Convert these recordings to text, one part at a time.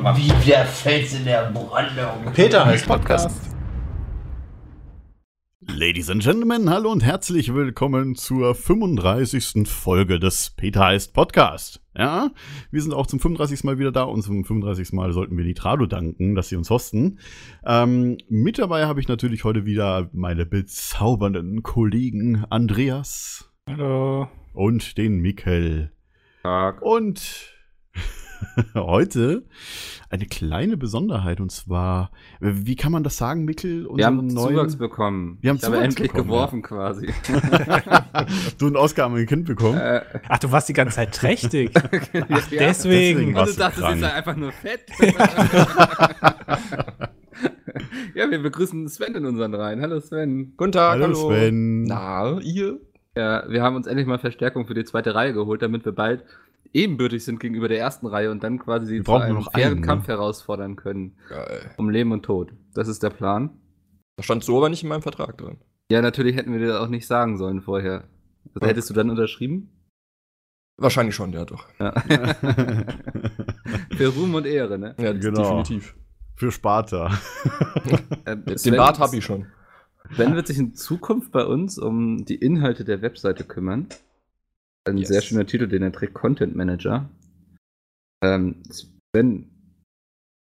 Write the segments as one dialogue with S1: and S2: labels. S1: Wie der Fels in der Brandung.
S2: Peter heißt Podcast.
S3: Ladies and Gentlemen, hallo und herzlich willkommen zur 35. Folge des Peter heißt Podcast. Ja, wir sind auch zum 35. Mal wieder da und zum 35. Mal sollten wir Nitrado danken, dass sie uns hosten. Ähm, mit dabei habe ich natürlich heute wieder meine bezaubernden Kollegen Andreas
S4: Hallo.
S3: und den Mikkel.
S2: Tag.
S3: Und heute eine kleine Besonderheit und zwar, wie kann man das sagen, Mikkel?
S2: Wir haben
S3: Unseren
S2: Zuwachs bekommen.
S3: Wir haben
S2: ich habe
S3: Zuwachs
S2: endlich
S3: bekommen,
S2: geworfen quasi.
S3: du einen Oscar an ein Kind bekommen.
S2: Äh,
S4: Ach, du warst die ganze Zeit trächtig.
S2: Ach,
S4: deswegen.
S2: Und du
S3: warst
S2: dachtest,
S3: krank.
S2: jetzt sei einfach nur fett. ja, wir begrüßen Sven in unseren Reihen. Hallo Sven.
S5: Guten Tag,
S3: Hallo,
S5: hallo.
S3: Sven.
S5: Na, ihr?
S2: Ja, wir haben uns endlich mal Verstärkung für die zweite Reihe geholt, damit wir bald ebenbürtig sind gegenüber der ersten Reihe und dann quasi sie
S3: Wir
S2: zu
S3: brauchen
S2: einem
S3: nur noch
S2: fairen
S3: einen, ne?
S2: Kampf herausfordern können.
S5: Geil.
S2: Um Leben und Tod. Das ist der Plan.
S5: Das stand so aber nicht in meinem Vertrag drin.
S2: Ja, natürlich hätten wir dir das auch nicht sagen sollen vorher. Das hättest du dann unterschrieben?
S5: Wahrscheinlich schon, ja doch.
S2: Ja. für Ruhm und Ehre, ne?
S5: Ja,
S3: Genau.
S5: definitiv.
S3: Für Sparta.
S2: Äh,
S5: Den
S2: Sven-
S5: Bart habe ich schon.
S2: Sven wird sich in Zukunft bei uns um die Inhalte der Webseite kümmern. Ein
S5: Yes.
S2: sehr schöner Titel, den er trägt, Content Manager. Ähm, Sven, kannst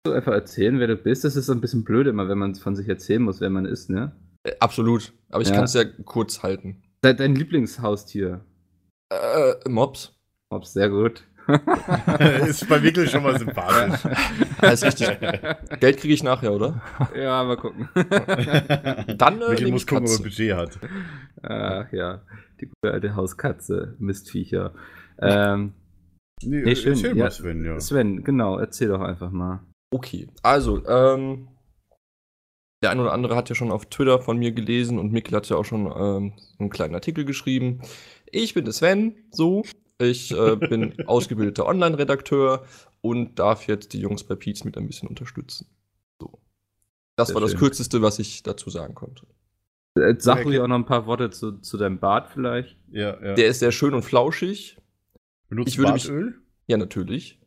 S2: du einfach erzählen, wer du bist? Das ist so ein bisschen blöd immer, wenn man von sich erzählen muss, wer man ist, ne?
S5: Äh, absolut. Aber ich
S2: Ja.
S5: kann es ja kurz halten.
S2: Dein, dein Lieblingshaustier.
S5: Äh, Mobs.
S2: Ob's sehr gut.
S3: Ist bei Mikkel schon mal sympathisch.
S5: Alles richtig. Geld kriege ich nachher, oder?
S2: ja, mal gucken.
S5: Dann äh,
S3: Mikkel
S5: nehme
S3: muss
S5: ich
S3: gucken, ob er
S5: Katze.
S3: Budget hat.
S2: Ach ja, die gute alte Hauskatze, Mistviecher. Ähm, Nee,
S3: äh,
S2: schön,
S3: erzähl
S2: ja.
S3: mal, Sven, ja.
S2: Sven, genau, erzähl doch einfach mal.
S5: Okay, also, ähm, der ein oder andere hat ja schon auf Twitter von mir gelesen und Mikkel hat ja auch schon ähm, einen kleinen Artikel geschrieben. Ich bin der Sven, so. Ich äh, bin ausgebildeter Online-Redakteur und darf jetzt die Jungs bei Pete's mit ein bisschen unterstützen. So. Das
S2: Sehr
S5: war das
S2: schön.
S5: kürzeste, was ich dazu sagen konnte.
S2: Äh, Sag
S3: Ja,
S2: ruhig auch noch ein paar Worte zu, zu deinem Bart vielleicht.
S3: ja, ja.
S5: Der ist sehr schön und flauschig.
S3: Benutzt
S5: ich würde mich-
S3: Bartöl?
S5: Ja, natürlich.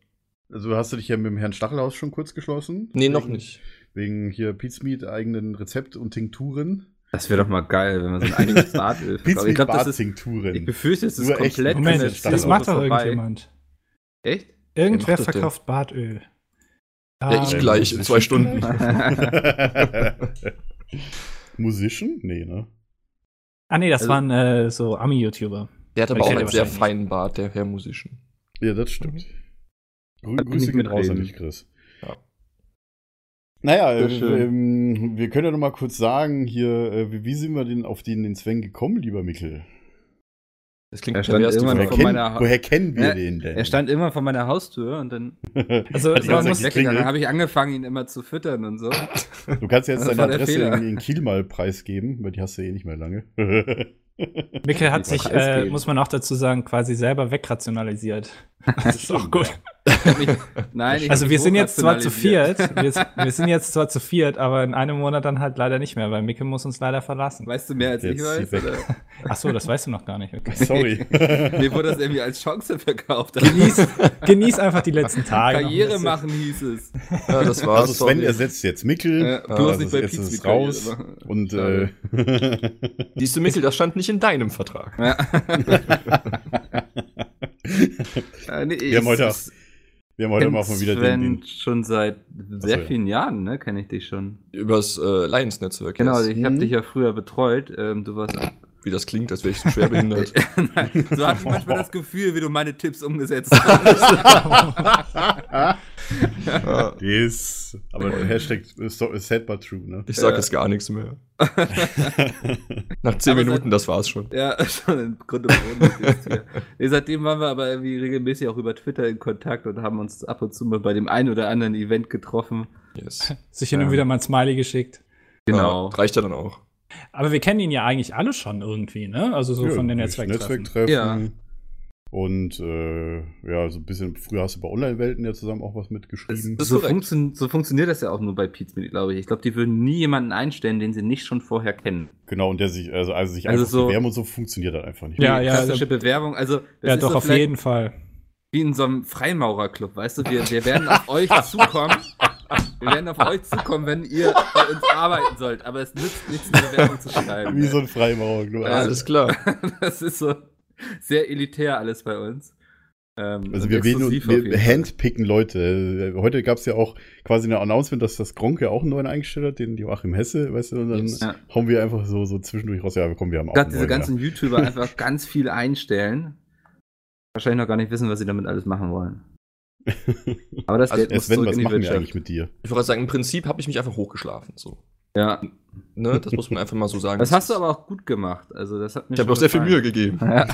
S3: Also hast du dich ja mit dem Herrn Stachelhaus schon kurz geschlossen?
S5: Nee, noch
S3: Wegen-
S5: nicht.
S3: Wegen hier Pizmeat eigenen Rezept und Tinkturen.
S2: Das wäre doch mal geil, wenn man so ein eigenes Bartöl verkauft. Ich glaube, das ist. Ich
S3: Tinkturen.
S2: befürchte, es ist
S3: Nur echt
S2: komplett.
S3: Moment,
S2: an der
S3: das
S4: das
S2: Zielgruppe
S4: macht doch
S2: vorbei.
S4: irgendjemand.
S2: Echt?
S5: Wer
S4: Irgendwer
S5: macht das denn?
S4: verkauft Bartöl.
S5: Ja, ich
S3: Ähm,
S5: gleich in zwei Stunden.
S3: Musician? Nee, ne?
S4: Ah, nee, das
S2: Also-
S4: waren äh, so Ami-YouTuber.
S5: Der hat aber
S4: Ich
S5: auch
S4: hätte
S5: einen sehr
S4: wahrscheinlich-
S5: feinen Bart, der Herr Musischen.
S3: Ja, das stimmt. Grü
S2: Mhm. Kann ich
S3: Grüße
S2: nicht
S3: gehen raus an
S2: mitreden.
S3: dich, Chris.
S5: Ja.
S3: Naja, äh,
S2: Sehr schön.
S3: ähm, wir können ja noch mal kurz sagen, hier, äh, wie, wie sind wir denn auf den, den Sven gekommen, lieber Mikkel?
S5: Das klingt
S2: Er stand
S5: pervers, die
S3: Woher,
S2: irgendwann
S5: Frage.
S2: vor
S3: kenn,
S2: meiner Ha-
S3: woher kennen wir
S2: Ja,
S3: den denn?
S2: Er stand immer vor meiner Haustür und dann
S4: Also,
S3: Hat die ganze Zeit
S4: man muss,
S2: weggegangen.
S3: geklingelt?
S2: Dann habe ich angefangen, ihn immer zu füttern und so.
S3: du kannst jetzt
S2: Das
S3: deine
S2: war der
S3: Adresse
S2: Fehler.
S3: in, in Kiel mal preisgeben, weil die hast du eh nicht mehr lange.
S4: Mikkel hat
S3: Ich
S4: sich,
S3: wollte
S4: äh,
S2: ausgehen.
S4: muss man auch dazu sagen, quasi selber wegrationalisiert. Das ist auch gut.
S2: Ich hab mich, nein, ich
S4: Also
S2: hab
S4: wir
S2: mich
S4: sind jetzt zwar zu
S2: hochrationalisiert.
S4: viert, wir, wir sind jetzt zwar zu viert, aber in einem Monat dann halt leider nicht mehr, weil Mikkel muss uns leider verlassen.
S2: Weißt du mehr als ich
S3: Jetzt
S2: weiß?
S3: weg.
S2: Oder?
S4: Ach so, das weißt du noch gar nicht. Okay.
S3: Sorry.
S2: Mir wurde das irgendwie als Chance verkauft.
S4: Genieß, genieß einfach die letzten Tage. noch ein
S2: Karriere
S4: bisschen.
S2: machen hieß es.
S5: Ja, Ah, das war's.
S3: also Sven
S5: sorry.
S3: ersetzt jetzt Mikkel.
S2: Äh, bloß
S3: also
S2: nicht bei
S3: jetzt ist
S2: Pizmeat
S3: es raus.
S2: Karriere machen.
S3: Und äh,
S2: Schade.
S5: Siehst du, Mikkel, das stand nicht in deinem Vertrag.
S2: Äh, nee,
S3: wir haben heute, auch, wir haben heute
S2: kenn
S3: mal auch mal wieder
S2: Sven
S3: den, den
S2: schon seit sehr
S3: Ach so, ja.
S2: vielen Jahren, ne? Kenne ich dich schon.
S5: Übers äh, Lions-Netzwerk.
S2: Genau,
S5: jetzt.
S2: ich habe
S3: Mhm.
S2: dich ja früher betreut. Ähm, du warst.
S5: Wie das klingt, als wäre ich so schwer behindert.
S2: Nein, so hatte ich manchmal das Gefühl, wie du meine Tipps umgesetzt hast.
S5: Ja,
S3: Yes. Aber Hashtag äh, so- äh, sad but true, ne?
S5: ich sag
S2: Ja.
S5: jetzt gar nichts mehr. Nach zehn
S2: Aber
S5: Minuten, das war's schon.
S2: ja, schon im Grunde und Boden ist hier. Nee, seitdem waren wir aber irgendwie regelmäßig auch über Twitter in Kontakt und haben uns ab und zu mal bei dem einen oder anderen Event getroffen.
S5: Yes.
S4: Sich hin und
S2: Ja.
S4: wieder mal ein Smiley geschickt.
S2: Genau.
S5: Ja, reicht ja dann auch.
S4: Aber wir kennen ihn ja eigentlich alle schon irgendwie, ne? Also so
S3: Ja,
S4: von den
S3: durch
S4: Netzwerktreffen.
S3: Netzwerktreffen.
S2: Ja.
S3: Und äh, ja, so ein bisschen früher hast du bei Online-Welten ja zusammen auch was mitgeschrieben.
S5: Das ist
S2: so,
S5: korrekt.
S2: funktion so funktioniert das ja auch nur bei Pizmeet, glaube ich. Ich glaube, die würden nie jemanden einstellen, den sie nicht schon vorher kennen.
S3: Genau, und der sich, also, also sich
S2: Also
S3: einfach
S2: so-
S3: bewerben und so funktioniert das einfach nicht.
S4: Ja,
S2: Die
S4: ja,
S2: klassische
S4: da-
S2: Bewerbung. Also, das
S4: Ja,
S2: ist
S4: doch,
S2: so
S4: auf
S2: vielleicht-
S4: jeden Fall.
S2: wie in so einem Freimaurerclub, weißt du? Wir, wir werden auf euch zukommen. Wir werden auf euch zukommen, wenn ihr bei uns arbeiten sollt. Aber es nützt nichts, eine Bewerbung zu schreiben.
S3: Wie so ein Freimaurer, du.
S2: Ja,
S5: Alles klar.
S2: das ist so sehr elitär alles bei uns. Ähm,
S3: Also
S2: und
S3: wir, wählen,
S2: exklusiv auf jeden
S3: wir
S2: Fall.
S3: handpicken Leute. Heute gab es ja auch quasi eine Announcement, dass das Gronke auch einen neuen eingestellt hat, den Joachim Hesse, weißt du, und dann
S5: Yes.
S2: Ja.
S3: hauen wir einfach so, so zwischendurch raus, ja, komm, wir haben auch
S2: Dass
S3: einen
S2: diese
S3: neuen, ja.
S2: ganzen YouTuber einfach ganz viel einstellen. Wahrscheinlich noch gar nicht wissen, was sie damit alles machen wollen. Aber das
S5: Also,
S2: Geld
S3: Äh,
S2: muss
S3: Sven,
S2: zurück
S3: was
S2: in die
S3: machen wir
S2: Wirtschaft.
S3: eigentlich mit dir?
S5: Ich wollte gerade sagen, im Prinzip habe ich mich einfach hochgeschlafen. So.
S2: Ja,
S5: Ne? Das muss man einfach mal so sagen.
S2: das hast du aber auch gut gemacht. Also das hat mir
S5: Ich habe mir auch sehr viel Mühe gegeben.
S2: Ja.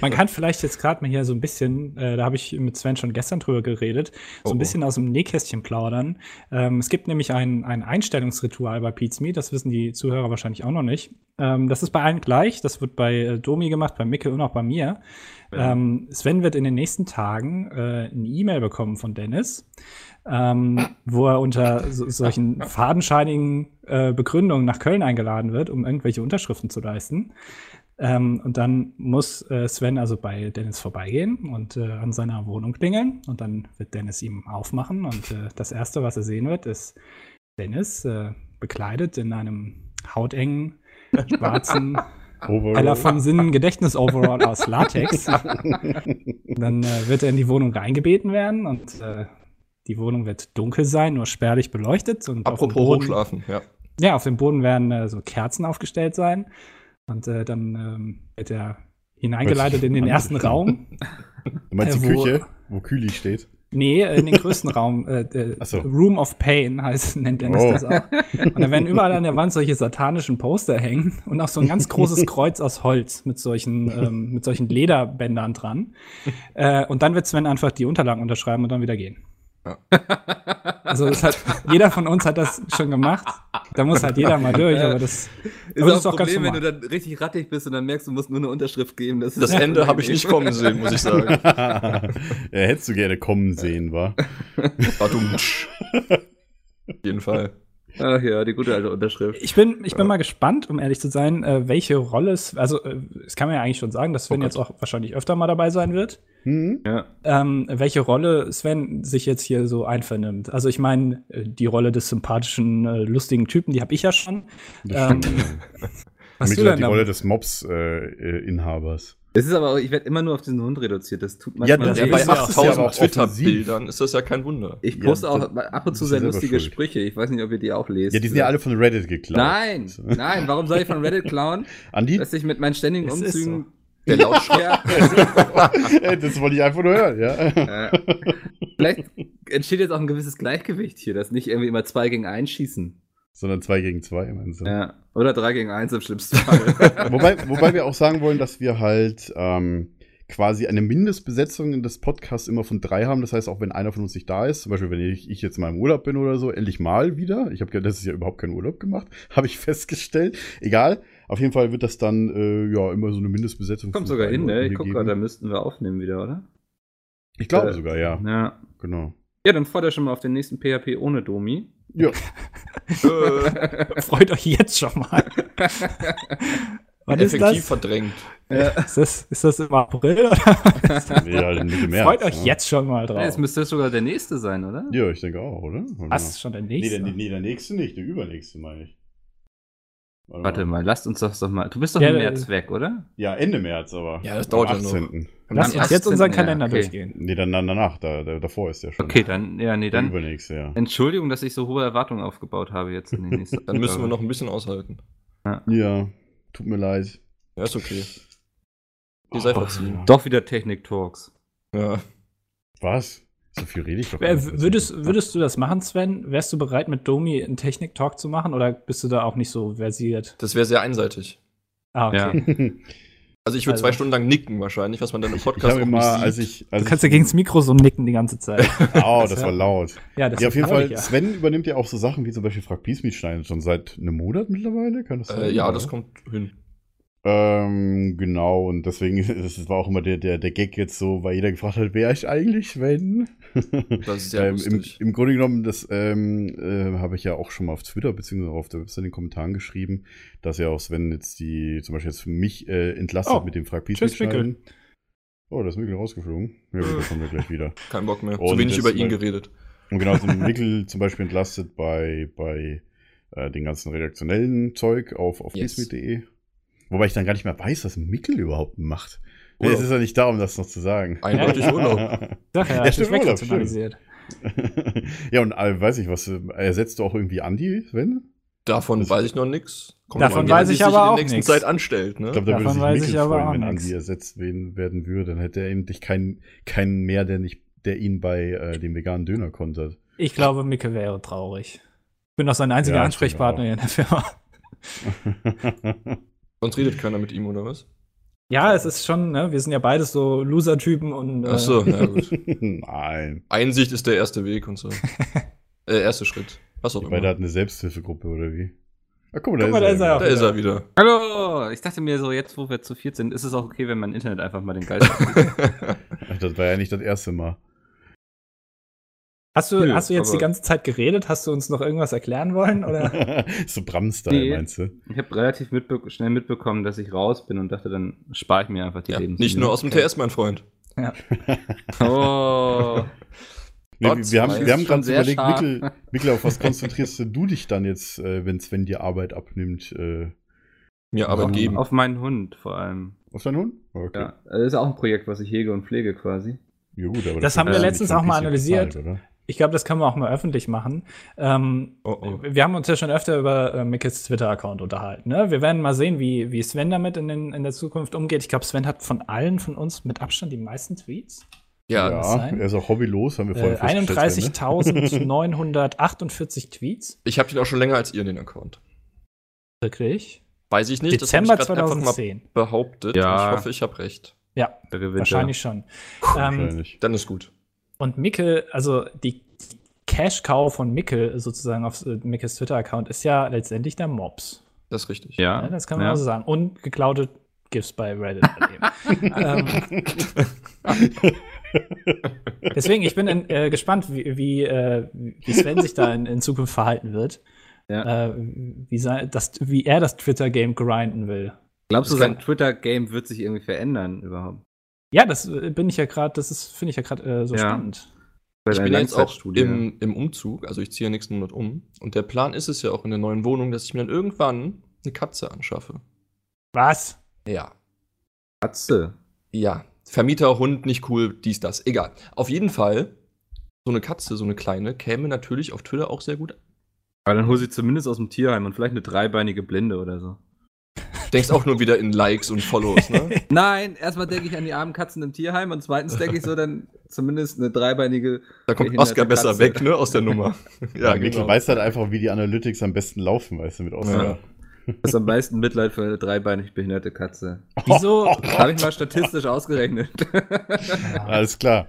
S4: Man kann vielleicht jetzt gerade mal hier so ein bisschen, äh, da habe ich mit Sven schon gestern drüber geredet, so
S5: Oh, oh.
S4: ein bisschen aus dem Nähkästchen plaudern. Ähm, es gibt nämlich ein, ein Einstellungsritual bei Pete's Me, das wissen die Zuhörer wahrscheinlich auch noch nicht. Ähm, das ist bei allen gleich, das wird bei äh, Domi gemacht, bei Micke und auch bei mir. Ähm, Sven wird in den nächsten Tagen äh, eine E-Mail bekommen von Dennis, ähm, wo er unter so, solchen fadenscheinigen äh, Begründungen nach Köln eingeladen wird, um irgendwelche Unterschriften zu leisten. Ähm, und dann muss äh, Sven also bei Dennis vorbeigehen und äh, an seiner Wohnung klingeln. Und dann wird Dennis ihm aufmachen. Und äh, das Erste, was er sehen wird, ist Dennis äh, bekleidet in einem hautengen, schwarzen Heller
S3: Overall.
S4: von Sinnen Gedächtnis-Overall aus Latex. dann äh, wird er in die Wohnung reingebeten werden und äh, die Wohnung wird dunkel sein, nur spärlich beleuchtet. Und auf dem
S5: Apropos
S4: Boden-
S5: hochschlafen, ja.
S4: ja, auf dem Boden werden äh, so Kerzen aufgestellt sein. Und äh, dann ähm, wird er hineingeleitet in den ersten Raum.
S3: Du meinst die
S4: Äh, wo-
S3: Küche, wo Küli steht?
S4: Nee, äh, in den größten Raum. Äh, der
S3: Ach so.
S4: Room of Pain heißt, nennt Dennis
S3: Oh.
S4: das auch. Und da werden überall an der Wand solche satanischen Poster hängen und auch so ein ganz großes Kreuz aus Holz mit solchen, ähm, mit solchen Lederbändern dran. Äh, und dann wird Sven einfach die Unterlagen unterschreiben und dann wieder gehen.
S5: Ja.
S4: Also das hat, jeder von uns hat das schon gemacht. Da muss halt jeder mal durch, aber
S2: Ist
S4: das Aber
S2: auch
S4: das
S2: ein
S4: ist doch ganz
S2: Problem, wenn du
S4: normal.
S2: dann richtig rattig bist und dann merkst, du musst nur eine Unterschrift geben. Das, ist
S5: Das
S2: sehr
S5: Ende habe ich
S2: unangenehm.
S5: nicht kommen sehen, muss ich sagen.
S3: ja, Äh, hättest du gerne kommen sehen, war.
S5: War dumm. Auf jeden Fall.
S2: Ach ja, die gute alte Unterschrift.
S4: Ich bin, ich bin mal gespannt, um ehrlich zu sein, äh, welche Rolle es, also äh, es kann man ja eigentlich schon sagen, dass Sven
S5: Oh Gott.
S4: jetzt auch wahrscheinlich öfter mal dabei sein wird,
S3: Hm?
S2: Ja.
S4: ähm, welche Rolle Sven sich jetzt hier so einvernimmt. Also ich meine, äh, die Rolle des sympathischen, äh, lustigen Typen, die habe ich ja schon.
S3: Das
S4: Ähm,
S3: stimmt.
S4: was
S3: Mikkel
S4: du denn
S3: hat die
S4: da-
S3: Rolle des äh, Mobs-Inhabers.
S2: Es ist aber auch, ich werde immer nur auf diesen Hund reduziert. Das tut manchmal
S3: Ja,
S5: Ja,
S3: das
S5: bei
S3: ist ja auch
S5: 8000
S3: offensiv.
S5: Twitter-Bildern ist das ja kein Wunder.
S2: Ich poste
S3: Ja,
S2: auch
S3: das-
S2: ab und zu
S3: das
S2: sehr
S3: ist selber
S2: lustige
S3: schuld.
S2: Sprüche. Ich weiß nicht, ob ihr die auch lest. ne?
S3: ja, die sind ja alle von Reddit geklaut.
S2: Nein, nein, warum soll ich von Reddit klauen,
S3: Andi?
S2: dass ich mit meinen ständigen
S4: Es ist
S2: Umzügen.
S5: Der Lautschrift.
S2: Ja,
S3: das wollte ich einfach nur hören, ja.
S2: äh, vielleicht entsteht jetzt auch ein gewisses Gleichgewicht hier, dass nicht irgendwie immer zwei gegen eins schießen.
S3: Sondern zwei gegen zwei, meinst du?
S2: Ja. Oder drei gegen eins im schlimmsten Fall.
S3: Wobei, wobei wir auch sagen wollen, dass wir halt ähm, quasi eine Mindestbesetzung des Podcasts immer von drei haben. Das heißt, auch wenn einer von uns nicht da ist, zum Beispiel wenn ich, ich jetzt mal im Urlaub bin oder so, endlich mal wieder. Ich habe ja letztes Jahr überhaupt keinen Urlaub gemacht, habe ich festgestellt. Egal. Auf jeden Fall wird das dann äh, ja immer so eine Mindestbesetzung.
S2: Kommt
S3: von
S2: sogar
S3: drei
S2: hin, ne?
S3: Leuten
S2: Ich
S3: hier
S2: guck
S3: geben.
S2: gerade, da müssten wir aufnehmen wieder, oder?
S3: Ich glaube
S2: äh,
S3: sogar, ja.
S2: Ja.
S3: Genau.
S2: Ja, dann freut euch schon mal auf den nächsten PHP ohne Domi.
S3: Ja,
S5: Äh,
S4: Freut euch jetzt schon mal. Wann ist
S5: effektiv
S4: das? Äh,
S5: verdrängt.
S4: ist das? Ist das im April? Oder?
S3: ja Mitte März.
S4: Freut euch
S3: ja.
S4: jetzt schon mal
S2: Ja,
S4: drauf.
S2: jetzt müsste das sogar der nächste sein, oder?
S3: Ja, ich denke auch, oder?
S4: Das ist schon der
S3: Nee,
S4: nächste.
S3: der, nee, der nächste nicht, der übernächste meine ich.
S2: Warte mal, lasst uns das doch mal. Du bist doch
S4: Ja,
S2: im
S4: äh,
S2: März weg, oder?
S3: Ja, Ende März aber.
S5: Ja, das
S3: Am
S5: dauert ja noch.
S3: 18. noch.
S4: Lass
S2: Am
S4: uns jetzt unseren
S2: 18.,
S4: Kalender
S2: ja, okay.
S4: durchgehen.
S3: Nee, dann dann danach, da, da, davor ist ja schon.
S2: Okay, dann, ja, nee,
S3: Der
S2: dann.
S3: übernächste, ja.
S2: Entschuldigung, dass ich so hohe Erwartungen aufgebaut habe jetzt in den nächsten
S5: Dann müssen wir noch ein bisschen aushalten.
S3: Ja, tut mir leid.
S5: Ja, ist okay. Ihr
S3: Oh,
S5: seid verziehen.
S2: Doch wieder Technik-Talks.
S5: Ja.
S3: Was? So viel rede ich doch.
S4: Äh,
S3: gar nicht.
S4: w- Würdest, würdest du das machen, Sven? Wärst du bereit, mit Domi einen Technik-Talk zu machen oder bist du da auch nicht so versiert?
S5: Das wäre sehr einseitig.
S4: Ah,
S2: Ja.
S5: Also ich würde
S4: Also-
S5: zwei Stunden lang nicken wahrscheinlich, was man dann im
S3: Ich
S5: Podcast
S3: habe immer, als ich. Als
S4: Du kannst ja
S3: ich,
S4: gegen das Mikro so nicken die ganze Zeit.
S3: Oh, das war laut.
S4: ja, das
S3: Ja, auf jeden
S4: kann
S3: Fall.
S4: ich ja.
S3: Sven übernimmt ja auch so Sachen wie zum Beispiel Frag Peace-Meet-Stein schon seit einem Monat mittlerweile. Kann das sein?
S5: äh, ja,
S3: Oder?
S5: das kommt hin.
S3: Ähm, genau, und deswegen das war auch immer der, der, der Gag jetzt so, weil jeder gefragt hat, wer ich eigentlich, Sven?
S5: Das ist sehr
S3: ähm, im,
S5: lustig.
S3: Im Grunde genommen, das ähm, äh, habe ich ja auch schon mal auf Twitter beziehungsweise auf der Website in den Kommentaren geschrieben, dass ja auch Sven jetzt die, zum Beispiel jetzt mich äh, entlastet
S4: Oh,
S3: mit dem frag
S4: tschüss,
S3: Peace-Meet-Stein. Oh, das ist Mikkel rausgeflogen. Ja, gut, da kommen wir gleich wieder.
S5: Kein Bock mehr.
S3: Und
S5: Zu wenig über
S3: jetzt
S5: ihn
S3: mal-
S5: geredet.
S3: Und genau, so ein Mikkel zum Beispiel entlastet bei, bei äh, den ganzen redaktionellen Zeug auf, auf
S5: Yes.
S3: peacemeet.de. Wobei ich dann gar nicht mehr weiß, was Mikkel überhaupt macht. Nee,
S5: Urlaub.
S3: es ist ja nicht da, um das noch zu sagen.
S5: Eindeutig Urlaub.
S4: Sag ja,
S3: Ja,
S4: er
S3: stimmt,
S4: hat sich
S3: Urlaub,
S4: wegrationalisiert.
S3: ja, und äh, weiß ich was, äh, ersetzt du auch irgendwie Andi, Sven?
S5: Davon
S3: Das-
S5: weiß ich noch nix. Kommt
S4: Davon
S5: drauf an, wie
S4: weiß
S5: er
S4: ich
S5: sich
S4: aber
S5: in
S4: auch
S5: der nächsten
S4: nix.
S5: Zeit anstellt, ne?
S3: Ich glaube, da würde
S4: Davon
S3: sich
S4: weiß
S3: Mikkel
S4: ich aber
S3: freuen,
S4: auch
S3: wenn
S4: nix.
S3: Andi ersetzt wen, werden würde. Dann hätte er eben dich keinen keinen mehr, der, nicht, der ihn bei äh, dem veganen Döner kontert.
S4: Ich glaube, Micke wäre traurig. Ich bin doch sein einziger
S3: Ja, ich
S4: Ansprechpartner hier in der Firma.
S5: Sonst redet keiner mit ihm, oder was?
S4: Ja, es ist schon, ne? wir sind ja beides so Loser-Typen und äh,
S5: Ach so, ja gut.
S3: Nein.
S5: Einsicht ist der erste Weg und so. äh, erster Schritt. Was auch
S3: Die
S5: immer.
S3: beide
S5: Da
S3: hatten eine Selbsthilfegruppe, oder wie? Ah, guck mal,
S4: Guck mal, da ist er.
S5: ist er wieder.
S2: Hallo! Ich dachte mir so, jetzt wo wir zu viert sind, ist es auch okay, wenn mein Internet einfach mal den Geist
S3: Ach, Das war ja nicht das erste Mal.
S4: hast, du,
S2: Nö,
S4: hast du jetzt die
S5: aber-
S4: ganze Zeit geredet? Hast du uns noch irgendwas erklären wollen? Oder?
S3: so Bram-Style,
S2: Nee.
S3: meinst du?
S2: Ich habe relativ mitbe schnell mitbekommen, dass ich raus bin und dachte, dann spare ich mir einfach die
S5: Ja,
S2: Lebens.
S5: nicht nur aus dem TS, mein Freund.
S2: Oh.
S3: Nee,
S5: Gott,
S3: wir, wir haben,
S5: das
S3: wir haben gerade
S2: ist schon sehr
S3: überlegt,
S2: scharf.
S3: Mikkel, Mikkel, auf was konzentrierst du dich dann jetzt, äh, wenn Sven die Arbeit abnimmt? Äh,
S5: Mir Arbeit
S2: auf,
S5: geben.
S2: Auf meinen Hund vor allem.
S3: auf deinen Hund? Okay. Ja,
S2: Ja. Das Äh, ist auch ein Projekt, was ich hege und pflege quasi.
S3: gut, aber
S4: Das haben
S3: wird
S2: wir
S3: ja
S4: letztens
S3: nicht von
S4: auch mal
S3: PC
S4: analysiert.
S3: bezahlt, oder?
S4: Ich glaube, das können wir auch mal öffentlich machen. Ähm,
S5: Oh, oh.
S4: Wir haben uns ja schon öfter über äh, Mickes Twitter-Account unterhalten. Ne? Wir werden mal sehen, wie, wie Sven damit in, den, in der Zukunft umgeht. Ich glaube, Sven hat von allen von uns mit Abstand die meisten Tweets.
S5: Ja,
S4: das
S3: Ja,
S4: sein?
S3: er ist auch hobbylos, haben wir
S4: Äh,
S3: vorhin festgestellt. ne? Sven,
S4: 31.948 Tweets.
S5: ich habe den auch schon länger als ihr, den Account.
S4: Wirklich?
S5: Weiß ich nicht. das hab ich
S4: Dezember
S5: grad einfach mal
S4: 2010.
S5: behauptet.
S2: Ja.
S5: Ich hoffe, ich habe recht.
S4: Ja,
S2: Da gewinnt er.
S4: wahrscheinlich schon.
S3: ne?
S4: Ähm,
S3: Wahrscheinlich.
S5: Dann ist gut.
S4: Und Mickel, also die Cash-Cow von Mickel sozusagen auf äh, Mickels Twitter-Account ist ja letztendlich der Mops.
S5: Das ist richtig.
S2: Ja.
S4: Ne? Das kann man
S2: ja.
S4: auch so sagen. Und geklaute GIFs bei Reddit. bei dem. ähm, deswegen, ich bin äh, gespannt, wie, wie, äh, wie Sven sich da in, in Zukunft verhalten wird.
S2: Ja.
S4: Äh, wie, sein, das, wie er das Twitter-Game grinden will.
S2: Glaubst du,
S5: Das kann-
S2: sein Twitter-Game wird sich irgendwie verändern überhaupt?
S4: Ja, das äh, bin ich ja gerade, das ist, finde ich ja gerade äh, so
S2: Ja.
S4: spannend.
S2: Bei
S5: Ich
S2: deiner
S5: bin ja jetzt auch
S2: Langzeitstudie.
S5: im, im Umzug, also ich ziehe ja nächsten Monat um. Und der Plan ist es ja auch in der neuen Wohnung, dass ich mir dann irgendwann eine Katze anschaffe.
S4: Was?
S5: Ja.
S2: Katze.
S5: Ja. Vermieter, Hund, nicht cool, dies, das. Egal. Auf jeden Fall, so eine Katze, so eine kleine, käme natürlich auf Twitter auch sehr gut an.
S2: Aber dann hol sie zumindest aus dem Tierheim und vielleicht eine dreibeinige Blinde oder so.
S5: Denkst auch nur wieder in Likes und Follows, ne?
S2: Nein, erstmal denke ich an die armen Katzen im Tierheim und zweitens denke ich so dann zumindest eine dreibeinige.
S5: Da kommt
S2: Behinderte
S5: Oscar besser
S2: Katze.
S5: weg, ne? Aus der Nummer. genau.
S3: Ja,
S2: genau.
S3: Mikkel weiß halt einfach, wie die Analytics am besten laufen, weißt du, mit Oscar.
S2: Das ist am meisten Mitleid für eine dreibeinig behinderte Katze.
S4: Wieso,
S2: Habe ich mal statistisch ausgerechnet.
S3: Alles klar.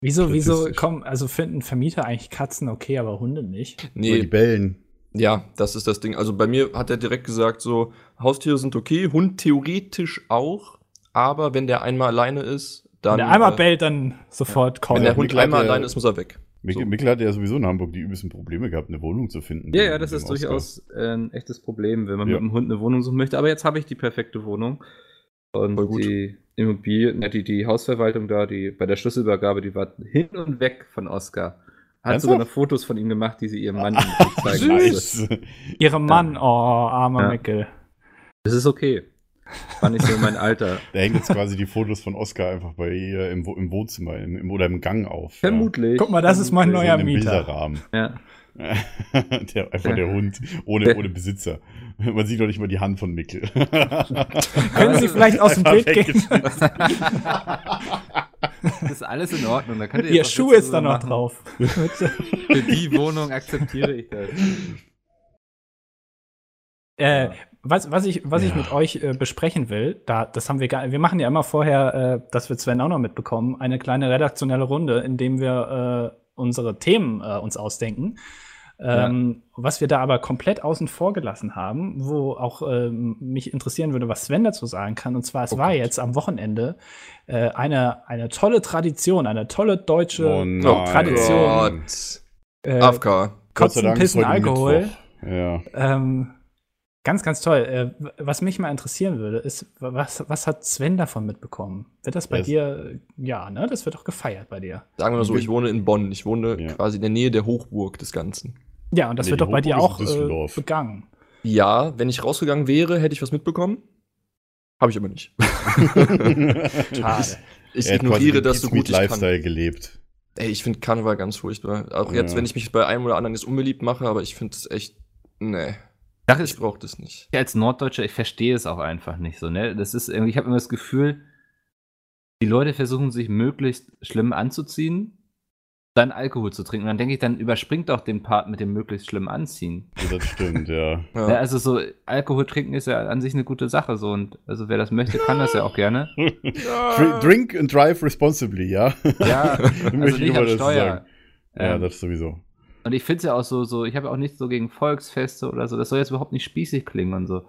S4: wieso, wieso
S3: Statistisch.
S4: kommen, also finden Vermieter eigentlich Katzen okay, aber Hunde nicht?
S3: Nur die
S5: Nee,
S3: Bellen.
S5: ja, das ist das Ding. Also bei mir hat er direkt gesagt, so, Haustiere sind okay, Hund theoretisch auch, aber wenn der einmal alleine ist, dann.
S4: Wenn der einmal
S5: äh,
S4: bellt, dann sofort
S5: Wenn
S4: kommen.
S5: der Hund
S3: Mikkel hat
S5: einmal
S3: ja-
S5: alleine ist, muss er weg.
S3: Mikkel,
S5: So.
S3: Mikkel hat ja sowieso in Hamburg die übelsten Probleme gehabt, eine Wohnung zu finden.
S2: ja,
S3: Mit
S2: ja, das
S3: dem
S2: ist
S3: Oscar.
S2: durchaus äh, ein echtes Problem, wenn man
S3: Ja.
S2: mit dem Hund eine Wohnung suchen möchte. Aber jetzt habe ich die perfekte Wohnung. Und
S5: Voll gut.
S2: die Immobilien, äh, die, die Hausverwaltung da, die bei der Schlüsselübergabe, die war hin und weg von Oscar. Hat
S3: Ernsthaft?
S2: sogar noch Fotos von ihm gemacht, die sie ihrem Mann nicht zeigen wollte.
S3: Nice.
S4: Ihrem Mann, oh, armer
S2: Ja.
S4: Mickel.
S2: Das ist okay. War nicht so mein Alter.
S3: Da hängen jetzt quasi die Fotos von Oscar einfach bei ihr im, Wo- im Wohnzimmer im, im, oder im Gang auf. ja.
S2: Vermutlich.
S4: Guck mal, das ist mein
S3: So in
S2: Vermutlich.
S4: neuer
S3: einem
S4: Mieter.
S3: Bilderrahmen.
S2: Ja.
S3: der, einfach der Hund ohne,
S2: Der-
S3: ohne Besitzer. Man sieht doch nicht mal die Hand von Mickel.
S4: Können Sie vielleicht aus dem Bild gehen?
S2: Das ist alles in Ordnung. Da könnt ihr
S4: Ihr
S2: jetzt auch
S4: Schuh
S2: Witze
S4: ist da
S2: drüber
S4: noch
S2: machen.
S4: drauf.
S2: Für die Wohnung akzeptiere ich das.
S4: Äh, was, was ich, was ich
S3: Ja.
S4: mit euch äh, besprechen will, da, das haben wir gar, wir machen ja immer vorher, äh, das wird Sven auch noch mitbekommen, eine kleine redaktionelle Runde, in dem wir äh, unsere Themen äh, uns ausdenken. Ähm, Was wir da aber komplett außen vor gelassen haben, wo auch ähm, mich interessieren würde, was Sven dazu sagen kann. Und zwar, es
S5: Oh
S4: war
S5: Gott.
S4: jetzt am Wochenende äh, eine, eine tolle Tradition, eine tolle deutsche
S3: Oh
S4: Tradition.
S5: Gott.
S4: äh,
S5: AFK.
S4: Kotzen, Pissen, Alkohol.
S3: Mittwoch. Ja.
S4: Ähm, Ganz, ganz toll. Äh, was mich mal interessieren würde, ist, was, was hat Sven davon mitbekommen? Wird das bei
S3: Das-
S4: dir, ja, ne? Das wird doch gefeiert bei dir.
S5: Sagen wir mal so, ich wohne in Bonn. Ich wohne
S3: Ja.
S5: quasi in der Nähe der Hochburg des Ganzen.
S4: Ja, und das
S3: Nee,
S4: wird
S3: die
S4: doch bei dir
S3: Hochburg
S4: auch
S3: ist
S4: äh,
S3: Düsseldorf.
S4: begangen.
S5: Ja, wenn ich rausgegangen wäre, hätte ich was mitbekommen. Habe ich aber nicht.
S4: Schade.
S3: Er hat
S5: Ich
S3: quasi
S5: ignoriere
S3: den
S5: das so
S3: Pizmeat
S5: gut ich kann.
S3: Lifestyle gelebt.
S5: Ey, ich finde Karneval ganz furchtbar. Auch
S3: Ja.
S5: jetzt, wenn ich mich bei einem oder anderen jetzt unbeliebt mache, aber ich finde es echt. Nee,
S2: Sache
S5: ich
S2: ist,
S5: brauche das nicht.
S2: ich als Norddeutscher, ich verstehe es auch einfach nicht so, ne? Das ist irgendwie, ich habe immer das Gefühl, die Leute versuchen sich möglichst schlimm anzuziehen, dann Alkohol zu trinken. Und dann denke ich, dann überspringt auch den Part mit dem möglichst schlimm anziehen.
S3: Ja, Das stimmt, ja.
S5: Ja.
S2: Ne? Also so, Alkohol trinken ist ja an sich eine gute Sache so und also wer das möchte, kann das ja auch gerne.
S3: Dr- Drink and drive responsibly, ja.
S2: Ja, also
S3: Möchte ich
S2: nicht
S3: mal
S2: am
S3: dazu
S2: Steuer.
S3: sagen. Ja,
S2: Ähm,
S3: das sowieso.
S2: Und ich finde es ja auch so, so ich habe ja auch nichts so gegen Volksfeste oder so. Das soll jetzt überhaupt nicht spießig klingen und so.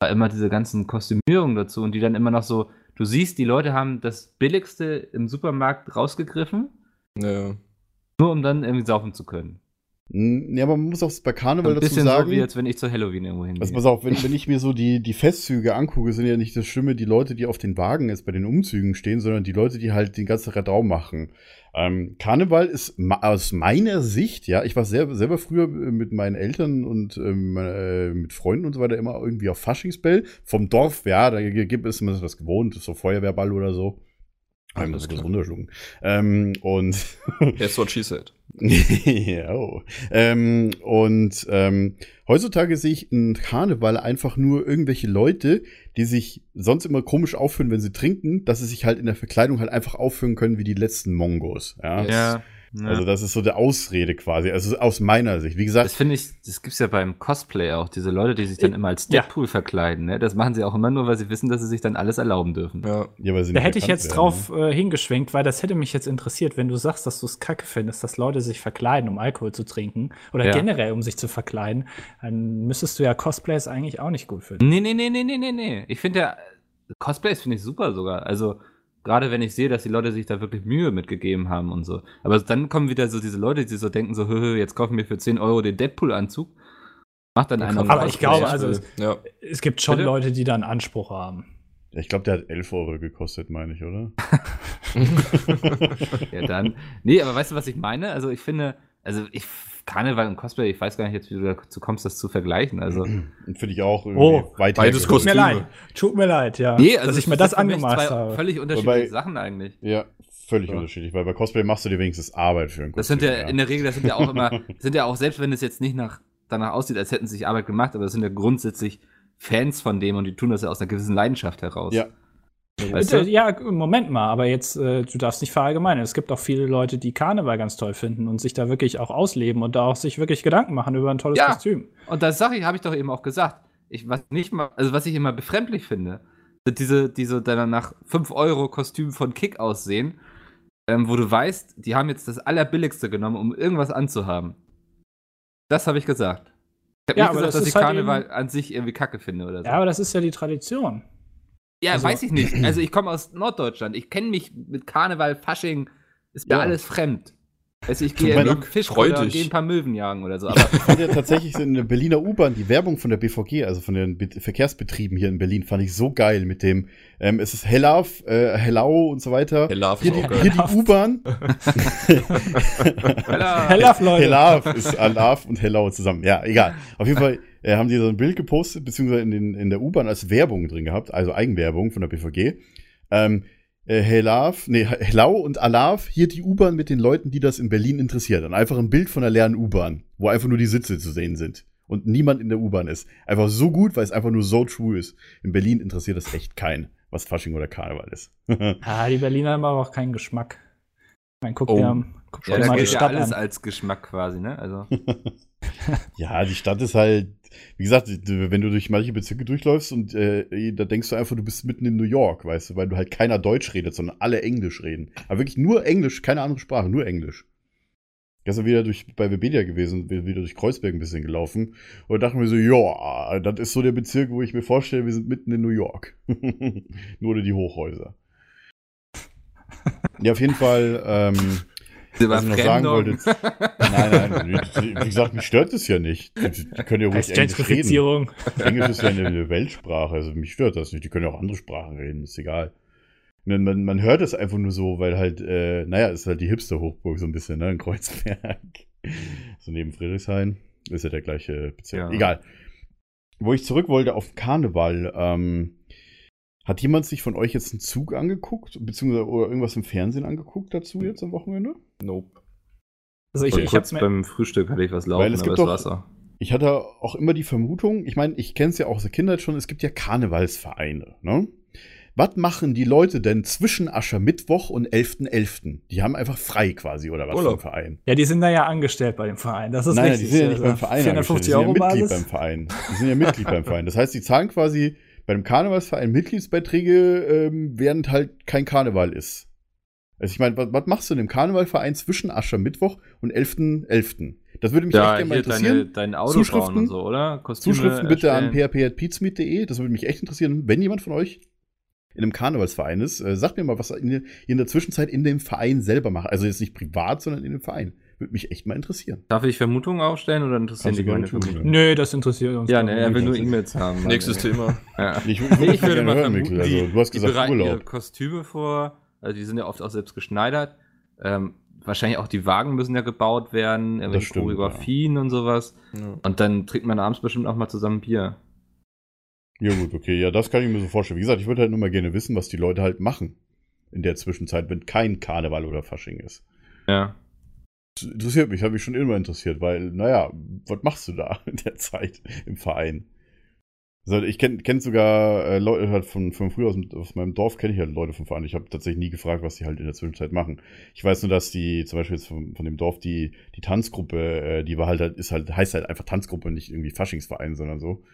S2: Aber immer diese ganzen Kostümierungen dazu und die dann immer noch so, du siehst, die Leute haben das Billigste im Supermarkt rausgegriffen,
S5: Ja.
S2: nur um dann irgendwie saufen zu können.
S3: Hm, Ja, aber man muss auch bei Karneval
S2: ein
S3: dazu
S2: bisschen
S3: sagen.
S2: so wie, als wenn ich zu Halloween irgendwo hingehe.
S3: also pass auf, wenn, wenn ich mir so die, die Festzüge angucke, sind ja nicht das Schlimme die Leute, die auf den Wagen jetzt bei den Umzügen stehen, sondern die Leute, die halt den ganzen Radau machen. Ähm, Karneval ist ma aus meiner Sicht, ja, ich war sehr, selber früher äh, mit meinen Eltern und ähm, äh, mit Freunden und so weiter immer irgendwie auf Faschingsbell vom Dorf, ja, da gibt es immer was gewohnt, so Feuerwehrball oder so.
S5: Ach,
S3: Ähm, das
S5: das ist
S3: ist
S5: klar.
S3: runterschlucken. Ähm, und
S5: That's what she said.
S3: ja, oh. ähm, und ähm, heutzutage sehe ich in Karneval einfach nur irgendwelche Leute, die sich sonst immer komisch aufführen, wenn sie trinken, dass sie sich halt in der Verkleidung halt einfach aufführen können wie die letzten Mongos. Ja?
S5: Ja.
S2: ja, ja.
S3: Also das ist so der Ausrede quasi. Also aus meiner Sicht. Wie gesagt,
S2: das finde ich, das gibt es ja beim Cosplay auch, diese Leute, die sich dann immer als
S4: Ja.
S2: Deadpool verkleiden. Ne? Das machen sie auch immer nur, weil sie wissen, dass sie sich dann alles erlauben dürfen.
S5: Ja.
S3: ja, weil sie
S4: Da
S3: nicht
S4: hätte ich
S3: erkannt
S4: jetzt
S3: werden,
S4: drauf
S3: ne?
S4: äh, hingeschwenkt, weil das hätte mich jetzt interessiert, wenn du sagst, dass du es kacke findest, dass Leute sich verkleiden, um Alkohol zu trinken oder
S2: Ja.
S4: generell, um sich zu verkleiden, dann müsstest du ja Cosplays eigentlich auch nicht gut finden.
S3: Hm,
S2: Nee, nee, nee, nee, nee, nee, nee. Ich finde ja, Cosplays finde ich super sogar. Also, gerade wenn ich sehe, dass die Leute sich da wirklich Mühe mitgegeben haben und so. Aber dann kommen wieder so diese Leute, die so denken, so, hö, hö, jetzt kaufen wir für 10 Euro den Deadpool-Anzug. Macht dann einer.
S4: Aber ich glaube,
S5: Ja.
S4: also-
S5: Ja.
S4: Es gibt schon
S2: Bitte?
S4: Leute, die da einen Anspruch haben.
S3: ne? Ich glaube, der hat 11 Euro gekostet, meine ich, oder?
S2: Ja, dann. Nee, aber weißt du, was ich meine? Also, ich finde, also, ich, Karneval und Cosplay, ich weiß gar nicht jetzt, wie du dazu kommst, das zu vergleichen. Also,
S3: Und finde ich auch irgendwie
S4: Oh,
S3: weit
S5: beides
S3: hergeholt.
S4: Tut mir
S5: Kostüme.
S4: leid. Tut mir leid, ja. dass ich
S2: Also, es
S4: mir
S2: sind
S4: das
S2: für mich
S4: angemaßt
S2: zwei
S4: habe.
S2: Völlig unterschiedliche
S3: Wobei-
S2: Sachen eigentlich.
S3: Ja, völlig
S2: Ja.
S3: unterschiedlich. Weil bei Cosplay machst du dir wenigstens Arbeit für ein
S2: Das sind ja,
S3: Kostüm,
S2: in der Regel, das sind ja auch immer, sind ja auch, selbst wenn es jetzt nicht nach, danach aussieht, als hätten sie sich Arbeit gemacht, aber das sind ja grundsätzlich Fans von dem und die tun das ja aus einer gewissen Leidenschaft heraus.
S3: Ja.
S2: Weißt
S4: Äh,
S2: du?
S4: Ja, Moment mal, aber jetzt, äh, du darfst nicht verallgemeinern. Es gibt auch viele Leute, die Karneval ganz toll finden und sich da wirklich auch ausleben und da auch sich wirklich Gedanken machen über ein tolles
S2: Ja.
S4: Kostüm.
S2: Und das sage ich, habe ich doch eben auch gesagt. Ich, was nicht mal, also was ich immer befremdlich finde, sind diese, diese dann nach 5 Euro Kostüm von Kick aussehen, ähm, wo du weißt, die haben jetzt das Allerbilligste genommen, um irgendwas anzuhaben. Das habe ich gesagt. Ich habe
S4: Ja,
S2: nicht
S4: aber
S2: gesagt,
S4: das
S2: dass ich
S4: ist halt
S2: Karneval an sich irgendwie kacke finde oder so.
S4: Ja, aber das ist ja die Tradition.
S2: Ja,
S4: Also-
S2: weiß ich nicht. Also ich komme aus Norddeutschland. Ich kenne mich mit Karneval, Fasching, ist mir
S3: Ja.
S2: alles fremd. Also ich gehe
S3: mein
S2: in einen
S5: Glück,
S2: Fisch
S5: freu
S2: oder
S5: dich.
S2: gehe ein paar Möwen jagen oder so. Aber
S3: Ich fand ja tatsächlich so in der Berliner U-Bahn die Werbung von der BVG, also von den Be Verkehrsbetrieben hier in Berlin, fand ich so geil mit dem, ähm, es ist Hellau, äh, Hellau und so weiter.
S5: Der Love
S3: Hier
S5: ist auch
S3: die,
S5: geil.
S3: hier die U-Bahn.
S2: Hella.
S4: Hell auf, Leute.
S3: Hellau ist Alav und Hellau zusammen. Ja, egal. Auf jeden Fall äh, haben die so ein Bild gepostet, beziehungsweise in, den, in der U-Bahn als Werbung drin gehabt, also Eigenwerbung von der BVG. Ähm, äh, Helav, nee, Hellau und Alav, hier die U-Bahn mit den Leuten, die das in Berlin interessiert. Und einfach ein Bild von einer leeren U-Bahn, wo einfach nur die Sitze zu sehen sind und niemand in der U-Bahn ist. Einfach so gut, weil es einfach nur so true ist. In Berlin interessiert das echt keinen, was Fasching oder Karneval ist.
S4: Ah, die Berliner haben aber auch keinen Geschmack. Man guckt
S5: Oh.
S4: ja, guck
S2: Ja,
S4: dir
S2: da
S4: mal die
S2: gilt ja
S4: Stadt
S2: alles
S4: an.
S2: als Geschmack quasi, ne? Also,
S3: Ja, die Stadt ist halt, wie gesagt, wenn du durch manche Bezirke durchläufst und äh, da denkst du einfach, du bist mitten in New York, weißt du, weil du halt keiner Deutsch redet, sondern alle Englisch reden. Aber wirklich nur Englisch, keine andere Sprache, nur Englisch. Gestern wieder durch, bei Webedia gewesen, wir- wieder durch Kreuzberg ein bisschen gelaufen und dachten wir so, ja, das ist so der Bezirk, wo ich mir vorstelle, wir sind mitten in New York. nur ohne die Hochhäuser. Ja, auf jeden Fall, ähm,
S2: diese
S3: was ich noch sagen
S2: Verfremdung.
S3: wollte. Nein, nein, Wie gesagt, mich stört es ja nicht. Die, die können ja ruhig Englisch reden.
S4: Gentrifizierung.
S3: Englisch ist ja eine- eine Weltsprache, also mich stört das nicht. Die können ja auch andere Sprachen reden, ist egal. Man, man, man hört es einfach nur so, weil halt, äh, naja, ist halt die Hipster-Hochburg so ein bisschen, ne, in Kreuzberg. so neben Friedrichshain. Ist ja der gleiche Bezirk.
S2: Ja.
S3: Egal. Wo ich zurück wollte auf Karneval, ähm, hat jemand sich von euch jetzt einen Zug angeguckt, beziehungsweise oder irgendwas im Fernsehen angeguckt dazu jetzt am Wochenende?
S5: Nope.
S4: Also ich,
S2: Ich,
S4: ich
S2: kurz
S4: hab's mir,
S2: beim Frühstück hatte ich was laufen,
S3: Weil es gibt
S2: das
S3: doch-
S2: war's auch.
S3: Ich hatte auch immer die Vermutung, ich meine, ich kenne es ja auch aus der Kindheit schon, es gibt ja Karnevalsvereine, ne? Was machen die Leute denn zwischen Aschermittwoch und 11.11.? Die haben einfach frei quasi, oder was
S5: Urlaub.
S3: für ein Verein?
S4: ja, die sind da ja angestellt bei dem Verein. Das ist
S3: Nein,
S4: richtig.
S3: die sind ja nicht beim Verein, angestellt,
S4: 450
S3: die sind ja
S4: Euro
S3: Mitglied beim
S4: Basis.
S3: Verein. Die sind ja Mitglied beim Verein. Das heißt, die zahlen quasi bei einem Karnevalsverein Mitgliedsbeiträge, ähm, während halt kein Karneval ist. Also ich meine, was, was machst du in einem Karnevalverein zwischen Aschermittwoch und 11.11.? Das würde mich echt
S2: Ja,
S3: gerne mal
S2: hier
S3: interessieren.
S2: deine, dein Auto
S3: Zuschriften-
S2: bauen und so, oder? Kostüme
S3: Zuschriften bitte an
S2: erstellen.
S3: php.peatsmeet.de. Das würde mich echt interessieren, wenn jemand von euch in einem Karnevalsverein ist. Äh, sagt mir mal, was ihr in, in der Zwischenzeit in dem Verein selber macht. Also jetzt nicht privat, sondern in dem Verein. Würde mich echt mal interessieren.
S2: Darf ich Vermutungen aufstellen oder interessieren
S3: Kannst du
S2: die
S3: gerne
S2: meine
S3: tun,
S2: Vermutungen?
S4: Nö, das interessiert uns.
S2: Ja,
S4: doch
S2: ne, er will
S4: nicht.
S2: nur E-Mails haben.
S5: Nächstes
S2: Mann,
S5: Thema.
S2: ey. Ja.
S3: Ich, ich,
S2: Nee, ich würde
S3: gerne
S2: mal
S3: hören,
S2: vermuten,
S3: Mikkel. Also, du hast
S2: die
S3: gesagt
S2: bereiten ihre
S3: Urlaub.
S2: Kostüme vor, also die sind ja oft auch selbst geschneidert. Ähm, wahrscheinlich auch die Wagen müssen ja gebaut werden, irgendwelche
S3: stimmt,
S2: Choreografien und sowas. Und dann trinkt man abends bestimmt auch mal zusammen Bier.
S3: Ja gut, okay. Ja, das kann ich mir so vorstellen. Wie gesagt, ich würde halt nur mal gerne wissen, was die Leute halt machen. In der Zwischenzeit, wenn kein Karneval oder Fasching ist.
S2: Ja.
S3: Das Interessiert mich, habe mich schon immer interessiert, weil, naja, was machst du da in der Zeit im Verein? Also ich kenne kenn sogar äh, Leute halt von, von früher aus, dem- aus meinem Dorf, kenne ich halt Leute vom Verein. Ich habe tatsächlich nie gefragt, was die halt in der Zwischenzeit machen. Ich weiß nur, dass die, zum Beispiel jetzt von, von dem Dorf, die, die Tanzgruppe, äh, die war halt, halt, ist halt, heißt halt einfach Tanzgruppe, nicht irgendwie Faschingsverein, sondern so.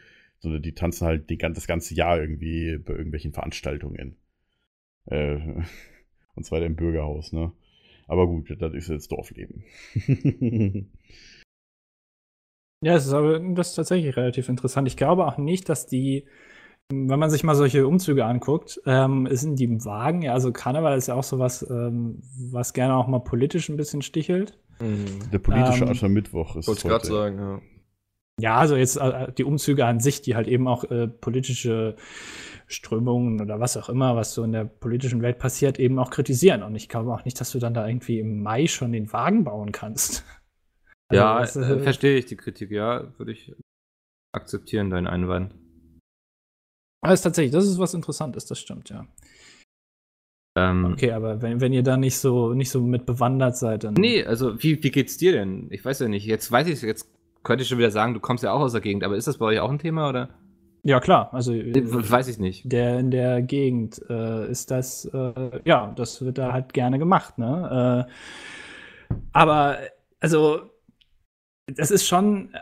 S3: Sondern die tanzen halt die, gan- das ganze Jahr irgendwie bei irgendwelchen Veranstaltungen. Äh, und zwar im Bürgerhaus, ne? Aber gut, das ist jetzt Dorfleben.
S4: Ja, es ist aber das ist tatsächlich relativ interessant. Ich glaube auch nicht, dass die, wenn man sich mal solche Umzüge anguckt, ähm, sind die im Wagen, ja, also Karneval ist ja auch sowas, ähm, was gerne auch mal politisch ein bisschen stichelt.
S5: Mhm.
S3: Der politische
S4: Ähm,
S3: Aschermittwoch ist
S5: Wollte ich gerade sagen, ja.
S4: Ja, also jetzt äh, die Umzüge an sich, die halt eben auch äh, politische Strömungen oder was auch immer, was so in der politischen Welt passiert, eben auch kritisieren. Und ich glaube auch nicht, dass du dann da irgendwie im Mai schon den Wagen bauen kannst.
S2: Ja,
S4: Also das,
S2: äh,
S4: äh,
S2: verstehe ich die Kritik, ja. Würde ich akzeptieren, deinen Einwand.
S4: aber ist tatsächlich, das ist was Interessantes, das stimmt, ja.
S2: Ähm,
S4: Okay, aber wenn, wenn ihr da nicht so, nicht so mit bewandert seid, dann.
S2: Nee, also wie, wie geht's dir denn? Ich weiß ja nicht. Jetzt weiß ich, jetzt könnte ich schon wieder sagen, du kommst ja auch aus der Gegend, aber ist das bei euch auch ein Thema oder?
S4: Ja, klar. Also
S2: Nee, Weiß ich nicht.
S4: der in der Gegend äh, ist das, äh, ja, das wird da halt gerne gemacht, ne? Äh, aber, also, das ist schon,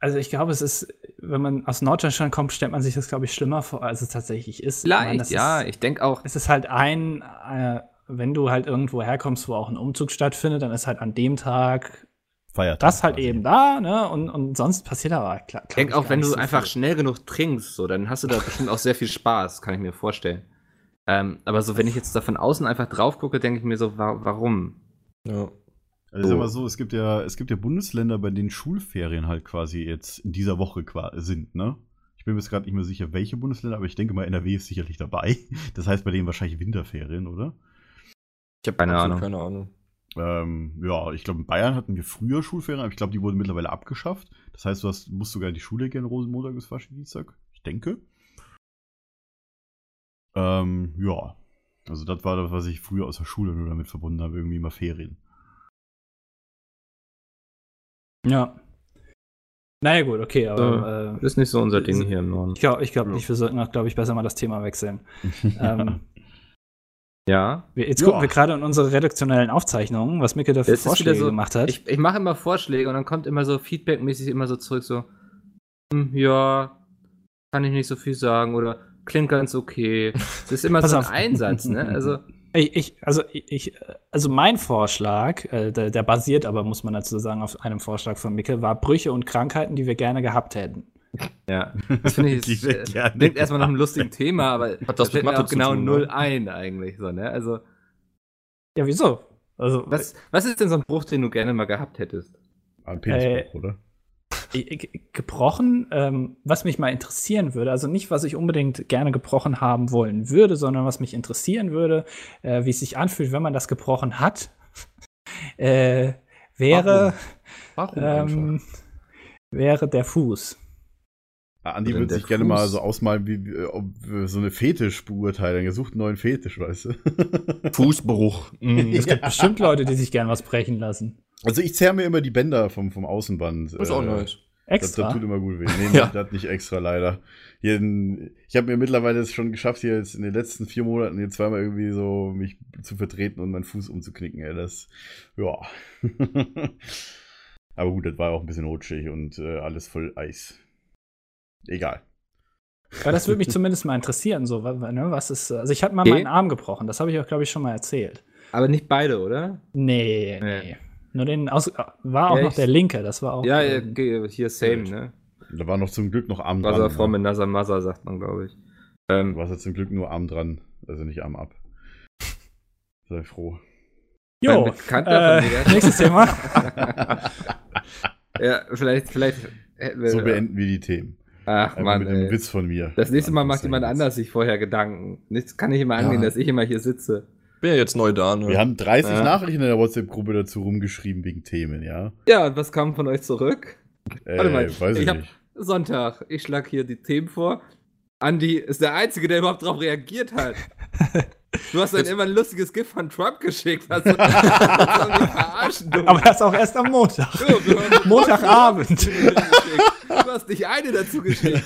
S4: also ich glaube, es ist, wenn man aus Norddeutschland kommt, stellt man sich das, glaube ich, schlimmer vor, als es tatsächlich ist. Ich meine,
S2: Vielleicht,
S4: das
S2: ja.
S4: Ist,
S2: Ich denke auch,
S4: es ist halt ein, äh, wenn du halt irgendwo herkommst, wo auch ein Umzug stattfindet, dann ist halt an dem Tag
S3: Feiertag.
S4: das halt
S3: quasi.
S4: eben da, ne? Und, und sonst passiert aber klar.
S2: Ich denke auch, wenn du einfach schnell genug trinkst, so, dann hast du da bestimmt auch sehr viel Spaß, kann ich mir vorstellen. Ähm, aber so, wenn ich jetzt da von außen einfach drauf gucke, denke ich mir so, wa warum?
S5: ja.
S3: Also ich sag mal so, es gibt ja, es gibt ja Bundesländer, bei denen Schulferien halt quasi jetzt in dieser Woche qua- sind, ne? Ich bin mir jetzt gerade nicht mehr sicher, welche Bundesländer, aber ich denke mal, NRW ist sicherlich dabei. Das heißt bei denen wahrscheinlich Winterferien, oder?
S5: Ich habe
S2: Keine Ahnung.
S5: Keine Ahnung.
S3: Ähm, ja, ich glaube, in Bayern hatten wir früher Schulferien, aber ich glaube, die wurden mittlerweile abgeschafft. Das heißt, du hast, musst sogar in die Schule gehen, Rosenmontag bis Faschingdienstag. Ich denke. Ähm, ja. Also, das war das, was ich früher aus der Schule nur damit verbunden habe, irgendwie immer Ferien.
S4: Ja. Naja, gut, okay, aber. Äh,
S2: Ist nicht so unser Ding hier im Norden.
S4: ich glaube ich glaub nicht, wir sollten auch, glaube ich, besser mal das Thema wechseln. Ähm,
S2: Ja.
S4: wir, jetzt
S3: Ja.
S4: gucken wir gerade in unsere redaktionellen Aufzeichnungen, was Micke da für
S2: Es ist wieder
S4: Vorschläge
S2: so-
S4: gemacht hat.
S2: Ich, ich mache immer Vorschläge und dann kommt immer so feedbackmäßig immer so zurück, so, hm, ja, kann ich nicht so viel sagen oder klingt ganz okay. Das ist immer
S4: Pass
S2: so ein
S4: auf.
S2: Einsatz, ne? Also,
S4: Ich, ich, also, ich, also mein Vorschlag, äh, der, der basiert aber, muss man dazu sagen, auf einem Vorschlag von Micke, war Brüche und Krankheiten, die wir gerne gehabt hätten.
S2: ja, das finde ich,
S3: Die
S2: das,
S3: wir
S2: äh,
S3: gerne
S2: klingt erstmal nach einem lustigen Thema, aber
S5: das
S2: da
S5: mit
S2: fällt mir
S5: Mathe
S2: auch
S5: zu
S2: genau
S5: tun, ne?
S2: null ein eigentlich, so, ne? Also,
S4: Ja, wieso? Also,
S2: Was, was ist denn so ein Bruch, den du gerne mal gehabt hättest?
S3: Am Ah, Penisbruch, oder?
S4: Äh, ge- gebrochen, ähm, was mich mal interessieren würde, also nicht, was ich unbedingt gerne gebrochen haben wollen würde, sondern was mich interessieren würde, äh, wie es sich anfühlt, wenn man das gebrochen hat, äh, wäre,
S2: oh,
S5: Warum
S4: ähm, wäre der Fuß.
S3: Ah, Andi
S5: Denn
S3: würde
S5: der
S3: sich gerne
S5: Fuß-
S3: mal so ausmalen, wie, wie ob wir so eine Fetischbeurteilung. Er sucht einen neuen Fetisch, weißt du?
S5: einfach? Fußbruch. Mm.
S4: Es gibt bestimmt Leute, die sich gerne was brechen lassen.
S3: Also ich zerre mir immer die Bänder vom, vom Außenband. äh,
S5: Ist auch nice.
S3: Das, das
S4: Extra.
S3: tut immer gut weh. Nee,
S5: Ja.
S3: das nicht extra leider. Hier, in- ich habe mir mittlerweile es schon geschafft, hier jetzt in den letzten vier Monaten hier zweimal irgendwie so mich zu vertreten und meinen Fuß umzuknicken. Ey. Das, ja. Aber gut, das war auch ein bisschen rutschig und äh, alles voll Eis. Egal.
S4: Aber das würde mich zumindest mal interessieren, so, wa- wa- ne, was ist, also ich hatte mal
S2: Eh?
S4: meinen Arm gebrochen, das habe ich auch, glaube ich, schon mal erzählt.
S2: Aber nicht beide, oder?
S4: Nee, nee.
S2: Nee.
S4: Nur den, aus, äh, war auch
S2: Ja,
S4: noch
S2: ich-
S4: der linke, das war auch.
S2: Ja, ja,
S4: ähm,
S2: ge- hier same, ne?
S3: Da war noch zum Glück noch Arm
S2: Mother
S3: dran.
S2: from another mother, sagt man, glaube ich.
S3: Du
S2: Ähm,
S3: warst jetzt zum Glück nur Arm dran, also nicht Arm ab. Sei froh.
S2: mein
S4: Jo,
S2: Bekannter
S4: äh,
S2: von mir,
S4: nächstes Thema.
S2: ja, vielleicht, vielleicht hätten wir.
S3: So beenden wir die Themen.
S2: Ach
S3: Einfach
S2: man,
S3: mit einem
S2: ey.
S3: Witz von mir.
S2: Das nächste Mal
S3: Anfang
S2: macht jemand
S3: des
S2: anders sich vorher Gedanken. Nichts kann ich immer angehen,
S3: Ja.
S2: dass ich immer hier sitze.
S5: Bin ja jetzt neu da, ne?
S3: Wir haben 30
S2: Ja.
S3: Nachrichten in der WhatsApp-Gruppe dazu rumgeschrieben wegen Themen, ja?
S2: Ja, und was kam von euch zurück?
S3: Äh,
S2: Warte mal,
S3: weiß
S2: ich
S3: ich
S2: hab-
S3: nicht.
S2: Sonntag. Ich schlag hier die Themen vor. Andi ist der Einzige, der überhaupt darauf reagiert hat. Du hast dann immer ein lustiges Gift von Trump geschickt. Hast du, hast du mich verarschen, du.
S4: Aber das auch erst am Montag.
S2: du, wir haben-
S4: Montagabend.
S2: Du hast nicht eine dazu geschickt.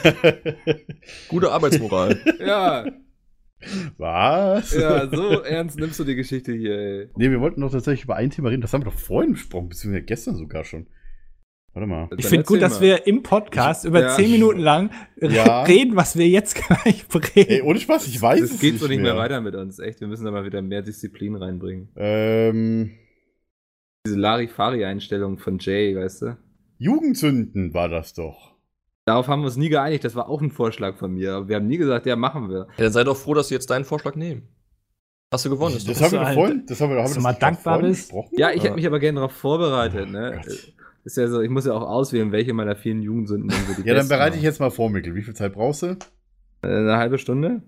S5: Gute Arbeitsmoral.
S2: Ja,
S3: Was?
S2: ja, so ernst nimmst du die Geschichte hier, ey.
S3: Nee, wir wollten doch tatsächlich über ein Thema reden. Das haben wir doch vorhin besprochen, beziehungsweise gestern sogar schon. Warte mal.
S2: Dann
S4: Ich finde
S2: erzähl
S4: gut, dass
S2: mal.
S4: wir im Podcast über
S2: ja.
S4: zehn Minuten lang re-
S3: Ja.
S4: reden, was wir jetzt gleich
S3: Ey,
S4: reden.
S3: ohne Spaß, ich weiß
S2: Es
S3: es
S2: geht so nicht mehr weiter mit uns, echt. Wir müssen da mal wieder mehr Disziplin reinbringen.
S3: Ähm,
S2: Diese Larifari-Einstellung von Jay, weißt du?
S3: Jugendsünden war das doch.
S2: Darauf haben wir uns nie geeinigt. Das war auch ein Vorschlag von mir. Aber Wir haben nie gesagt, ja, machen wir.
S5: Ja, dann sei doch froh, dass sie jetzt deinen Vorschlag nehmen. Hast du gewonnen?
S3: Das,
S5: Ist doch-
S3: haben wir
S4: so
S3: doch
S4: alt.
S3: vorhin. Das haben wir, haben
S4: Dass
S3: wir
S4: du mal
S3: nicht gerade
S4: dankbar
S3: vorhin
S4: bist.
S3: besprochen?
S2: Ja, ich
S5: Ja.
S2: hätte mich aber gerne darauf vorbereitet,
S3: Oh
S2: ne?
S3: Gott.
S2: Ist ja so, ich muss ja auch auswählen, welche meiner vielen Jugendsünden dann so die
S3: Ja, dann
S2: besten
S3: bereite ich
S2: waren.
S3: jetzt mal vor, Mikkel. Wie viel Zeit brauchst du?
S2: Äh, Eine halbe Stunde?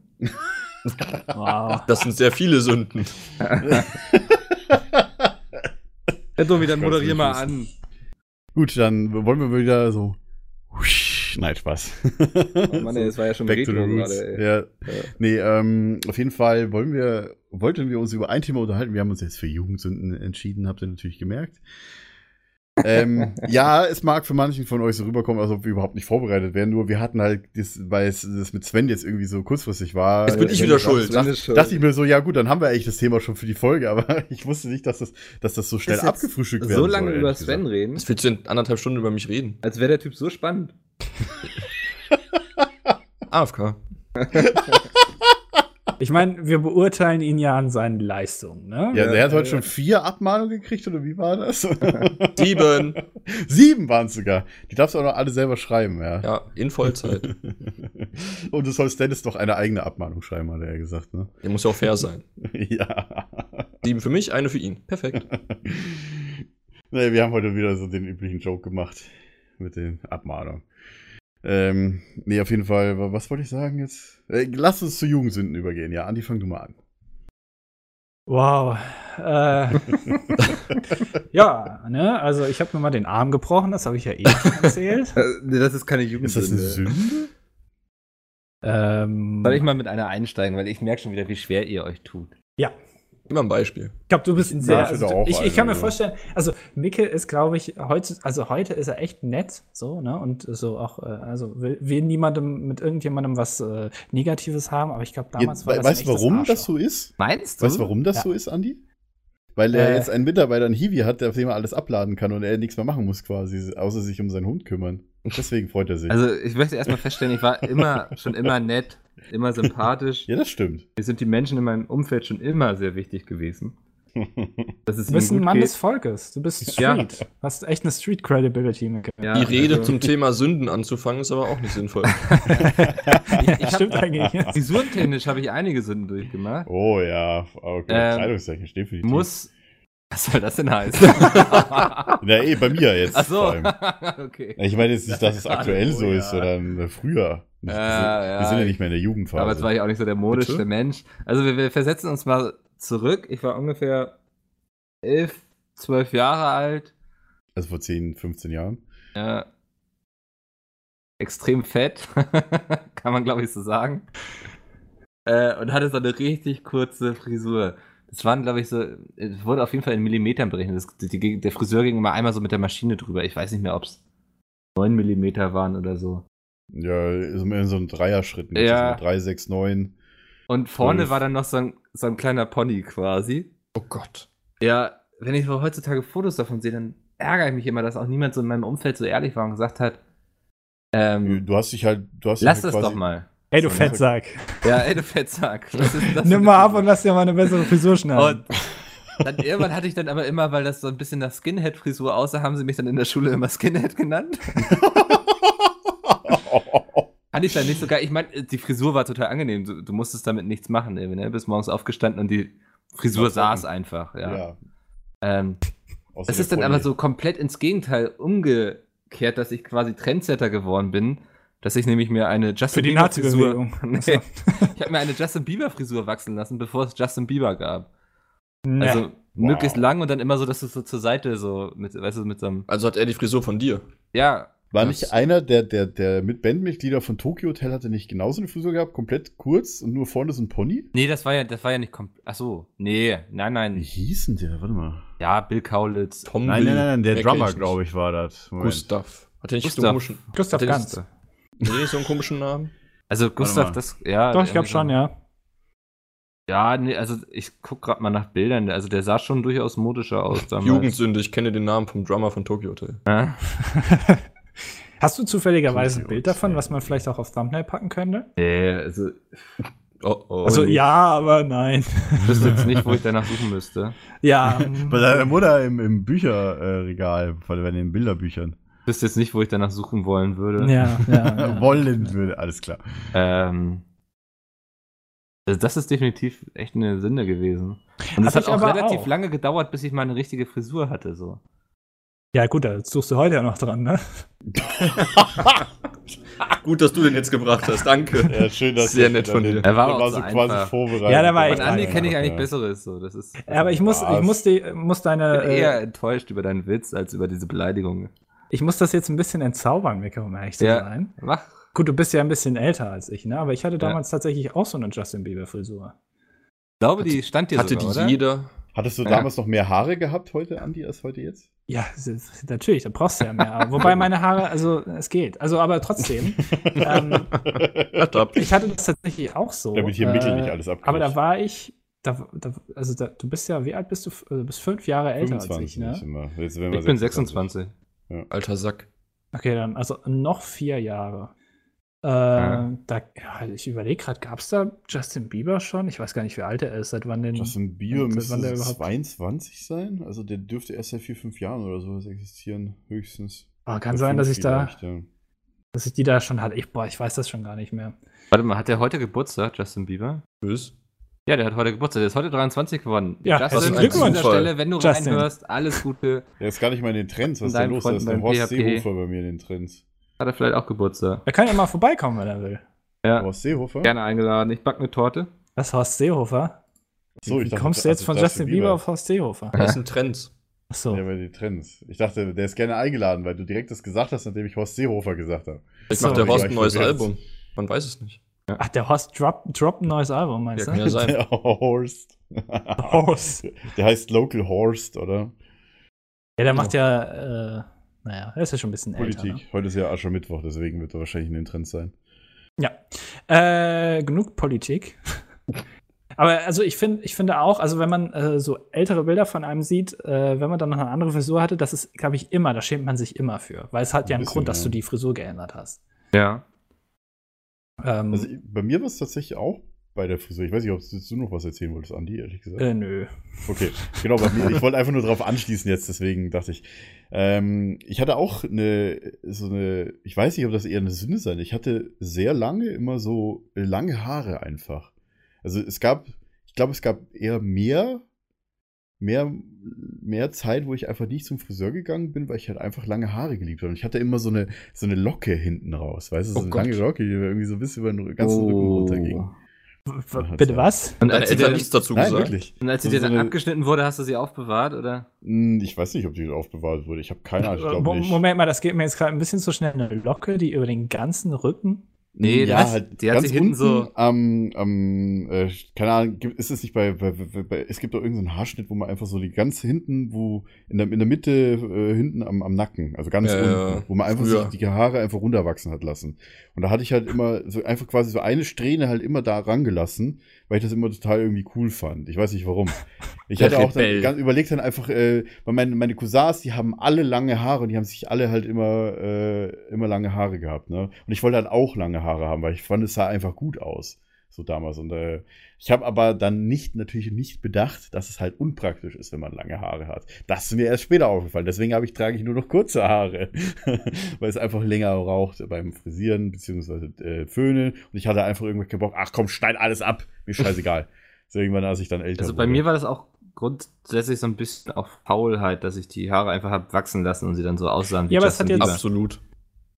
S4: Wow.
S5: Das sind sehr viele Sünden.
S2: Ja, Domi, dann
S3: Ganz
S2: moderier mal
S3: wichtig.
S2: an.
S3: Gut, dann wollen wir wieder so. Huisch. Nein, Spaß.
S2: Oh Mann, ey, das war ja schon
S3: Back to the
S2: Retro
S3: Roots.
S2: gerade, ey.
S3: Ja.
S2: Ja.
S3: Nee, ähm, auf jeden Fall wollen wir, wollten wir uns über ein Thema unterhalten. Wir haben uns jetzt für Jugendsünden entschieden, habt ihr natürlich gemerkt. ähm, ja, es mag für manchen von euch so rüberkommen, als ob wir überhaupt nicht vorbereitet wären. Nur wir hatten halt, das, weil es das mit Sven jetzt irgendwie so kurzfristig war.
S5: Jetzt bin ich
S3: äh,
S5: wieder
S3: dachte-
S5: schuld.
S2: Sven ist schuld.
S3: Dachte ich mir so, ja gut, dann haben wir eigentlich das Thema schon für die Folge, aber ich wusste nicht, dass das, dass das so schnell
S2: jetzt
S3: abgefrühstückt werden
S2: So lange
S3: soll,
S2: über
S3: ehrlich
S2: Sven
S3: gesagt.
S2: reden,
S5: Jetzt willst du in anderthalb Stunden über mich reden.
S2: als wäre der Typ so spannend.
S5: AFK.
S4: Ich meine, wir beurteilen ihn ja an seinen Leistungen, ne?
S3: Ja, der hat
S2: Ja,
S3: heute
S2: ja.
S3: schon vier Abmahnungen gekriegt, oder wie war das?
S5: Sieben.
S3: Sieben waren es sogar. Die darfst du auch noch alle selber schreiben, ja.
S5: Ja, in Vollzeit.
S3: Und du sollst Dennis doch eine eigene Abmahnung schreiben, hat er ja gesagt, ne?
S5: Der muss ja auch fair sein.
S3: ja.
S5: Sieben für mich, eine für ihn. Perfekt.
S3: Nee, wir haben heute wieder so den üblichen Joke gemacht mit den Abmahnungen. Ähm, nee, auf jeden Fall, wa- was wollte ich sagen jetzt? Äh, lass uns zu Jugendsünden übergehen. Ja, Andi, fang du mal an.
S4: Wow. Äh, ja, ne? Also ich habe mir mal den Arm gebrochen, das habe ich ja eh schon erzählt.
S2: Äh, nee, Das ist keine
S3: Ist das
S2: Jugendsünde.
S3: eine Sünde?
S4: ähm,
S2: Soll ich mal mit einer einsteigen, weil ich merke schon wieder, wie schwer ihr euch tut.
S5: Immer ein Beispiel.
S4: Ich glaube, du bist ein sehr.
S3: Ja, ich
S4: also,
S3: würde auch
S4: ich, ich
S3: einen,
S4: kann mir
S3: ja.
S4: vorstellen, also Micke ist, glaube ich, heute, also heute ist er echt nett, so, ne? Und so auch, äh, also will, will niemandem mit irgendjemandem was äh, Negatives haben, aber ich glaube, damals
S3: Jetzt,
S4: war
S3: we-
S4: das.
S3: weißt
S4: ein
S3: du, warum
S4: echtes Hm?
S3: das so ist?
S2: Meinst du?
S3: Weißt du, warum das
S4: Ja.
S3: so ist, Andi? Weil er
S4: Äh.
S3: jetzt einen Mitarbeiter in Hiwi hat, der auf dem er alles abladen kann und er nichts mehr machen muss quasi, außer sich um seinen Hund kümmern. Und deswegen freut er sich.
S2: Also, ich möchte erstmal feststellen, ich war immer, schon immer nett, immer sympathisch.
S3: ja, das stimmt.
S2: Mir sind die Menschen in meinem Umfeld schon immer sehr wichtig gewesen. Dass es
S4: Du bist
S2: ihnen
S4: ein
S2: gut
S4: Mann
S2: geht.
S4: des Volkes. Du bist
S2: Ja.
S4: Street. Du hast echt eine Street Credibility, Micke.
S2: Ja,
S5: Die Rede
S2: also-
S5: zum Thema Sünden anzufangen, ist aber auch nicht sinnvoll.
S4: Stimmt eigentlich.
S2: Frisurentechnisch habe ich einige Sünden durchgemacht.
S3: Oh ja, okay.
S2: Ähm,
S3: Kleidungszeichen steht für die
S2: Ich muss Was soll das denn heißen?
S3: Na, eh, bei mir jetzt.
S2: Ach
S3: vor
S2: so.
S3: allem.
S2: okay.
S3: Ich meine jetzt nicht, dass es aktuell so
S1: Oh, ja.
S3: ist, sondern äh, früher. Wir sind-
S2: Ja,
S3: Wir sind ja
S2: ja.
S3: nicht mehr in der Jugendphase.
S2: Damals war ich auch nicht so der modischste
S3: Bitte?
S2: Mensch. Also wir, wir versetzen uns mal zurück. Ich war ungefähr elf, zwölf Jahre alt.
S3: also vor 10, 15 Jahren.
S2: Ja. Extrem fett, kann man glaube ich so sagen. Äh, und hatte so eine richtig kurze Frisur. Das waren, glaube ich, so, es wurde auf jeden Fall in Millimetern berechnet. Das, die, die, der Friseur ging immer einmal so mit der Maschine drüber. Ich weiß nicht mehr, ob es 9 Millimeter waren oder so.
S3: Ja, ist immer in so einem Dreierschritt.
S2: Ja.
S3: So 3, 6, 9.
S2: Und vorne
S3: Zwölf.
S2: war dann noch so ein, so ein kleiner Pony quasi.
S5: Oh Gott.
S2: Ja, wenn ich so heutzutage Fotos davon sehe, dann ärgere ich mich immer, dass auch niemand so in meinem Umfeld so ehrlich war und gesagt hat,
S4: Hm,
S2: ähm,
S3: Du hast dich halt. Du hast dich
S2: lass
S3: halt
S2: das doch mal.
S4: Ey, du
S3: Ja.
S4: Fettsack.
S2: Ja, ey, du Fettsack. Was ist das
S4: Nimm
S2: denn
S4: mal
S2: für-
S4: ab und lass dir mal eine bessere Frisur schneiden.
S2: Und dann irgendwann hatte ich dann aber immer, weil das so ein bisschen nach Skinhead-Frisur aussah, haben sie mich dann in der Schule immer Skinhead genannt. Hatte ich dann nicht sogar, ich meine, die Frisur war total angenehm. Du, du musstest damit nichts machen, irgendwie, ne? Bist morgens aufgestanden und die Frisur
S3: War trocken.
S2: saß einfach, ja.
S3: ja.
S2: Ähm,
S3: außer
S2: Es
S3: der
S2: ist dann
S3: Pony.
S2: aber so komplett ins Gegenteil umgekehrt, dass ich quasi Trendsetter geworden bin, dass ich nämlich mir eine Justin
S4: Für die
S2: Bieber Frisur,
S4: Nazi-Bewegung.
S2: nee, Also,
S4: Achso.
S2: ich habe mir eine Justin Bieber Frisur wachsen lassen, bevor es Justin Bieber gab. Also möglichst lang und dann immer so, dass du so zur Seite so mit, weißt du, mit so einem,
S5: Also hat er die Frisur von dir.
S2: ja,
S3: War
S5: Das-
S3: nicht einer der, der, der mit Bandmitglieder von Tokyo Hotel hatte nicht genauso eine Frisur gehabt, komplett kurz und nur vorne so ein Pony?
S2: nee, das war ja, das war ja nicht komplett, ach so, nee, nein,
S3: Wie
S2: nein,
S3: hieß denn der? Warte mal.
S2: ja, Bill Kaulitz,
S5: Tom
S3: Nein,
S5: Lee.
S3: nein, nein, nein, der
S5: Wer
S3: Drummer,
S5: kennt's nicht?
S3: glaube ich, war das. Moment.
S5: Gustav. Hat er nicht so
S2: Gustav.
S5: einen komischen,
S4: Gustav
S5: das-
S4: Ganz.
S5: hat der nicht so einen komischen Namen?
S2: also Gustav,
S3: mal.
S2: das, ja,
S4: Doch, ich glaube
S2: irgendwie so-
S4: schon, ja.
S2: ja, nee, also ich guck gerade mal nach Bildern, also der sah schon durchaus modischer aus damals.
S5: Jugendsünde, ich kenne den Namen vom Drummer von Tokyo Hotel.
S2: Ja.
S4: Hast du zufälligerweise ein
S3: Idiot,
S4: Bild davon,
S3: ey.
S4: was man vielleicht auch auf Thumbnail packen könnte?
S2: Nee, also
S5: Oh, oh.
S4: Also ja, aber nein.
S2: ich wüsste jetzt nicht, wo ich danach suchen müsste.
S4: Ja. ähm,
S3: Bei deiner Mutter im, im Bücherregal, bei bei den Bilderbüchern.
S2: Ich wüsste jetzt nicht, wo ich danach suchen wollen würde.
S4: ja, ja, ja.
S3: Wollen würde, alles klar.
S2: Ähm, also das ist definitiv echt eine Sünde gewesen. Und
S4: Hab
S2: es hat
S4: ich
S2: auch
S4: aber
S2: relativ
S4: auch.
S2: lange gedauert, bis ich mal eine richtige Frisur hatte. So.
S4: ja, gut, da suchst du heute ja noch dran, ne?
S5: Gut, dass du den jetzt gebracht hast, danke.
S3: Ja, schön,
S5: dass Sehr du- nett von dir.
S2: Er war auch so einfach.
S3: vorbereitet.
S4: Ja, der war echt
S2: Von Andi
S4: nein,
S2: kenne ich eigentlich Besseres. So. Das ist, das
S4: Aber ich muss, ich
S3: Was?
S4: muss, die, muss
S2: ich
S4: deine. äh,
S2: bin eher enttäuscht über deinen Witz als über diese Beleidigung.
S4: Ich muss das jetzt ein bisschen entzaubern, Micke, um ehrlich zu
S2: Ja.
S4: sein.
S2: Mach.
S4: Gut, du bist ja ein bisschen älter als ich, ne? Aber ich hatte damals tatsächlich auch so eine Justin Bieber-Frisur.
S2: Ich glaube,
S5: Hatte-
S2: die stand dir
S5: Hatte
S2: sogar,
S5: die
S2: oder?
S5: jeder.
S3: Hattest du
S2: Ja.
S3: damals noch mehr Haare gehabt heute, Andi, als heute jetzt?
S4: Ja, s- s- natürlich, da brauchst du ja mehr. Aber Wobei meine Haare, also es geht. Also, aber trotzdem. ähm,
S5: Verdammt.
S4: ich hatte das tatsächlich auch so. äh,
S3: Damit hier im Mittel nicht alles abkriegt.
S4: Aber da war ich, da, da, also da, du bist ja, wie alt bist du? F- äh, Du bist fünf Jahre älter als ich,
S3: ist
S4: ne?
S3: immer. Jetzt werden wir
S2: Ich
S5: also.
S2: bin 26.
S5: Alter Sack.
S4: Okay, dann, also noch vier Jahre. Äh,
S2: Ja.
S4: Da, ja, halt, ich überlege gerade, gab es da Justin Bieber schon? Ich weiß gar nicht, wie alt er ist, seit wann denn.
S3: Justin Bieber
S4: Und
S3: müsste
S4: wann der
S3: so
S4: überhaupt-
S3: 22 sein? Also der dürfte erst seit vier, fünf Jahren oder sowas existieren, höchstens.
S4: Ah, kann
S3: Oder
S4: sein,
S3: fünf
S4: dass ich da,
S3: vielleicht, ja.
S4: dass ich die da schon hatte. Ich, boah, ich weiß das schon gar nicht mehr.
S2: Warte mal, hat der heute Geburtstag, Justin Bieber?
S5: Bös.
S2: Ja, der hat heute Geburtstag. Der ist heute 23 geworden. Justin,
S4: Ja,
S5: herzlichen
S2: an dieser
S5: Glückwunsch.
S2: Stelle, wenn du
S4: Justin.
S2: reinhörst, alles Gute.
S3: Der ist gar nicht mal in den Trends, was
S2: Von
S3: da
S2: deinen
S3: los ist. Da ist. Der
S2: Freunden beim
S3: Horst
S2: PHP.
S3: Seehofer bei mir in den Trends.
S2: Hat er vielleicht auch Geburtstag.
S4: Er kann ja mal vorbeikommen, wenn er will.
S2: Ja.
S3: Horst Seehofer?
S2: Gerne eingeladen. Ich backe eine Torte.
S4: Das ist Horst Seehofer.
S3: So,
S4: Wie
S3: dachte,
S4: kommst
S3: also
S4: du jetzt von
S3: Justin
S4: Justin Bieber. auf Horst Seehofer?
S5: Das sind Trends.
S4: Achso.
S3: Ja, bei den Trends. Ich dachte, der ist gerne eingeladen, weil du direkt das gesagt hast, nachdem ich Horst Seehofer gesagt habe.
S5: Vielleicht
S4: So.
S5: macht der Horst ein
S3: Ja,
S5: neues
S3: ich probier's.
S5: Album. Man weiß es nicht.
S4: Ach, der Horst droppt drop ein neues Album,
S5: Ja,
S4: meinst
S5: kann ja
S4: du?
S5: sein.
S3: Der Horst. genau.
S4: Horst.
S3: Der heißt Local Horst, oder?
S4: Ja, der macht ja, äh, naja, er ist ja schon ein bisschen älter.
S3: Genau. Politik. Heute ist ja Aschermittwoch, deswegen wird er wahrscheinlich in den Trends sein.
S4: Ne? Äh, genug Politik. Aber also ich finde, ich finde auch, also wenn man äh, so ältere Bilder von einem sieht, äh, wenn man dann noch eine andere Frisur hatte, das ist, glaube ich, immer, da schämt man sich immer für. Weil es hat ja
S3: Ein
S4: einen
S3: bisschen,
S4: Grund, dass
S3: ja.
S4: du die Frisur geändert hast.
S2: Ja. Mhm.
S4: Ähm,
S3: Also, ich- bei mir war es tatsächlich auch bei der Frisur. Ich weiß nicht, ob du du noch was erzählen wolltest, Andi, ehrlich gesagt.
S4: äh, nö.
S3: Okay, genau, bei mir. Ich wollte einfach nur darauf anschließen jetzt, deswegen dachte ich. Ähm, ich hatte auch eine, so eine, ich weiß nicht, ob das eher eine Sünde sein. Ich hatte sehr lange immer so äh, lange Haare einfach. Also es gab, ich glaube, es gab eher mehr mehr, mehr Zeit, wo ich einfach nicht zum Friseur gegangen bin, weil ich halt einfach lange Haare geliebt habe. Und ich hatte immer so eine, so eine Locke hinten raus, weißt du, so
S2: Oh
S3: eine
S2: Gott.
S3: lange Locke, die mir irgendwie so ein bisschen über den ganzen Rücken runterging.
S4: W- Bitte was?
S2: Oh. Und
S5: Er
S2: als, sie
S5: hätte da
S2: dann,
S5: nichts dazu
S3: Nein,
S5: gesagt.
S3: wirklich.
S2: und als sie
S3: So-
S2: dir
S3: so
S2: dann
S3: eine-
S2: abgeschnitten wurde, hast du sie aufbewahrt, oder?
S3: Hm, Ich weiß nicht, ob die aufbewahrt wurde. Ich habe keine Ahnung, ich
S4: Äh,
S3: glaube
S4: Mo-
S3: nicht.
S4: Moment mal, das geht mir jetzt gerade ein bisschen zu schnell. Eine Locke, die über den ganzen Rücken.
S2: Nee,
S3: ja,
S2: das-
S3: halt
S2: die hat
S3: ganz
S2: sich hinten
S3: unten
S2: so-
S3: am, am äh, keine Ahnung, gibt- ist es nicht bei, bei, bei, bei es gibt doch irgendeinen Haarschnitt, wo man einfach so die ganz hinten, wo in der, in der Mitte äh, hinten am, am Nacken, also ganz
S5: Ja, ja,
S3: unten,
S5: ja.
S3: wo man einfach
S5: Früher.
S3: sich die Haare einfach runterwachsen hat lassen. Und da hatte ich halt immer so einfach quasi so eine Strähne halt immer da rangelassen, weil ich das immer total irgendwie cool fand. Ich weiß nicht warum. Ich
S5: Der
S3: hatte auch dann
S5: Rebell.
S3: ganz überlegt dann einfach, äh, weil meine, meine Cousins, die haben alle lange Haare und die haben sich alle halt immer, äh, immer lange Haare gehabt, ne? Und ich wollte dann auch lange Haare haben, weil ich fand, es sah einfach gut aus. So damals. Und äh, ich habe aber dann nicht, natürlich nicht bedacht, dass es halt unpraktisch ist, wenn man lange Haare hat. Das ist mir erst später aufgefallen. Deswegen habe ich, trage ich nur noch kurze Haare. weil es einfach länger raucht beim Frisieren beziehungsweise äh, Föhnen. Und ich hatte einfach irgendwie keinen Bock, ach komm, schneid alles ab. Mir scheißegal. so irgendwann, als ich dann älter
S2: Also bei
S3: wurde.
S2: mir war das auch grundsätzlich so ein bisschen auf Faulheit, dass ich die Haare einfach hab wachsen lassen und sie dann so aussahen wie
S4: Ja, aber es hat jetzt-
S2: Bieber.
S5: Absolut.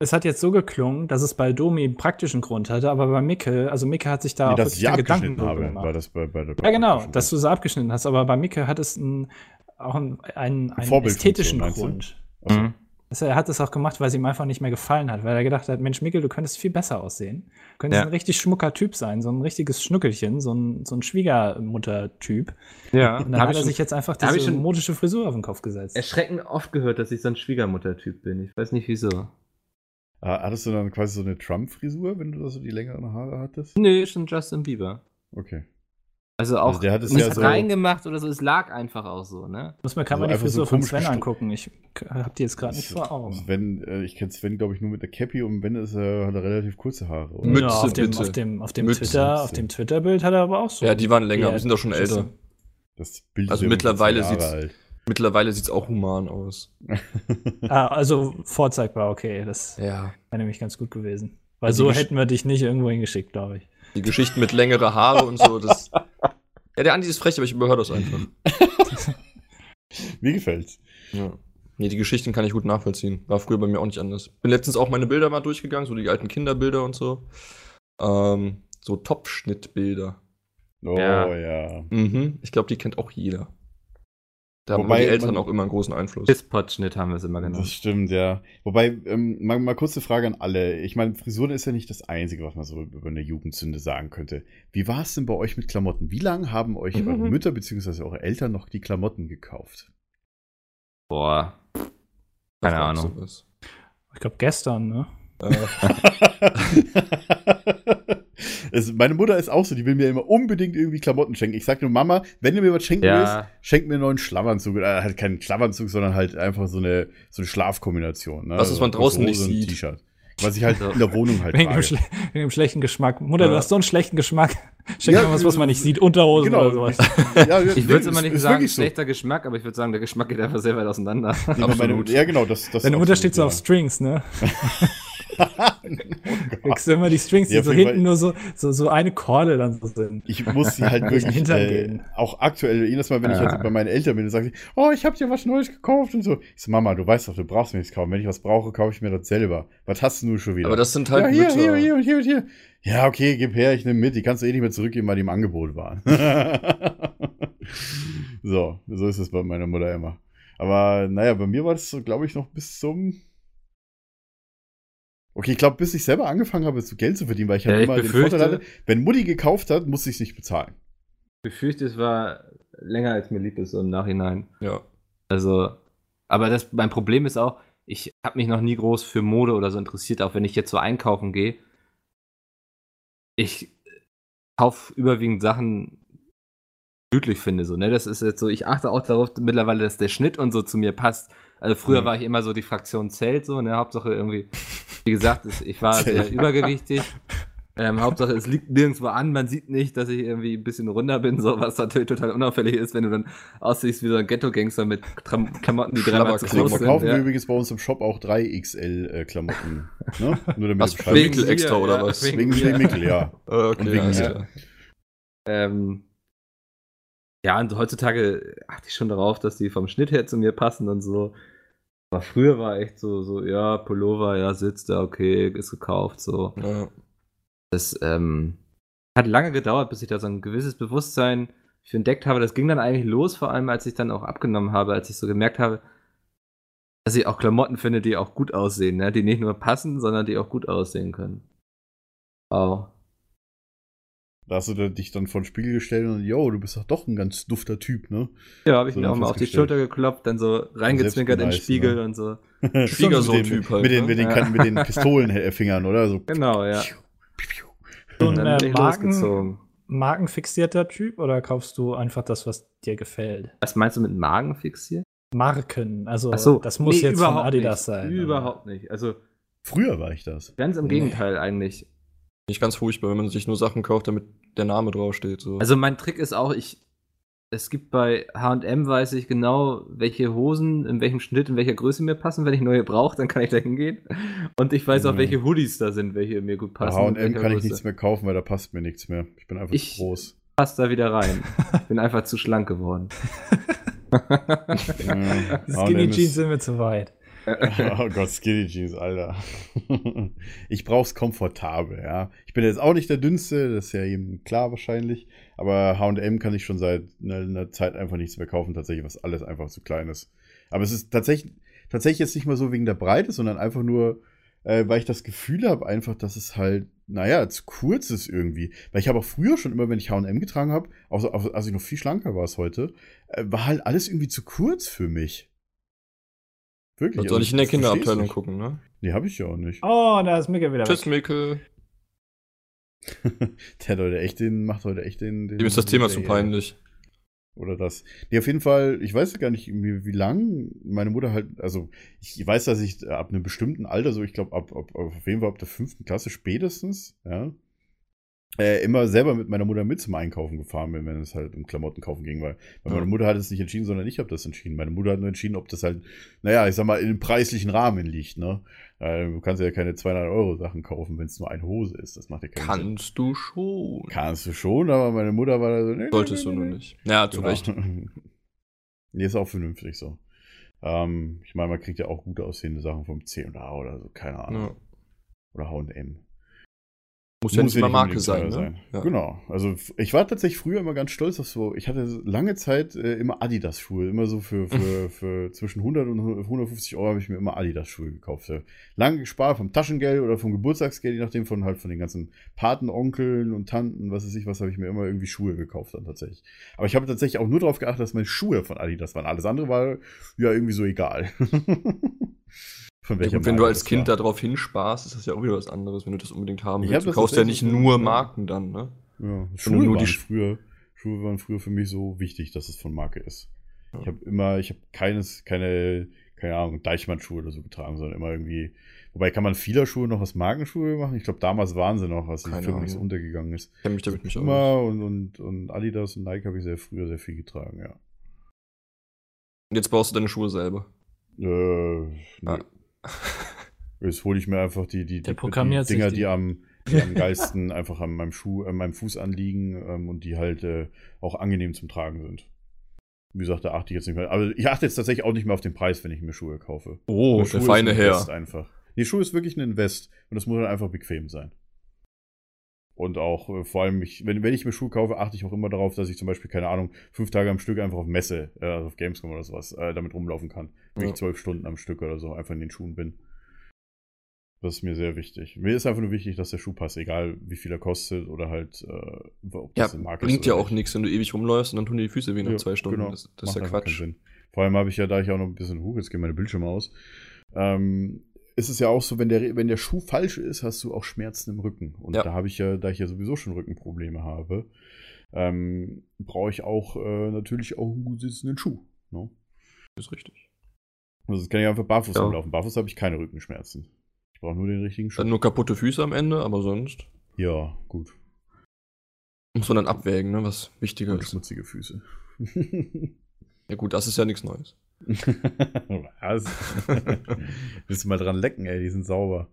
S4: Es hat jetzt so geklungen, dass es bei Domi einen praktischen Grund hatte, aber bei Micke, also Micke hat sich da
S3: nee,
S4: auch
S3: dass
S4: wirklich
S3: ich
S4: dann
S3: abgeschnitten
S4: drüber
S3: habe,
S4: gemacht.
S3: war das bei, bei der
S4: Ja, genau, dass du so abgeschnitten hast, aber bei Micke hat es einen, auch einen, einen, einen
S3: Vorbildfunktion,
S4: ästhetischen
S3: meinst du?
S4: Grund.
S3: Achso.
S2: Mhm.
S4: Also er hat es auch gemacht, weil es ihm einfach nicht mehr gefallen hat, weil er gedacht hat, Mensch, Mikkel, du könntest viel besser aussehen. Du könntest
S2: Ja.
S4: ein richtig schmucker Typ sein, so ein richtiges Schnuckelchen, so ein, so ein Schwiegermutter-Typ.
S2: Ja,
S4: Und
S2: da
S4: dann
S2: habe
S4: hat
S2: ich
S4: er
S2: schon
S4: sich jetzt einfach
S2: hab ich
S4: diese
S2: schon-
S4: modische Frisur auf den Kopf gesetzt.
S2: erschreckend oft gehört, dass ich so ein Schwiegermutter-Typ bin. Ich weiß nicht wieso.
S3: Äh, hattest du dann quasi so eine Trump-Frisur, wenn du da so die längeren Haare hattest?
S2: Nö, schon Justin Bieber.
S3: Okay.
S2: Also auch
S3: Also der hat es
S2: nicht
S3: ja so-
S2: reingemacht oder so, es lag einfach auch so, ne?
S4: Muss mir gerade
S3: Also
S4: mal die
S3: einfach so
S4: Frisur von
S3: komisch
S4: Sven
S3: gestu-
S4: angucken. Ich k- hab die jetzt gerade nicht vor
S3: Also
S4: Augen.
S3: Wenn, äh, ich kenne Sven, glaube ich, nur mit der Cappy und wenn ist er, hat er relativ kurze Haare. Oder?
S5: Mütze,
S4: auf dem,
S5: bitte.
S4: auf dem, auf dem
S5: Mütze,
S4: Twitter,
S3: Mütze.
S4: auf dem Twitter-Bild hat er aber auch so.
S5: Ja, die waren länger,
S4: Ja,
S5: wir sind doch schon
S4: das ist
S5: älter.
S3: Das Bild
S5: Also
S3: ist irgendwie
S5: mittlerweile
S3: 14 Jahre
S5: Mittlerweile sieht's auch human aus.
S4: so- Ah, also vorzeigbar, okay, das
S5: Ja.
S4: wäre nämlich ganz gut gewesen. Weil
S5: Also
S4: so
S5: die Gesch-
S4: hätten wir dich nicht irgendwo hingeschickt, glaube ich.
S5: Die Geschichten mit längere Haare und so, das. Ja, der Andi ist frech, aber ich überhöre das einfach.
S3: alt. Mir gefällt's.
S5: Ja. Nee, die Geschichten kann ich gut nachvollziehen. War früher bei mir auch nicht anders. Bin letztens auch meine Bilder mal durchgegangen, so die alten Kinderbilder und so. Ähm, so Topfschnittbilder.
S3: Oh
S2: Ja.
S3: ja.
S5: Mhm. Ich glaube, die kennt auch jeder. Da haben
S3: Wobei
S5: die Eltern
S3: man-
S5: auch immer einen großen Einfluss.
S2: Pisspot-Schnitt haben wir es
S5: Genau.
S2: immer
S3: Das
S2: genannt.
S3: stimmt, ja. Wobei, ähm, mal, mal kurze Frage an alle. Ich meine, Frisuren ist ja nicht das Einzige, was man so über eine Jugendsünde sagen könnte. Wie war es denn bei euch mit Klamotten? Wie lange haben euch eure Mütter bzw. eure Eltern noch die Klamotten gekauft?
S2: Boah.
S5: Da
S2: Keine
S5: fragst du
S2: Ahnung.
S5: was.
S4: Ich glaube gestern, ne?
S5: Äh,
S3: es, meine Mutter ist auch so, die will mir immer unbedingt irgendwie Klamotten schenken. Ich sag nur, Mama, wenn du mir was schenken willst,
S2: Ja,
S3: schenk mir einen neuen Schlafanzug. Äh, halt keinen Schlafanzug, sondern halt einfach so eine, so eine Schlafkombination. Ne?
S5: Was, was man
S3: Also
S5: draußen
S3: Hose
S5: nicht
S3: und
S5: sieht.
S3: T-Shirt. Was ich halt
S2: So.
S3: in der Wohnung halt
S4: Wegen dem,
S3: trage.
S4: schle wegen dem schlechten Geschmack. Mutter, du
S5: Ja.
S4: hast so einen schlechten Geschmack. Schenk
S3: Ja, äh,
S4: mir was, was man nicht sieht. Unterhosen oder sowas.
S3: Genau. ja, ja,
S2: ich würde
S3: nee,
S2: es immer
S3: ist-
S2: nicht
S3: ist
S2: sagen,
S3: wirklich so.
S2: schlechter Geschmack, aber ich würde sagen, der Geschmack geht einfach sehr weit auseinander.
S3: Nee, aber meine,
S5: Absolut.
S3: ja, genau, das, das
S4: Deine Mutter
S3: absolut,
S4: steht so
S3: ja.
S4: auf Strings, ne? Kriegst du immer die Strings, die
S3: Oh Ja,
S4: so
S3: auf jeden
S4: hinten
S3: Fall.
S4: nur so, so, so eine Korde dann so sind.
S3: Ich muss sie halt wirklich
S4: Hintern
S3: äh,
S4: gehen.
S3: auch aktuell, jedes Mal, wenn ich
S2: Ah.
S3: halt bei meinen Eltern bin, dann sage ich, oh, ich habe dir was Neues gekauft und so. Ich so, Mama, du weißt doch, du brauchst mir nichts kaufen. Wenn ich was brauche, kaufe ich mir das selber. Was hast du nun schon wieder?
S5: aber das sind halt
S3: ja, hier,
S5: Mütter.
S3: hier, hier und hier und hier. äh, Ja, okay, gib her, ich nehme mit. Die kannst du eh nicht mehr zurückgeben, weil die im Angebot waren. so, so ist es bei meiner Mutter immer. Aber naja, bei mir war das so, glaube ich, noch bis zum. Okay, ich glaube, bis ich selber angefangen habe, zu Geld zu verdienen, weil ich halt
S2: Ja, ich
S3: immer den
S2: befürchte-
S3: Vorteil hatte, wenn Mutti gekauft hat, musste ich es nicht bezahlen.
S2: Ich befürchte, es war länger als mir lieb ist so im Nachhinein.
S5: Ja.
S2: Also, aber das, mein Problem ist auch, ich habe mich noch nie groß für Mode oder so interessiert, auch wenn ich jetzt so einkaufen gehe. Ich kaufe überwiegend Sachen, die ich gemütlich finde, so, ne? Das ist jetzt so, ich achte auch darauf mittlerweile, dass der Schnitt und so zu mir passt. Also früher
S3: Mhm.
S2: war ich immer so die Fraktion Zelt, so, ne? Hauptsache irgendwie, wie gesagt, es- ich war sehr
S3: Zelt.
S2: übergewichtig. Ähm, Hauptsache, es liegt nirgendwo an, man sieht nicht, dass ich irgendwie ein bisschen runder bin, so was natürlich total unauffällig ist, wenn du dann aussiehst wie so ein Ghetto-Gangster mit Tram Klamotten, die dreimal zu
S5: Schlabberklamotten.
S2: groß
S3: Deswegen
S5: Klamotten,
S2: sind.
S3: verkaufen wir
S2: Ja.
S3: übrigens bei uns im Shop auch 3XL-Klamotten. äh, ne? Nur damit
S5: Was,
S3: ihr Bescheid
S5: Winkel
S3: wisst.
S5: extra
S2: dir,
S5: oder
S2: ja,
S5: was? Ah,
S2: wegen
S3: Wegen dem
S2: mir.
S3: Winkel, ja.
S5: Äh, Okay,
S3: wegen
S5: alles
S3: mir.
S5: klar.
S2: Ähm, Ja, und heutzutage achte ich schon darauf, dass die vom Schnitt her zu mir passen und so. Aber früher war echt so, so, ja, Pullover, ja, sitzt da, okay, ist gekauft, so.
S5: Ja.
S2: Das ähm, hat lange gedauert, bis ich da so ein gewisses Bewusstsein für entdeckt habe. Das ging dann eigentlich los, vor allem als ich dann auch abgenommen habe, als ich so gemerkt habe, dass ich auch Klamotten finde, die auch gut aussehen, ne? die nicht nur passen, sondern die auch gut aussehen können. Wow.
S3: Da hast du dich dann vor den Spiegel gestellt und yo, du bist doch doch ein ganz dufter Typ, ne?
S2: Ja, habe ich
S3: So,
S2: mir auch
S3: dann
S2: mal auf die
S3: festgestellt.
S2: Schulter geklopft, dann so reingezwinkert in den
S3: Selbstbeweis,
S2: Spiegel
S3: ne?
S2: und so.
S5: Schwiegersohn-Typ halt,
S3: Mit den,
S5: ne?
S3: mit den, Kan- mit den Pistolenfingern, oder? So.
S2: Genau, ja.
S4: So
S2: Und
S4: ein
S2: dann
S4: äh,
S2: bin ich
S4: Marken,
S2: losgezogen.
S4: markenfixierter Typ oder kaufst du einfach das, was dir gefällt?
S2: Was meinst du mit Magen fixiert?
S4: Marken, also
S2: Ach so,
S4: das muss
S2: nee,
S4: jetzt von
S2: überhaupt
S4: Adidas
S2: nicht.
S4: sein.
S2: Überhaupt nicht. Also
S3: Früher war ich das.
S2: ganz im
S3: Nee.
S2: Gegenteil eigentlich.
S5: Nicht ganz furchtbar, wenn man sich nur Sachen kauft, damit der Name draufsteht. So.
S2: Also mein Trick ist auch, ich es gibt bei H&M weiß ich genau, welche Hosen in welchem Schnitt in welcher Größe mir passen. Wenn ich neue brauche, dann kann ich da hingehen. Und ich weiß auch,
S3: Mhm.
S2: welche Hoodies da sind, welche mir gut
S3: Bei
S2: passen.
S3: HM
S2: in welcher
S3: kann ich
S2: Größe.
S3: nichts mehr kaufen, weil da passt mir nichts mehr. Ich bin einfach
S2: Ich-
S3: zu groß. Mm.
S2: Passt da wieder rein. Ich bin einfach zu schlank geworden.
S3: Ja,
S4: Die
S3: H&M
S4: Skinny
S3: ist-
S4: Jeans sind mir zu weit.
S3: Oh Gott, Skinny Jeans, Alter. Ich brauch's komfortabel, ja. Ich bin jetzt auch nicht der Dünnste, das ist ja eben klar wahrscheinlich. Aber HM kann ich schon seit einer, einer Zeit einfach nichts mehr kaufen, tatsächlich, was alles einfach zu klein ist. Aber es ist tatsächlich, tatsächlich jetzt nicht mal so wegen der Breite, sondern einfach nur, äh, weil ich das Gefühl habe, einfach, dass es halt, naja, zu kurz ist irgendwie. Weil ich habe auch früher schon immer, wenn ich HM getragen habe, auch, so- auch, als ich noch viel schlanker war als heute, äh, war halt alles irgendwie zu kurz für mich. Wirklich.
S5: das soll ich in der
S3: das versteh's
S5: Kinderabteilung
S3: nicht.
S5: gucken, ne?
S3: Nee, habe ich ja auch nicht.
S4: Oh, da ist Micke wieder
S5: Tschüss,
S4: weg.
S5: Mikkel.
S3: Der hat heute echt den, macht heute echt den. den
S5: Dem ist das Thema zu
S3: Serie.
S5: peinlich.
S3: Oder das. Nee, auf jeden Fall, ich weiß gar nicht, wie, wie lang meine Mutter halt, also ich weiß, dass ich ab einem bestimmten Alter, so ich glaube, ab, ab, auf jeden Fall ab der fünften Klasse spätestens, ja, äh, immer selber mit meiner Mutter mit zum Einkaufen gefahren bin, wenn es halt um Klamotten kaufen ging, weil, weil
S5: Ja.
S3: meine Mutter hat es nicht entschieden, sondern ich habe das entschieden. Meine Mutter hat nur entschieden, ob das halt, naja, ich sag mal, in einem preislichen Rahmen liegt, ne? Äh, du kannst ja keine 200 Euro Sachen kaufen, wenn es nur eine Hose ist. Das macht ja keinen Sinn.
S5: Kannst du schon.
S3: Kannst du schon, aber meine Mutter war da so, nee, nee,
S5: Solltest
S3: nee,
S5: du nur
S3: nee.
S5: nicht. Ja, zu
S3: Genau.
S5: Recht.
S3: nee, ist auch vernünftig so. Ähm, ich meine, man kriegt ja auch gut aussehende Sachen vom C&A oder so, keine Ahnung.
S5: Ja.
S3: Oder H&M.
S5: Muss ja nicht mal Marke
S3: unbedingt
S5: sein,
S3: teuer
S5: ne? Ja.
S3: Genau. Also f- ich war tatsächlich früher immer ganz stolz auf so, ich hatte lange Zeit äh, immer Adidas-Schuhe. Immer so für, für, für zwischen 100 und 150 Euro habe ich mir immer Adidas-Schuhe gekauft. Ja. Lange gespart vom Taschengeld oder vom Geburtstagsgeld, je nachdem von halt von den ganzen Paten, Onkeln und Tanten, was weiß ich, was habe ich mir immer irgendwie Schuhe gekauft dann tatsächlich. Aber ich habe tatsächlich auch nur darauf geachtet, dass meine Schuhe von Adidas waren. Alles andere war ja irgendwie so egal. von
S5: Ja,
S3: welcher
S5: gut, wenn
S3: Marke
S5: du als
S3: das
S5: Kind
S3: war.
S5: darauf hinsparst, ist das ja auch wieder was anderes, wenn du das unbedingt haben
S3: Ich
S5: willst.
S3: hab
S5: Du
S3: das
S5: kaufst ja nicht
S3: tatsächlich so,
S5: nur
S3: ja.
S5: Marken dann, ne?
S3: Ja,
S5: nur
S3: Schuhe
S5: die
S3: waren
S5: Sch-
S3: früher, Schuhe waren früher für mich so wichtig, dass es von Marke ist. Ich habe immer, ich habe keines, keine, keine Ahnung, Deichmann-Schuhe oder so getragen, sondern immer irgendwie. Wobei kann man vieler Schuhe noch aus Markenschuhe machen? Ich glaube, damals waren sie noch, als die
S5: Keine
S3: Firma nicht so
S5: Ahnung.
S3: untergegangen ist.
S5: Kenn mich damit nicht aus.
S3: Immer und, und, und Adidas und Nike habe ich sehr früher sehr viel getragen, ja.
S5: Und jetzt baust du deine Schuhe selber.
S3: Äh, nee.
S5: Ah.
S3: Jetzt hole ich mir einfach die, die,
S4: Der
S3: die, die
S4: programmiert sich
S3: Dinger, die,
S4: die.
S3: am, die am geilsten einfach an meinem Schuh, an meinem Fuß anliegen ähm, und die halt äh, auch angenehm zum Tragen sind. Wie gesagt, da achte ich jetzt nicht mehr. Aber ich achte jetzt tatsächlich auch nicht mehr auf den Preis, wenn ich mir Schuhe kaufe.
S5: Oh,
S3: Weil
S5: der
S3: ist
S5: feine
S3: ein
S5: Herr.
S3: Invest einfach. Die Schuhe ist wirklich ein Invest und das muss dann einfach bequem sein. Und auch äh, vor allem, ich, wenn, wenn ich mir Schuhe kaufe, achte ich auch immer darauf, dass ich zum Beispiel, keine Ahnung, fünf Tage am Stück einfach auf Messe, äh, also auf Gamescom oder sowas, äh, damit rumlaufen kann. Wenn
S5: Ja.
S3: ich zwölf Stunden am Stück oder so einfach in den Schuhen bin. Das ist mir sehr wichtig. Mir ist einfach nur wichtig, dass der Schuh passt, egal wie viel er kostet oder halt, äh, ob
S5: Ja,
S3: das eine Marke
S5: bringt
S3: ist
S5: ja
S3: oder
S5: auch nichts, wenn du ewig rumläufst und dann tun dir die Füße weh nach
S3: Ja,
S5: zwei Stunden.
S3: genau.
S5: Das, das
S3: Macht
S5: ist ja
S3: einfach keinen
S5: Quatsch.
S3: Sinn. Vor allem habe ich ja, da ich auch noch ein bisschen hoch, jetzt gehen meine Bildschirme aus, ähm, ist es ja auch so, wenn der, wenn der Schuh falsch ist, hast du auch Schmerzen im Rücken. Und
S5: Ja.
S3: da habe ich ja, da ich ja sowieso schon Rückenprobleme habe, ähm, brauche ich auch äh, natürlich auch einen gut sitzenden Schuh. Ne?
S5: Das ist richtig.
S3: Also das kann ich einfach barfuß
S2: Ja.
S3: rumlaufen. Barfuß habe ich keine Rückenschmerzen. Ich brauche nur den richtigen Schuh.
S5: Dann nur kaputte Füße am Ende, aber sonst
S3: ja, gut.
S5: muss man dann abwägen, ne, was wichtiger
S3: Und
S5: ist.
S3: schmutzige Füße.
S5: Ja gut, das ist ja nichts Neues.
S3: Was? Willst du mal dran lecken, ey, die sind sauber.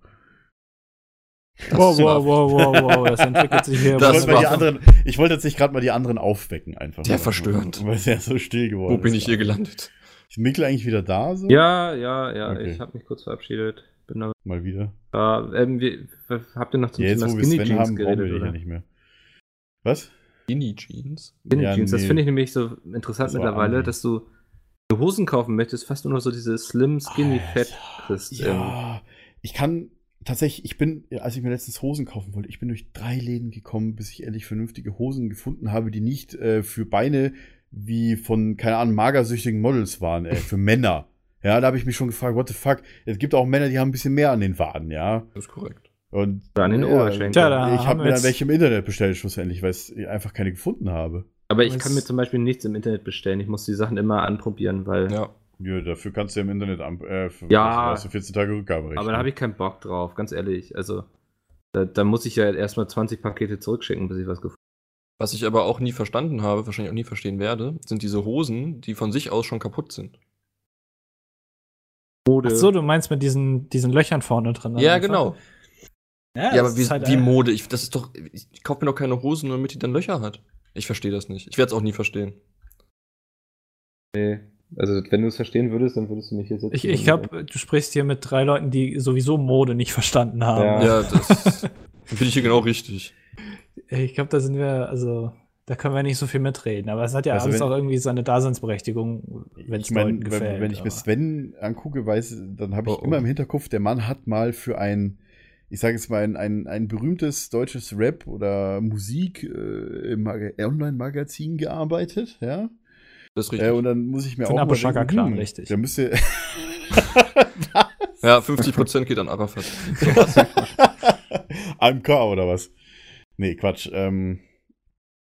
S4: Wow, wow, wow, wow, wow, das entwickelt sich hier.
S5: Das
S3: ich, wollte mal
S5: war-
S3: die anderen, ich wollte jetzt nicht gerade mal die anderen aufwecken einfach.
S5: Der
S3: mal.
S5: verstörend.
S3: Weil es ja so still geworden
S5: Wo bin
S3: ist.
S5: ich hier gelandet?
S3: Ist Mikkel eigentlich wieder da? So?
S2: Ja, ja, ja,
S3: Okay.
S2: ich habe mich kurz verabschiedet. Bin da,
S3: Mal wieder.
S2: da ähm, wir, wir- habt ihr noch zum
S3: Ja, jetzt,
S2: Thema
S3: wo wir
S2: Skinny
S3: Sven
S2: Jeans
S3: haben, brauchen wir
S2: geredet?
S3: dich ja
S2: Oder?
S3: nicht mehr. Was?
S5: Skinny Jeans?
S2: Skinny
S3: Ja,
S2: Jeans, das
S3: nee.
S2: finde ich nämlich so interessant
S3: Das war
S2: mittlerweile,
S3: Andi.
S2: dass du dir Hosen kaufen möchtest, fast nur noch so diese Slim Skinny
S3: Alter,
S2: Fat kriegst. ähm,
S3: Ja, ich kann tatsächlich, ich bin, als ich mir letztens Hosen kaufen wollte, ich bin durch drei Läden gekommen, bis ich endlich vernünftige Hosen gefunden habe, die nicht äh, für Beine wie von, keine Ahnung, magersüchtigen Models waren, ey, für Männer. Ja, da habe ich mich schon gefragt, what the fuck? Es gibt auch Männer, die haben ein bisschen mehr an den Waden, ja.
S5: Das ist korrekt.
S3: Und
S2: Oder an den
S3: ja,
S2: Oberschenkeln.
S4: Tja, da
S3: ich
S4: haben
S3: habe
S4: wir
S3: mir dann
S4: jetzt-
S3: welche im Internet bestellt, schlussendlich, weil ich einfach keine gefunden habe.
S2: Aber ich
S5: Das-
S2: kann mir zum Beispiel nichts im Internet bestellen. Ich muss die Sachen immer anprobieren, weil.
S5: Ja.
S3: Ja, dafür kannst du ja im Internet am, äh, für,
S2: Ja.
S3: hast du 14 Tage Rückgaberecht. ne?
S2: aber da habe ich keinen Bock drauf, ganz ehrlich. Also, da, da muss ich ja halt erstmal 20 Pakete zurückschicken, bis ich was gefunden
S5: Was ich aber auch nie verstanden habe, wahrscheinlich auch nie verstehen werde, sind diese Hosen, die von sich aus schon kaputt sind.
S2: habe. Mode.
S4: Ach so, du meinst mit diesen, diesen Löchern vorne drin.
S5: ja,
S4: einfach?
S5: genau. Ja,
S4: das
S5: aber wie,
S4: ist halt,
S5: wie
S4: äh,
S5: Mode? Ich, das ist doch. Ich, ich kaufe mir doch keine Hosen, nur damit die dann Löcher hat. Ich verstehe das nicht. Ich werde es auch nie verstehen.
S2: Nee. Also, wenn du es verstehen würdest, dann würdest du mich hier sitzen.
S4: Ich, ich glaube, du sprichst hier mit drei Leuten, die sowieso Mode nicht verstanden
S2: Ja.
S4: haben.
S5: Ja, das finde ich hier genau richtig.
S4: Ich glaube, da sind wir, also, da können wir nicht so viel mitreden. Aber es hat ja
S3: Also
S4: alles
S3: wenn-
S4: auch irgendwie seine Daseinsberechtigung, wenn es
S3: ich mein,
S4: Leuten
S3: wenn-
S4: gefällt.
S3: Wenn ich mir
S4: aber-
S3: Sven angucke, weiß, dann habe ich
S5: Oh, oh.
S3: immer im Hinterkopf, der Mann hat mal für ein, ich sage jetzt mal, ein, ein, ein berühmtes deutsches Rap oder Musik äh, im Maga- Online-Magazin gearbeitet, ja.
S5: Das ist richtig.
S3: Äh, und dann muss ich mir
S4: Für
S3: auch
S4: den
S3: mal
S4: Abba Shaka
S3: denken,
S4: Clan, richtig.
S3: Der müsste,
S5: ja, 50% geht an Arafat.
S3: AMK oder was? Nee, Quatsch. Ähm,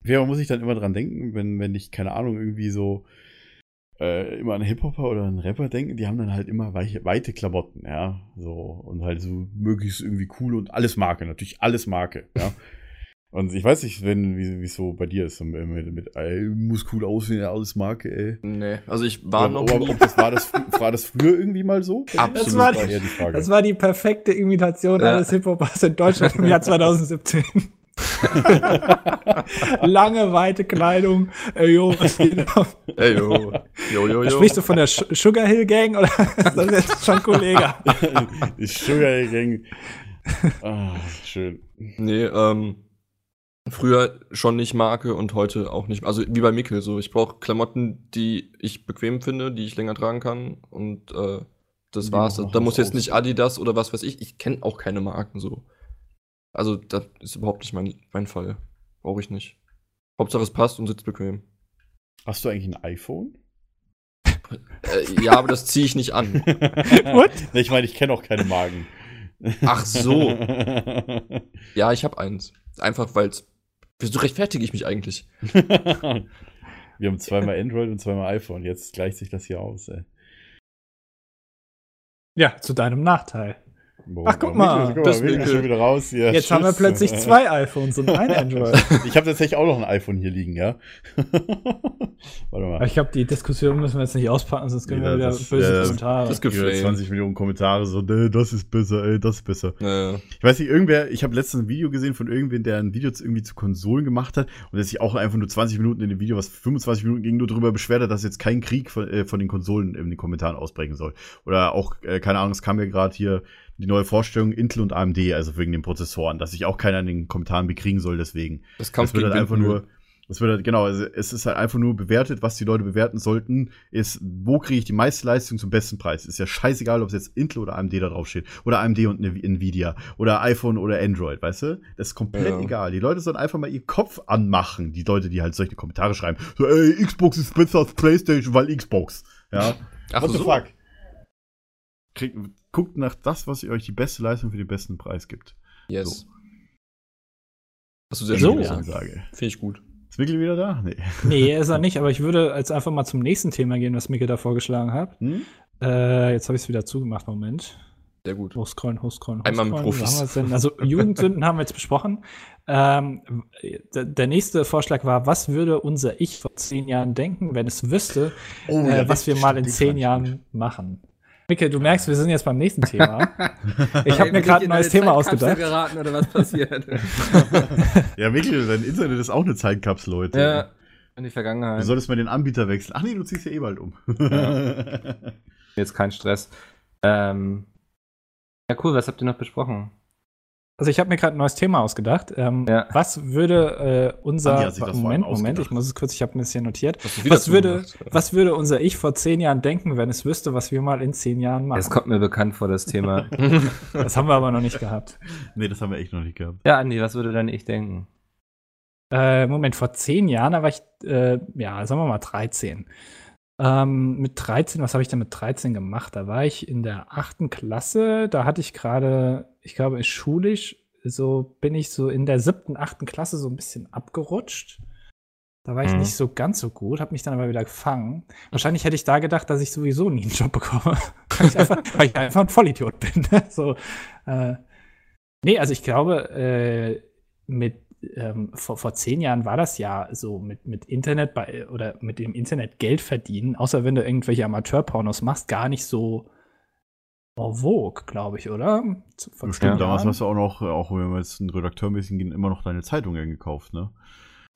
S3: ja, man muss ich dann immer dran denken, wenn, wenn ich, keine Ahnung, irgendwie so äh, immer an Hip-Hopper oder einen Rapper denke, die haben dann halt immer weiche, weite Klamotten, ja. So, und halt so möglichst irgendwie cool und alles Marke, natürlich alles Marke, ja. Und ich weiß nicht, wenn, wie wie es so bei dir ist, so mit, mit ey, muss cool aussehen, ja, alles Marke, ey.
S5: Nee, also ich war noch
S3: Oder ob,
S5: nie.
S3: ob das, war, das, fr- war das früher irgendwie mal so?
S5: Absolut.
S4: war-
S3: Das war eher die Frage.
S4: Das war die perfekte Imitation
S2: Ja.
S4: eines Hip-Hopers in Deutschland im Jahr 2017. Lange, weite Kleidung. äh, Ey, yo, was geht ab?
S5: Ey, yo. Yo, yo,
S4: Da
S5: yo.
S4: Sprichst du von der Sch- Sugar Hill Gang oder ist das jetzt schon ein Kollege?
S3: Die Sugar Gang. Ah, schön.
S5: Nee, ähm. Früher schon nicht Marke und heute auch nicht. Also wie bei Mikkel, so. Ich brauche Klamotten, die ich bequem finde, die ich länger tragen kann. Und äh, das
S3: Die
S5: war's.
S3: machen
S5: Da
S3: auch
S5: muss jetzt
S3: aus.
S5: nicht Adidas oder was weiß ich. Ich kenne auch keine Marken so. Also, das ist überhaupt nicht mein, mein Fall. Brauche ich nicht. Hauptsache es passt und sitzt bequem.
S3: Hast du eigentlich ein iPhone?
S5: Äh, ja, aber das ziehe ich nicht an.
S3: What? Ich meine, ich kenne auch keine Magen.
S5: Ach so.
S3: Nein,
S5: Ja, ich habe eins. Einfach weil's. Wieso rechtfertige ich mich eigentlich?
S3: Wir haben zweimal Android und zweimal iPhone. Jetzt gleicht sich das hier aus, ey.
S4: Ja, zu deinem Nachteil. Ach, guck mal,
S3: das
S5: das
S3: ist
S5: Winkel.
S3: schon wieder raus hier.
S4: Jetzt haben wir
S3: Tschüss.
S4: plötzlich zwei iPhones und ein Android.
S3: Ich habe tatsächlich auch noch ein iPhone hier liegen, ja. Warte
S4: Aber
S3: mal.
S4: ich glaube, die Diskussion müssen wir jetzt nicht auspacken, sonst können
S3: Ja,
S4: wir wieder
S3: das-
S4: böse
S3: ja,
S4: Kommentare.
S5: Das gibt
S3: Über
S5: Flame.
S3: 20 Millionen Kommentare so, "Nee, das ist besser, ey, das ist besser.
S5: Äh,
S3: Ich weiß nicht, irgendwer, ich habe letztens ein Video gesehen von irgendwen, der ein Video zu, irgendwie zu Konsolen gemacht hat und der sich auch einfach nur 20 Minuten in dem Video, was 25 Minuten ging, nur darüber beschwert hat, dass jetzt kein Krieg von, äh, von den Konsolen in den Kommentaren ausbrechen soll. Oder auch, äh, keine Ahnung, es kam ja gerade hier die neue Vorstellung Intel und AMD, also wegen den Prozessoren, dass sich auch keiner in den Kommentaren bekriegen soll deswegen.
S5: das Kampf
S3: Es wird halt einfach
S5: Windmühlen.
S3: nur, es wird halt, genau, also es ist halt einfach nur bewertet, was die Leute bewerten sollten, ist, wo kriege ich die meiste Leistung zum besten Preis. Ist ja scheißegal, ob es jetzt Intel oder AMD da drauf steht. Oder AMD und Nvi- Nvidia. Oder iPhone oder Android, weißt du? Das ist komplett
S5: Ja.
S3: egal. Die Leute sollen einfach mal ihren Kopf anmachen, die Leute, die halt solche Kommentare schreiben. So, ey, Xbox ist besser als Playstation, weil Xbox. Ja.
S5: Ach so.
S3: Kriegt, guckt nach das, was ihr euch die beste Leistung für den besten Preis gibt.
S5: Yes.
S3: So.
S5: Hast du sehr
S4: So.
S5: schön
S3: Ist die
S5: gesagt.
S3: Ansage.
S5: Finde ich gut.
S3: Ist Mikkel wieder da? Nee.
S4: Nee, ist er nicht, aber ich würde jetzt einfach mal zum nächsten Thema gehen, was Mikkel da vorgeschlagen hat.
S3: Hm?
S4: Äh, jetzt habe ich es wieder zugemacht, Moment.
S5: Sehr gut.
S4: Hochscrollen, hochscrollen,
S5: Einmal mit
S4: hochscrollen.
S5: Profis.
S4: Wo haben wir's denn? Also Jugendsünden haben wir jetzt besprochen. Ähm, d- der nächste Vorschlag war, was würde unser Ich vor zehn Jahren denken, wenn es wüsste,
S3: Oh,
S4: äh,
S3: ja,
S4: was wir
S3: stimmt,
S4: mal in
S3: den
S4: zehn
S3: fand ich gut.
S4: Jahren machen? Micke, du merkst, wir sind jetzt beim nächsten Thema. Ich habe
S2: Ey,
S4: mir
S2: bin
S4: gerade ein
S2: in
S4: neues
S2: eine
S4: Thema
S2: Zeitkapsel
S4: ausgedacht.
S2: geraten oder was passiert?
S3: Ja, wirklich, dein Internet ist auch eine Zeitkapsel, Leute.
S2: ja, in die
S3: Du
S2: Vergangenheit.
S3: solltest mal den Anbieter wechseln. Ach nee, du ziehst ja eh bald um.
S2: Jetzt kein Stress. Ähm, ja, cool, was habt ihr noch besprochen?
S4: Also ich habe mir gerade ein neues Thema ausgedacht. Ähm,
S2: Ja.
S4: Was würde äh, unser
S3: Andi hat sich das vor allem
S4: Moment, Moment,
S3: ausgedacht.
S4: ich muss es kurz, ich habe ein bisschen notiert.
S5: Hast du wieder
S4: Was würde,
S5: zugemacht?
S4: was würde unser Ich vor zehn Jahren denken, wenn es wüsste, was wir mal in zehn Jahren
S2: Das
S4: machen?
S2: kommt mir bekannt vor, das Thema.
S4: Das haben wir aber noch nicht gehabt.
S3: nee, das haben wir echt noch nicht gehabt.
S2: ja, Andi, was würde dann ich denken?
S4: Äh, Moment, vor zehn Jahren, da war ich, äh, ja, sagen wir mal 13. Ähm, mit 13, was habe ich denn mit 13 gemacht? Da war ich in der achten Klasse, da hatte ich gerade, ich glaube, schulisch, so bin ich so in der siebten, achten Klasse so ein bisschen abgerutscht. Da war ich
S2: Mhm.
S4: nicht so ganz so gut, habe mich dann aber wieder gefangen. Wahrscheinlich hätte ich da gedacht, dass ich sowieso nie einen Job bekomme, weil ich einfach, weil ich einfach ein Vollidiot bin. ne? so, äh, nee, also ich glaube, äh, mit ähm, vor, vor zehn Jahren war das ja so mit, mit Internet bei, oder mit dem Internet Geld verdienen, außer wenn du irgendwelche Amateurpornos machst, gar nicht so en vogue, glaube ich, oder? Zu- vor
S3: Bestimmt,
S4: zehn
S3: damals
S4: Jahren.
S3: hast du auch noch, äh, auch wenn wir jetzt einen Redakteurmäßigen gehen, immer noch deine Zeitungen gekauft, ne?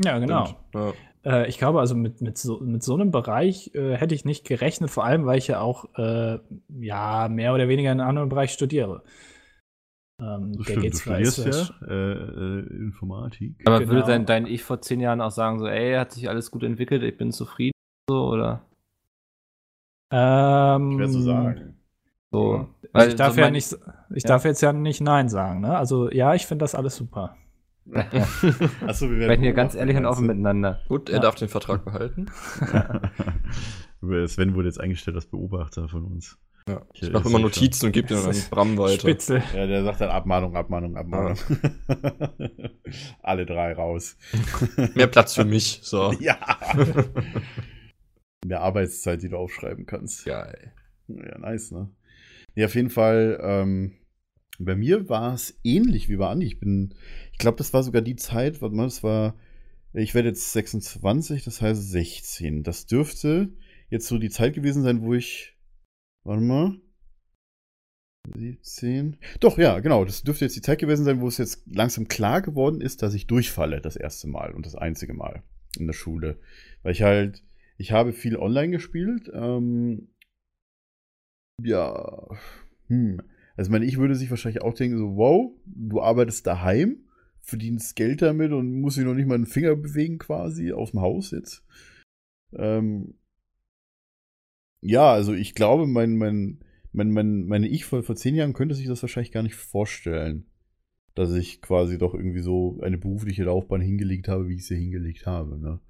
S4: Ja, genau.
S5: Ja.
S4: Äh, ich glaube, also mit, mit, so, mit so einem Bereich äh, hätte ich nicht gerechnet, vor allem, weil ich ja auch äh, ja, mehr oder weniger in einem anderen Bereich studiere. Ähm,
S3: Das
S4: da
S3: stimmt, du
S4: geht's
S3: studierst
S4: vielleicht-
S3: ja äh, äh, Informatik.
S2: Aber
S4: Genau.
S2: würde dein, dein Ich vor zehn Jahren auch sagen, so, ey, hat sich alles gut entwickelt, ich bin zufrieden, so, oder?
S4: Ähm,
S2: So.
S4: Also ich darf,
S2: so
S4: ja
S2: mein-
S4: nicht, ich
S2: Ja.
S4: darf jetzt ja nicht Nein sagen, ne? Also ja, ich finde das alles super.
S3: Achso, wir
S2: Wir
S3: werden
S2: werden hier ganz ehrlich und offen miteinander.
S5: Gut, er
S4: Ja.
S5: darf den Vertrag behalten.
S3: Sven wurde jetzt eingestellt als Beobachter von uns.
S5: Ja.
S3: Ich-
S5: Ich
S3: ich
S5: mache immer
S3: seh
S5: Notizen und gebe den dann an Bram weiter.
S4: Spitze.
S3: Ja, der sagt dann Abmahnung, Abmahnung, Alle drei raus.
S5: Mehr Platz für mich. So.
S3: ja. Mehr Arbeitszeit, die du aufschreiben kannst.
S5: Geil.
S3: Ja, nice, ne? Ja, auf jeden Fall, ähm, bei mir war es ähnlich wie bei Andi. Ich bin, ich glaube, das war sogar die Zeit, warte mal, das war, ich werde jetzt 26, das heißt 16. Das dürfte jetzt so die Zeit gewesen sein, wo ich, warte mal, 17. Doch, ja, genau. Das dürfte jetzt die Zeit gewesen sein, wo es jetzt langsam klar geworden ist, dass ich durchfalle das erste Mal und das einzige Mal in der Schule. Weil ich halt, ich habe viel online gespielt. Ähm, ja, hm. Also ich meine, ich würde sich wahrscheinlich auch denken, so, wow, du arbeitest daheim, verdienst Geld damit und musst dich noch nicht mal einen Finger bewegen quasi aus dem Haus jetzt. Ähm, ja, also ich glaube, mein, mein, mein, mein, meine Ich vor, vor zehn Jahren könnte sich das wahrscheinlich gar nicht vorstellen, dass ich quasi doch irgendwie so eine berufliche Laufbahn hingelegt habe, wie ich sie hingelegt habe. Ne?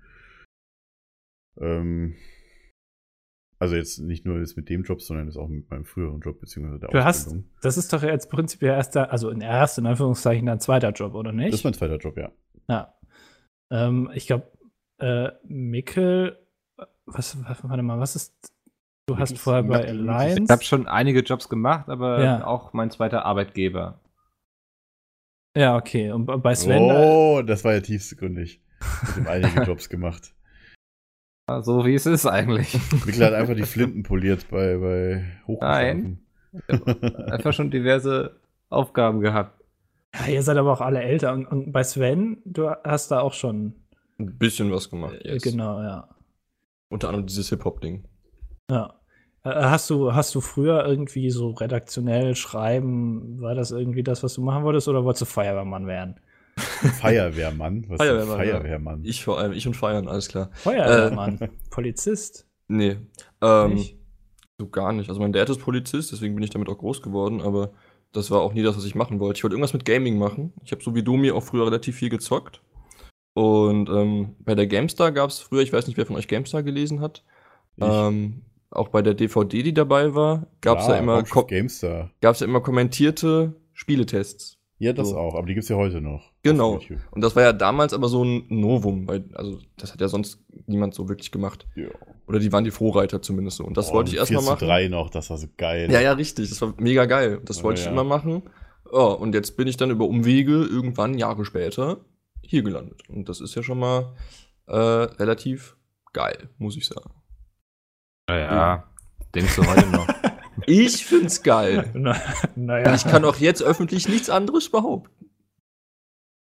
S3: Ähm, also jetzt nicht nur jetzt mit dem Job, sondern jetzt auch mit meinem früheren Job, beziehungsweise der
S4: Du hast,
S3: Ausbildung.
S4: das ist doch jetzt prinzipiell erster, also in erst in Anführungszeichen ein zweiter Job, oder nicht?
S3: Das ist mein zweiter Job, ja.
S4: Ja. Ähm, ich glaube, äh, Mikkel, äh, was, was- warte mal, was ist, du hast
S3: Mickels-
S4: vorher bei
S3: Mickels-
S4: Alliance.
S2: Ich habe schon einige Jobs gemacht, aber
S4: Ja.
S2: auch mein zweiter Arbeitgeber.
S4: ja, okay. Und bei- bei Sven, äh,
S3: oh, das war ja tiefstgründig. Ich habe einige Jobs gemacht.
S2: Ja, So wie es ist eigentlich.
S3: Mikkel hat einfach die Flinten poliert bei, bei Hochgeschlafen.
S2: Einfach schon diverse Aufgaben gehabt.
S4: ja, ihr seid aber auch alle älter. Und, und bei Sven, du hast da auch schon,
S5: Ein bisschen was gemacht.
S4: äh,
S5: Yes.
S4: genau, ja.
S5: Unter anderem dieses Hip-Hop-Ding.
S4: Ja. Äh, Hast du, hast du früher irgendwie so redaktionell schreiben, war das irgendwie das, was du machen wolltest, oder wolltest du Feuerwehrmann werden?
S3: Feuerwehrmann. Was ist denn
S5: Feuerwehrmann, ja.
S3: Feuerwehrmann?
S5: Ich vor allem, ich und Feiern, alles klar.
S4: Feuerwehrmann, Polizist.
S5: Nee. Ähm,
S4: nicht?
S5: so gar nicht. Also mein Dad ist Polizist, deswegen bin ich damit auch groß geworden, aber das war auch nie das, was ich machen wollte. Ich wollte irgendwas mit Gaming machen. Ich habe so wie Domi auch früher relativ viel gezockt. Und ähm, bei der GameStar gab es früher, ich weiß nicht, wer von euch GameStar gelesen hat,
S3: Ich-
S5: ähm, auch bei der DVD, die dabei war, gab es
S3: Klar,
S5: ja immer,
S3: Raumschiff
S5: ko
S3: Gamestar.
S5: gab's ja immer kommentierte Spieletests.
S3: Ja, das
S5: So.
S3: auch. Aber die gibt es ja heute noch.
S5: Genau.
S3: Auf YouTube.
S5: Und das war ja damals aber so ein Novum, weil, also das hat ja sonst niemand so wirklich gemacht.
S3: Ja.
S5: Oder die waren die Vorreiter zumindest so. Und das
S3: Oh,
S5: wollte ich erstmal machen.
S3: 3 noch, das war so geil.
S5: Ja, ja, richtig. Das war mega geil. Das
S3: Oh,
S5: wollte
S3: ja.
S5: ich immer machen. Ja, und jetzt bin ich dann über Umwege irgendwann Jahre später hier gelandet. Und das ist ja schon mal äh, relativ geil, muss ich sagen.
S2: Ja, denkst du heute noch.
S5: Ich find's geil.
S4: Na, naja,
S5: Ich kann auch jetzt öffentlich nichts anderes behaupten.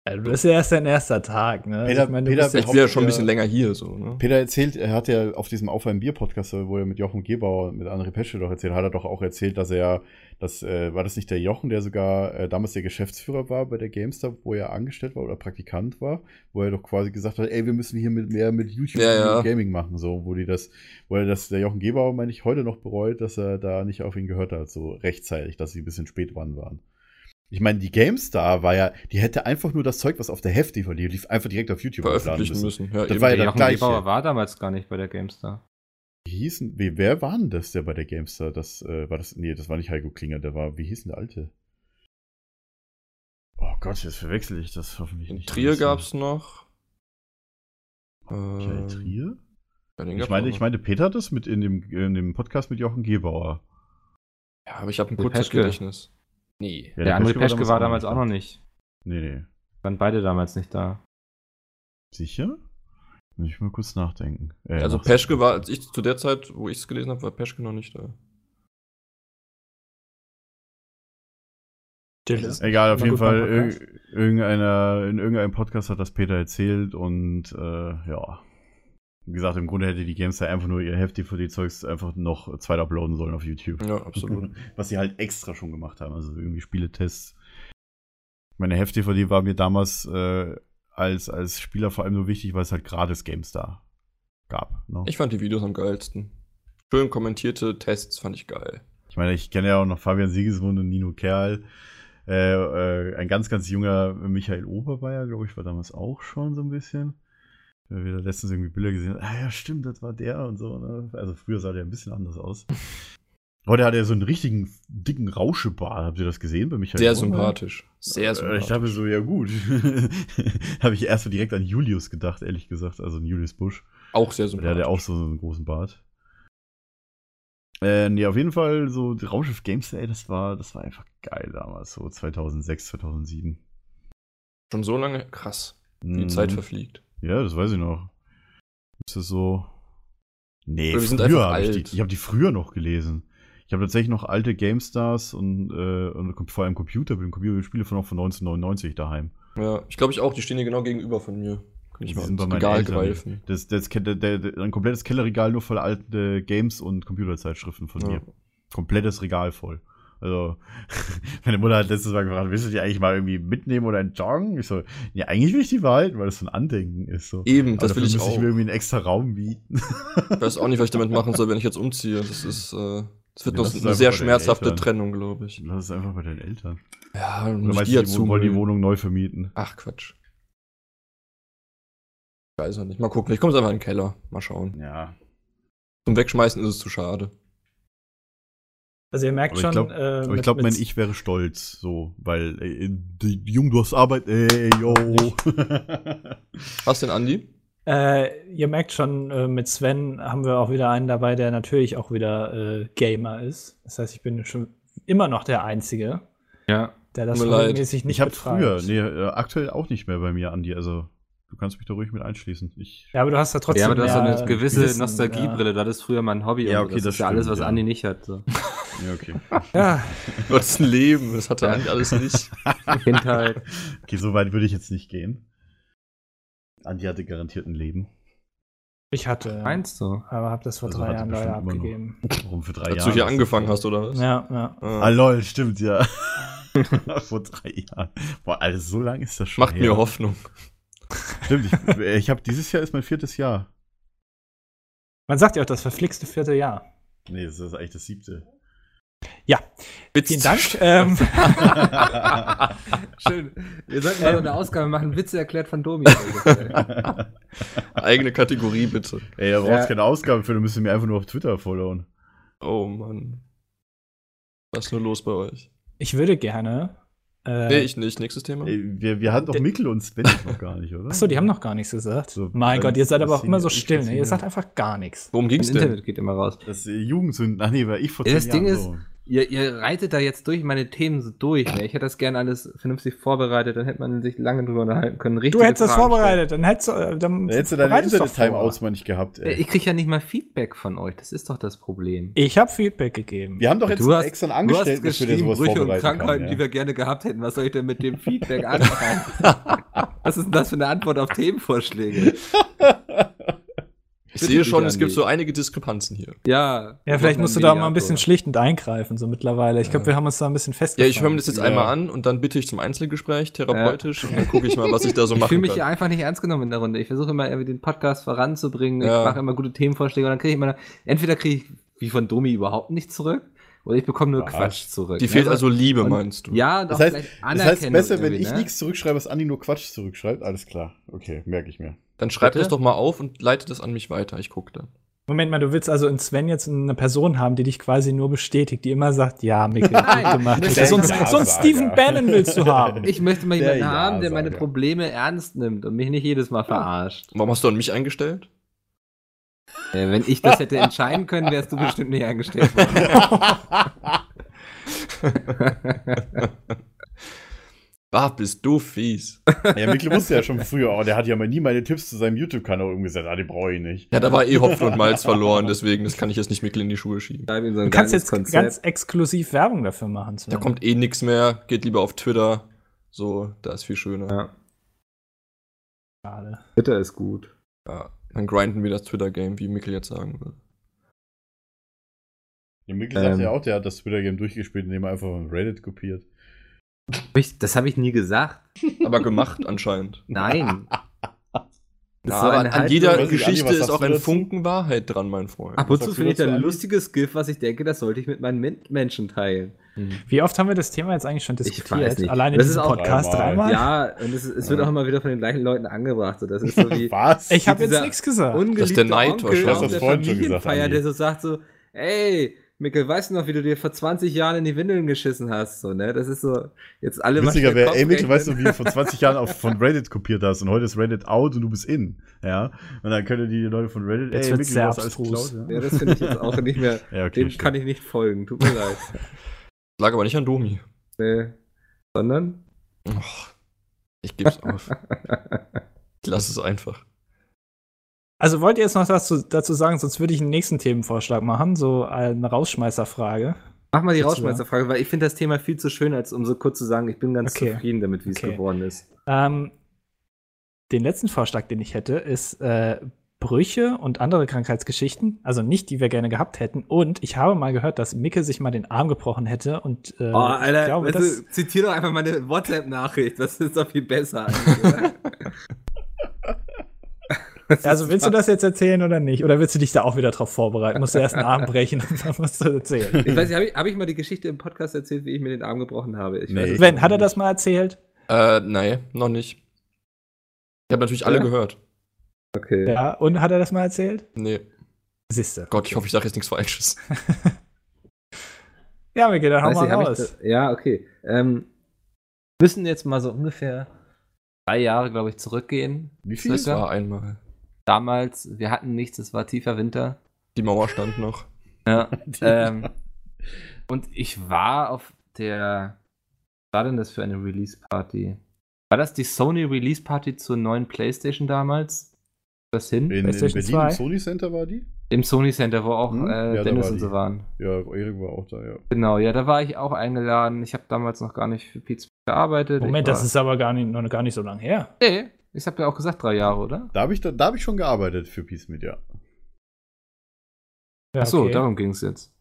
S4: Also, du bist ja erst dein erster Tag, ne?
S3: Peter- Peter
S4: bist
S5: Ich bin ja schon ein bisschen länger hier, so, ne?
S3: Peter erzählt, er hat ja auf diesem Auf ein Bier Podcast, wo er mit Jochen Gebauer, mit André Pesche doch erzählt, hat er doch auch erzählt, dass er, das äh, war das nicht der Jochen, der sogar äh, damals der Geschäftsführer war bei der Gamestar, wo er angestellt war oder Praktikant war, wo er doch quasi gesagt hat, ey, wir müssen hier mit mehr mit YouTube
S5: Ja,
S3: und
S5: ja.
S3: Gaming machen, so, wo die das, wo er das, der Jochen Gebauer, meine ich, heute noch bereut, dass er da nicht auf ihn gehört hat, so rechtzeitig, dass sie ein bisschen spät dran waren. Ich meine, die GameStar war ja, die hätte einfach nur das Zeug, was auf der Hefti war, die lief einfach direkt auf YouTube hochladen
S5: Veröffentlichen müssen. Ja,
S3: Das
S5: eben.
S3: war ja
S2: Der
S3: das
S2: Also Jochen
S3: Gleiche.
S2: Gebauer war damals gar nicht bei der GameStar.
S3: Wie hießen, wie, wer war denn das, der bei der Gamestar? Das äh, war das, nee, das war nicht Heiko Klinger, der war, wie hieß denn der Alte? Oh Gott, jetzt verwechsel ich das hoffentlich
S5: In
S3: nicht.
S5: Trier gab's noch.
S3: Okay,
S5: Ähm,
S3: Trier?
S5: ja, den
S3: Ich
S5: gab's
S3: meine,
S5: auch
S3: ich
S5: noch.
S3: meine, Peter hat das mit in dem, in dem Podcast mit Jochen Gebauer.
S5: Ja, aber ich habe ein
S2: Der
S5: kurzes
S2: Peschke.
S5: Gedächtnis. Nee.
S3: Ja,
S2: der André
S3: Peschke
S2: Peschke war damals auch noch nicht.
S3: Nee, nee.
S2: Waren beide damals nicht da.
S3: Sicher? Muss ich mal kurz nachdenken. Äh,
S5: Also
S3: nachdenken.
S5: Peschke war, als ich zu der Zeit, wo ich es gelesen habe, war Peschke noch nicht da.
S4: Dille.
S3: Egal, auf
S4: War
S3: jeden
S4: gut beim
S3: Fall,
S4: Podcast.
S3: irg irgendeiner, in irgendeinem Podcast hat das Peter erzählt und äh, ja. Wie gesagt, im Grunde hätte die Gamestar einfach nur ihr heftig für die Zeugs einfach noch zweit uploaden sollen auf YouTube.
S5: Ja, absolut.
S3: Was sie halt extra schon gemacht haben, also irgendwie Spieletests. Meine Heft-DVD war mir damals äh, als, als Spieler vor allem nur wichtig, weil es halt gratis GameStar gab. Ne? Ich,
S5: ich fand die Videos am geilsten. Schön kommentierte Tests fand ich geil.
S3: meine, ich kenne ja auch noch Fabian Siegesmund und Nino Kerl. Äh, äh, ein ganz, ganz junger Michael Obermeier, glaube ich, war damals auch schon so ein bisschen. Wenn wir da letztens irgendwie Bilder gesehen haben, ah ja, stimmt, das war der und so. Ne? Also früher sah der ein bisschen anders aus. Heute hat er so einen richtigen dicken Rauschebart. Habt ihr das gesehen bei Michael
S5: Sehr
S3: Obermeier?
S5: sympathisch. Sehr
S3: Äh, Ich
S5: sympathisch.
S3: dachte so, ja gut. Habe ich erst mal direkt an Julius gedacht, ehrlich gesagt. Also an Julius Busch.
S5: Auch sehr
S3: Der hat
S5: sympathisch.
S3: ja auch so einen großen Bart. Äh, nee, auf jeden Fall, so die Raumschiff Games, ey, das war, das war einfach geil damals, so 2006, 2007.
S5: Schon so lange? Krass. Die Zeit verfliegt.
S3: Mhm. Ja, das weiß ich noch. Ist das so? Nee,
S5: Wir sind
S3: früher
S5: einfach
S3: habe ich
S5: alt.
S3: die. Ich habe die früher noch gelesen. Ich habe tatsächlich noch alte GameStars und, äh, und kom- vor allem Computer, mit dem Computer Spiele von noch von 1999 daheim.
S5: Ja, ich glaube ich auch, die stehen hier genau gegenüber von mir. Kann
S3: Die
S5: ich mal
S3: sind
S5: ins
S3: bei meinen
S5: Regal
S3: Eltern.
S5: greifen.
S3: Das, das, der, der, der, ein komplettes Kellerregal nur voll alten Games und Computerzeitschriften von
S5: Ja.
S3: mir. Komplettes Regal voll. Also, meine Mutter hat letztes Mal gefragt, willst du die eigentlich mal irgendwie mitnehmen oder entjoggen? Ich so, ja, eigentlich will ich die behalten, weil das so ein Andenken ist. So.
S5: Eben, das
S3: Aber dafür
S5: will ich
S3: müsste
S5: auch.
S3: Also ich mir irgendwie einen extra Raum bieten.
S5: Ich weiß auch nicht, was ich damit machen soll, wenn ich jetzt umziehe. Das ist, äh, das wird
S3: Ja,
S5: noch
S3: das ist
S5: eine
S3: einfach
S5: sehr
S3: bei den
S5: schmerzhafte
S3: Eltern.
S5: Trennung, glaube ich.
S3: Lass es einfach bei deinen Eltern.
S5: Ja, dann
S3: Oder
S5: muss
S3: meinst
S5: ich
S3: du,
S5: die ja
S3: die Wohnung- wollen die
S5: zumüllen.
S3: Wohnung neu vermieten?
S5: Ach Quatsch. Ich weiß noch nicht. Mal gucken. Ich komme einfach in den Keller. Mal schauen.
S3: Ja.
S5: Zum Wegschmeißen ist es zu schade.
S4: Also ihr merkt
S3: Aber ich
S4: schon,
S3: glaub-
S4: äh,
S3: Aber
S4: mit-
S3: ich glaube,
S4: mit-
S3: mein Ich wäre stolz, so, weil, äh, die, Jung, du hast Arbeit, ey, yo.
S5: Was denn, Andi?
S4: Äh, ihr merkt schon, äh, mit Sven haben wir auch wieder einen dabei, der natürlich auch wieder äh, Gamer ist. Das heißt, ich bin schon immer noch der Einzige,
S2: Ja.
S4: der das
S5: Tut mir leid.
S4: regelmäßig nicht
S3: ich habe früher,
S4: betreibt.
S3: nee, äh, aktuell auch nicht mehr bei mir, Andi. Also du kannst mich da ruhig mit einschließen. Ich,
S4: Ja, aber du hast da trotzdem
S2: Ja, aber du hast so
S4: mehr
S2: eine gewisse
S4: Wissen,
S2: Nostalgiebrille. Das ist früher mein Hobby.
S3: Ja,
S2: und
S3: okay,
S2: das,
S3: das
S2: ist ja alles,
S3: stimmt,
S2: was
S3: ja.
S2: Andi nicht hat. So.
S3: ja, okay.
S4: Ja.
S5: Du hattest ein Leben. Das hatte Andi alles nicht.
S2: Kindheit.
S3: Okay, so weit würde ich jetzt nicht gehen. Andi hatte garantiert ein Leben.
S4: ich hatte,
S2: Meinst du?
S4: aber habe das vor
S3: Also
S4: drei
S3: hat er
S4: Jahren leider
S3: bestimmt immer noch.
S4: abgegeben.
S3: Warum für drei
S5: Als
S3: Jahre?
S5: du hier
S3: das
S5: angefangen
S3: ist-
S5: hast, oder was?
S4: Ja, ja.
S5: Äh,
S3: Ah, lol, stimmt, ja. Vor drei Jahren. Boah, Alter, so lange ist das schon.
S5: Macht mir
S3: her.
S5: Hoffnung.
S3: Stimmt, ich, ich habe dieses Jahr ist mein viertes Jahr.
S4: Man sagt ja auch das verflixte vierte Jahr.
S3: Nee, das ist eigentlich das siebte.
S5: Witz
S4: Vielen
S5: zu
S4: Dank.
S5: sch-
S4: ähm,
S2: Schön. Wir sollten mal so eine Ausgabe machen. Witze erklärt von Domi. Folge.
S5: Eigene Kategorie, bitte.
S3: Ey, da brauchst
S2: Ja.
S3: keine Ausgabe für, du müsstest mir einfach nur auf Twitter followen.
S5: Oh Mann. Was ist nur los bei euch?
S4: ich würde gerne. Äh,
S5: Nee, ich nicht. Nächstes Thema.
S3: Ey, wir, wir hatten doch
S4: Der-
S3: Mikkel und Sven noch gar nicht, oder?
S4: Achso, die haben noch gar nichts gesagt.
S3: So,
S4: mein
S3: ähm,
S4: Gott, ihr seid aber auch
S3: Christine,
S4: immer so
S3: ich,
S4: still. Ne?
S3: Christine.
S4: Ihr sagt einfach gar nichts.
S5: Worum
S2: Das
S5: ging's denn?
S2: Internet geht immer raus.
S3: Das äh, Jugendsünden. Ach nee, war ich vor
S2: Ja,
S3: zehn
S2: das Ding
S3: Jahren
S2: ist-
S3: so.
S2: Ihr, ihr reitet da jetzt durch meine Themen so durch. Ne? Ich hätte das gerne alles vernünftig vorbereitet, dann hätte man sich lange drüber unterhalten können.
S4: Du
S2: Richtige
S4: hättest das
S2: Fragen
S4: vorbereitet, dann hättest du. äh, Dann
S3: Dann hättest du deine
S4: bereitest doch
S3: Internet-Timeouts
S4: vor.
S3: mal nicht gehabt.
S2: stellen.
S3: Ey.
S2: Äh, Ich kriege ja nicht mal Feedback von euch, das ist doch das Problem.
S4: Ich habe Feedback gegeben.
S3: Wir haben doch jetzt
S2: Du hast-
S3: extra einen
S2: Du hast
S3: Angestellten, dass wir dir
S2: geschrieben,
S3: sowas
S2: Brüche und
S3: vorbereiten
S2: Krankheiten,
S3: können.
S2: die
S3: Ja.
S2: wir gerne gehabt hätten. Was soll ich denn mit dem Feedback anfangen? Was ist denn das für eine Antwort auf Themenvorschläge?
S5: Ich
S2: Bitte
S5: sehe schon,
S2: nicht
S5: es gibt
S2: anlegen.
S5: so einige Diskrepanzen hier.
S2: Ja.
S4: Ja, vielleicht musst du da mal ein
S2: schlimm.
S4: bisschen schlichtend eingreifen, so mittlerweile. Ich glaube, wir haben uns da ein bisschen
S5: Ja,
S4: festgefahren.
S5: ich höre mir das jetzt
S3: Ja.
S5: einmal an und dann bitte ich zum Einzelgespräch, therapeutisch, und dann gucke ich mal, was ich da so
S2: Ich
S5: machen
S2: fühle mich
S5: kann.
S2: hier einfach nicht ernst genommen in der Runde. Ich versuche immer irgendwie den Podcast voranzubringen.
S5: Ja.
S2: Ich mache immer gute Themenvorschläge und dann kriege ich immer, entweder kriege ich wie von Domi überhaupt nichts zurück oder ich bekomme nur
S3: Was?
S2: Quatsch zurück.
S5: Die fehlt
S2: Ja,
S5: also Liebe,
S2: ne? und-
S5: meinst du?
S2: Ja, doch
S3: Das heißt,
S2: vielleicht
S3: das heißt besser, wenn
S2: irgendwie,
S3: ich
S2: ne?
S3: nichts zurückschreibe, als Andi nur Quatsch zurückschreibt. Alles klar. Okay, merke ich mir.
S5: Dann schreib
S2: Bitte?
S5: das doch mal auf und leite das an mich weiter. Ich gucke dann.
S4: Moment mal, du willst also in Sven jetzt eine Person haben, die dich quasi nur bestätigt, die immer sagt, ja, Mikkel, gut gemacht.
S2: das
S4: So ein-
S3: ist ein
S4: so
S3: Ja-Sager.
S4: ein Steven Bannon willst du haben.
S2: Ich möchte mal jemanden
S3: Der
S2: haben, der meine
S3: Ja-Sager.
S2: Probleme ernst nimmt und mich nicht jedes Mal verarscht.
S5: Warum hast du an mich eingestellt?
S2: Äh, wenn ich das hätte entscheiden können, wärst du bestimmt nicht angestellt worden.
S5: Ah, bist du fies.
S3: Ja, Mikkel wusste ja schon früher, oh, der hat ja mal nie meine Tipps zu seinem YouTube-Kanal umgesetzt. Ah, die brauche ich nicht.
S5: Ja, da war eh Hopfen und Malz verloren, deswegen, das kann ich jetzt nicht Mickel in die Schuhe schieben.
S2: Schreib ihm so ein
S4: Du kannst
S2: geiles
S4: jetzt ganz exklusiv Werbung dafür machen. Sven.
S5: Da kommt eh nichts mehr, geht lieber auf Twitter. So, da ist viel schöner.
S2: ja.
S4: Schade.
S2: Twitter ist gut.
S5: Ja, dann grinden wir das Twitter-Game, wie Mickel jetzt sagen würde.
S3: Ja, Mikkel sagt
S2: Ähm.
S3: ja auch, der hat das Twitter-Game durchgespielt, indem er einfach von Reddit kopiert.
S2: Hab ich- Das habe ich nie gesagt.
S5: Aber gemacht anscheinend.
S2: Nein. Das
S5: Ja,
S2: war eine
S5: aber an
S2: halb-
S5: jeder
S3: Weiß ich, Andi,
S5: Geschichte
S3: was
S5: ist
S3: sagst
S5: auch
S3: du
S5: ein
S3: dazu?
S5: Funken Wahrheit dran, mein Freund.
S2: Ab und
S3: sagst
S2: zu
S3: du
S2: finde ich
S3: dazu,
S2: dann ein
S3: Ali?
S2: lustiges GIF, was ich denke, das sollte ich mit meinen Mit- Menschen teilen.
S4: Wie oft haben wir das Thema jetzt eigentlich schon
S2: Ich
S4: diskutiert?
S2: weiß nicht.
S4: Alleine
S2: Das
S4: diesen
S2: ist auch
S4: Podcast
S3: dreimal.
S4: dreimal?
S2: Ja, und es, es wird auch immer wieder von den gleichen Leuten angebracht. So, das ist so wie
S3: Was?
S4: Ich habe jetzt
S2: Dieser
S4: nichts gesagt.
S5: Das
S2: ungeliebter
S5: ist der Neid
S2: Onkel
S5: wahrscheinlich.
S2: auf
S3: Das hast
S2: der
S3: du vorhin schon gesagt,
S2: Familienfeier,
S3: Andi.
S2: der so sagt so, ey, Mikkel, weißt du noch, wie du dir vor 20 Jahren in die Windeln geschissen hast? So, ne? Das ist so, jetzt alle mal
S3: Witziger
S2: schnell
S3: wäre, ey
S2: Kopf ne?
S3: Mikkel, weißt du,
S2: rechnen.
S3: wie du vor 20 Jahren auf, von Reddit kopiert hast und heute ist Reddit out und du bist in. Ja. Und dann können die Leute von Reddit,
S4: Jetzt
S3: ey Mikkel,
S4: wird's
S3: du
S4: sehr
S3: hast alles
S4: abstrus.
S3: geklaut. Ja.
S2: Ja, das finde ich jetzt auch nicht mehr.
S3: Ja, okay,
S2: Dem kann ich nicht folgen, tut mir leid.
S5: Lag aber nicht an Domi.
S2: Nee. Sondern?
S5: Och, ich geb's auf. Ich lass es einfach.
S4: Also wollt ihr jetzt noch dazu, dazu sagen, sonst würde ich einen nächsten Themenvorschlag machen, so eine Rausschmeißerfrage.
S2: Mach mal die
S4: Jetzt,
S2: Rausschmeißerfrage, weil ich finde das Thema viel zu schön, als um so kurz zu sagen, ich bin ganz
S4: Okay.
S2: zufrieden damit, wie es
S4: Okay.
S2: geworden ist.
S4: Ähm, den letzten Vorschlag, den ich hätte, ist äh, Brüche und andere Krankheitsgeschichten, also nicht, die wir gerne gehabt hätten. Und ich habe mal gehört, dass Micke sich mal den Arm gebrochen hätte und äh,
S2: Oh, Alter,
S4: ich glaube,
S2: weißt
S4: das,
S2: du, zitier doch einfach meine WhatsApp-Nachricht, das ist doch viel besser. eigentlich, oder? Das
S4: also
S2: ist
S4: willst du das jetzt erzählen oder nicht? Oder willst du dich da auch wieder drauf vorbereiten? Musst du erst einen Arm brechen und dann musst du erzählen.
S2: Ich weiß nicht, habe ich, hab ich mal die Geschichte im Podcast erzählt, wie ich mir den Arm gebrochen habe? Ich
S3: Nee.
S2: weiß es
S4: Sven, hat er
S2: nicht.
S4: das mal erzählt?
S5: Äh, nein, noch nicht. Ich habe natürlich alle
S2: Ja?
S5: gehört.
S2: Okay.
S4: Ja, und hat er das mal erzählt?
S5: Nee,
S4: Siehste.
S5: Gott, ich hoffe, ich sage jetzt nichts Falsches.
S4: Ja, Micke, dann hau
S2: Weiß
S4: mal
S2: nicht, hab ich
S4: raus.
S2: das- ja, okay. Ähm, müssen jetzt mal so ungefähr drei Jahre, glaube ich, zurückgehen.
S3: Wie viel?
S5: Das
S2: Circa.
S5: war einmal.
S2: Damals, wir hatten nichts, es war tiefer Winter.
S5: Die Mauer stand noch.
S2: Ja. ähm, und ich war auf der. Was war denn das für eine Release Party? War das die Sony Release Party zur neuen PlayStation damals? Das hin?
S3: In, in
S4: PlayStation
S3: Berlin
S4: 2?
S3: im Sony Center war die?
S2: Im Sony Center, wo auch
S3: Hm?
S2: äh,
S3: Ja, da
S2: Dennis
S3: war
S2: und so
S3: die.
S2: waren.
S3: Ja, Erik war auch da, ja.
S2: Genau, ja, da war ich auch eingeladen. Ich habe damals noch gar nicht für Pizza gearbeitet.
S4: Moment,
S2: ich war,
S4: das ist aber gar nicht, noch gar nicht so lange her.
S2: Nee, ich habe ja auch gesagt, drei Jahre, oder?
S3: Da habe ich, da, da hab ich schon gearbeitet für Peace Media.
S4: Ja,
S2: Achso,
S4: okay.
S2: darum ging es jetzt.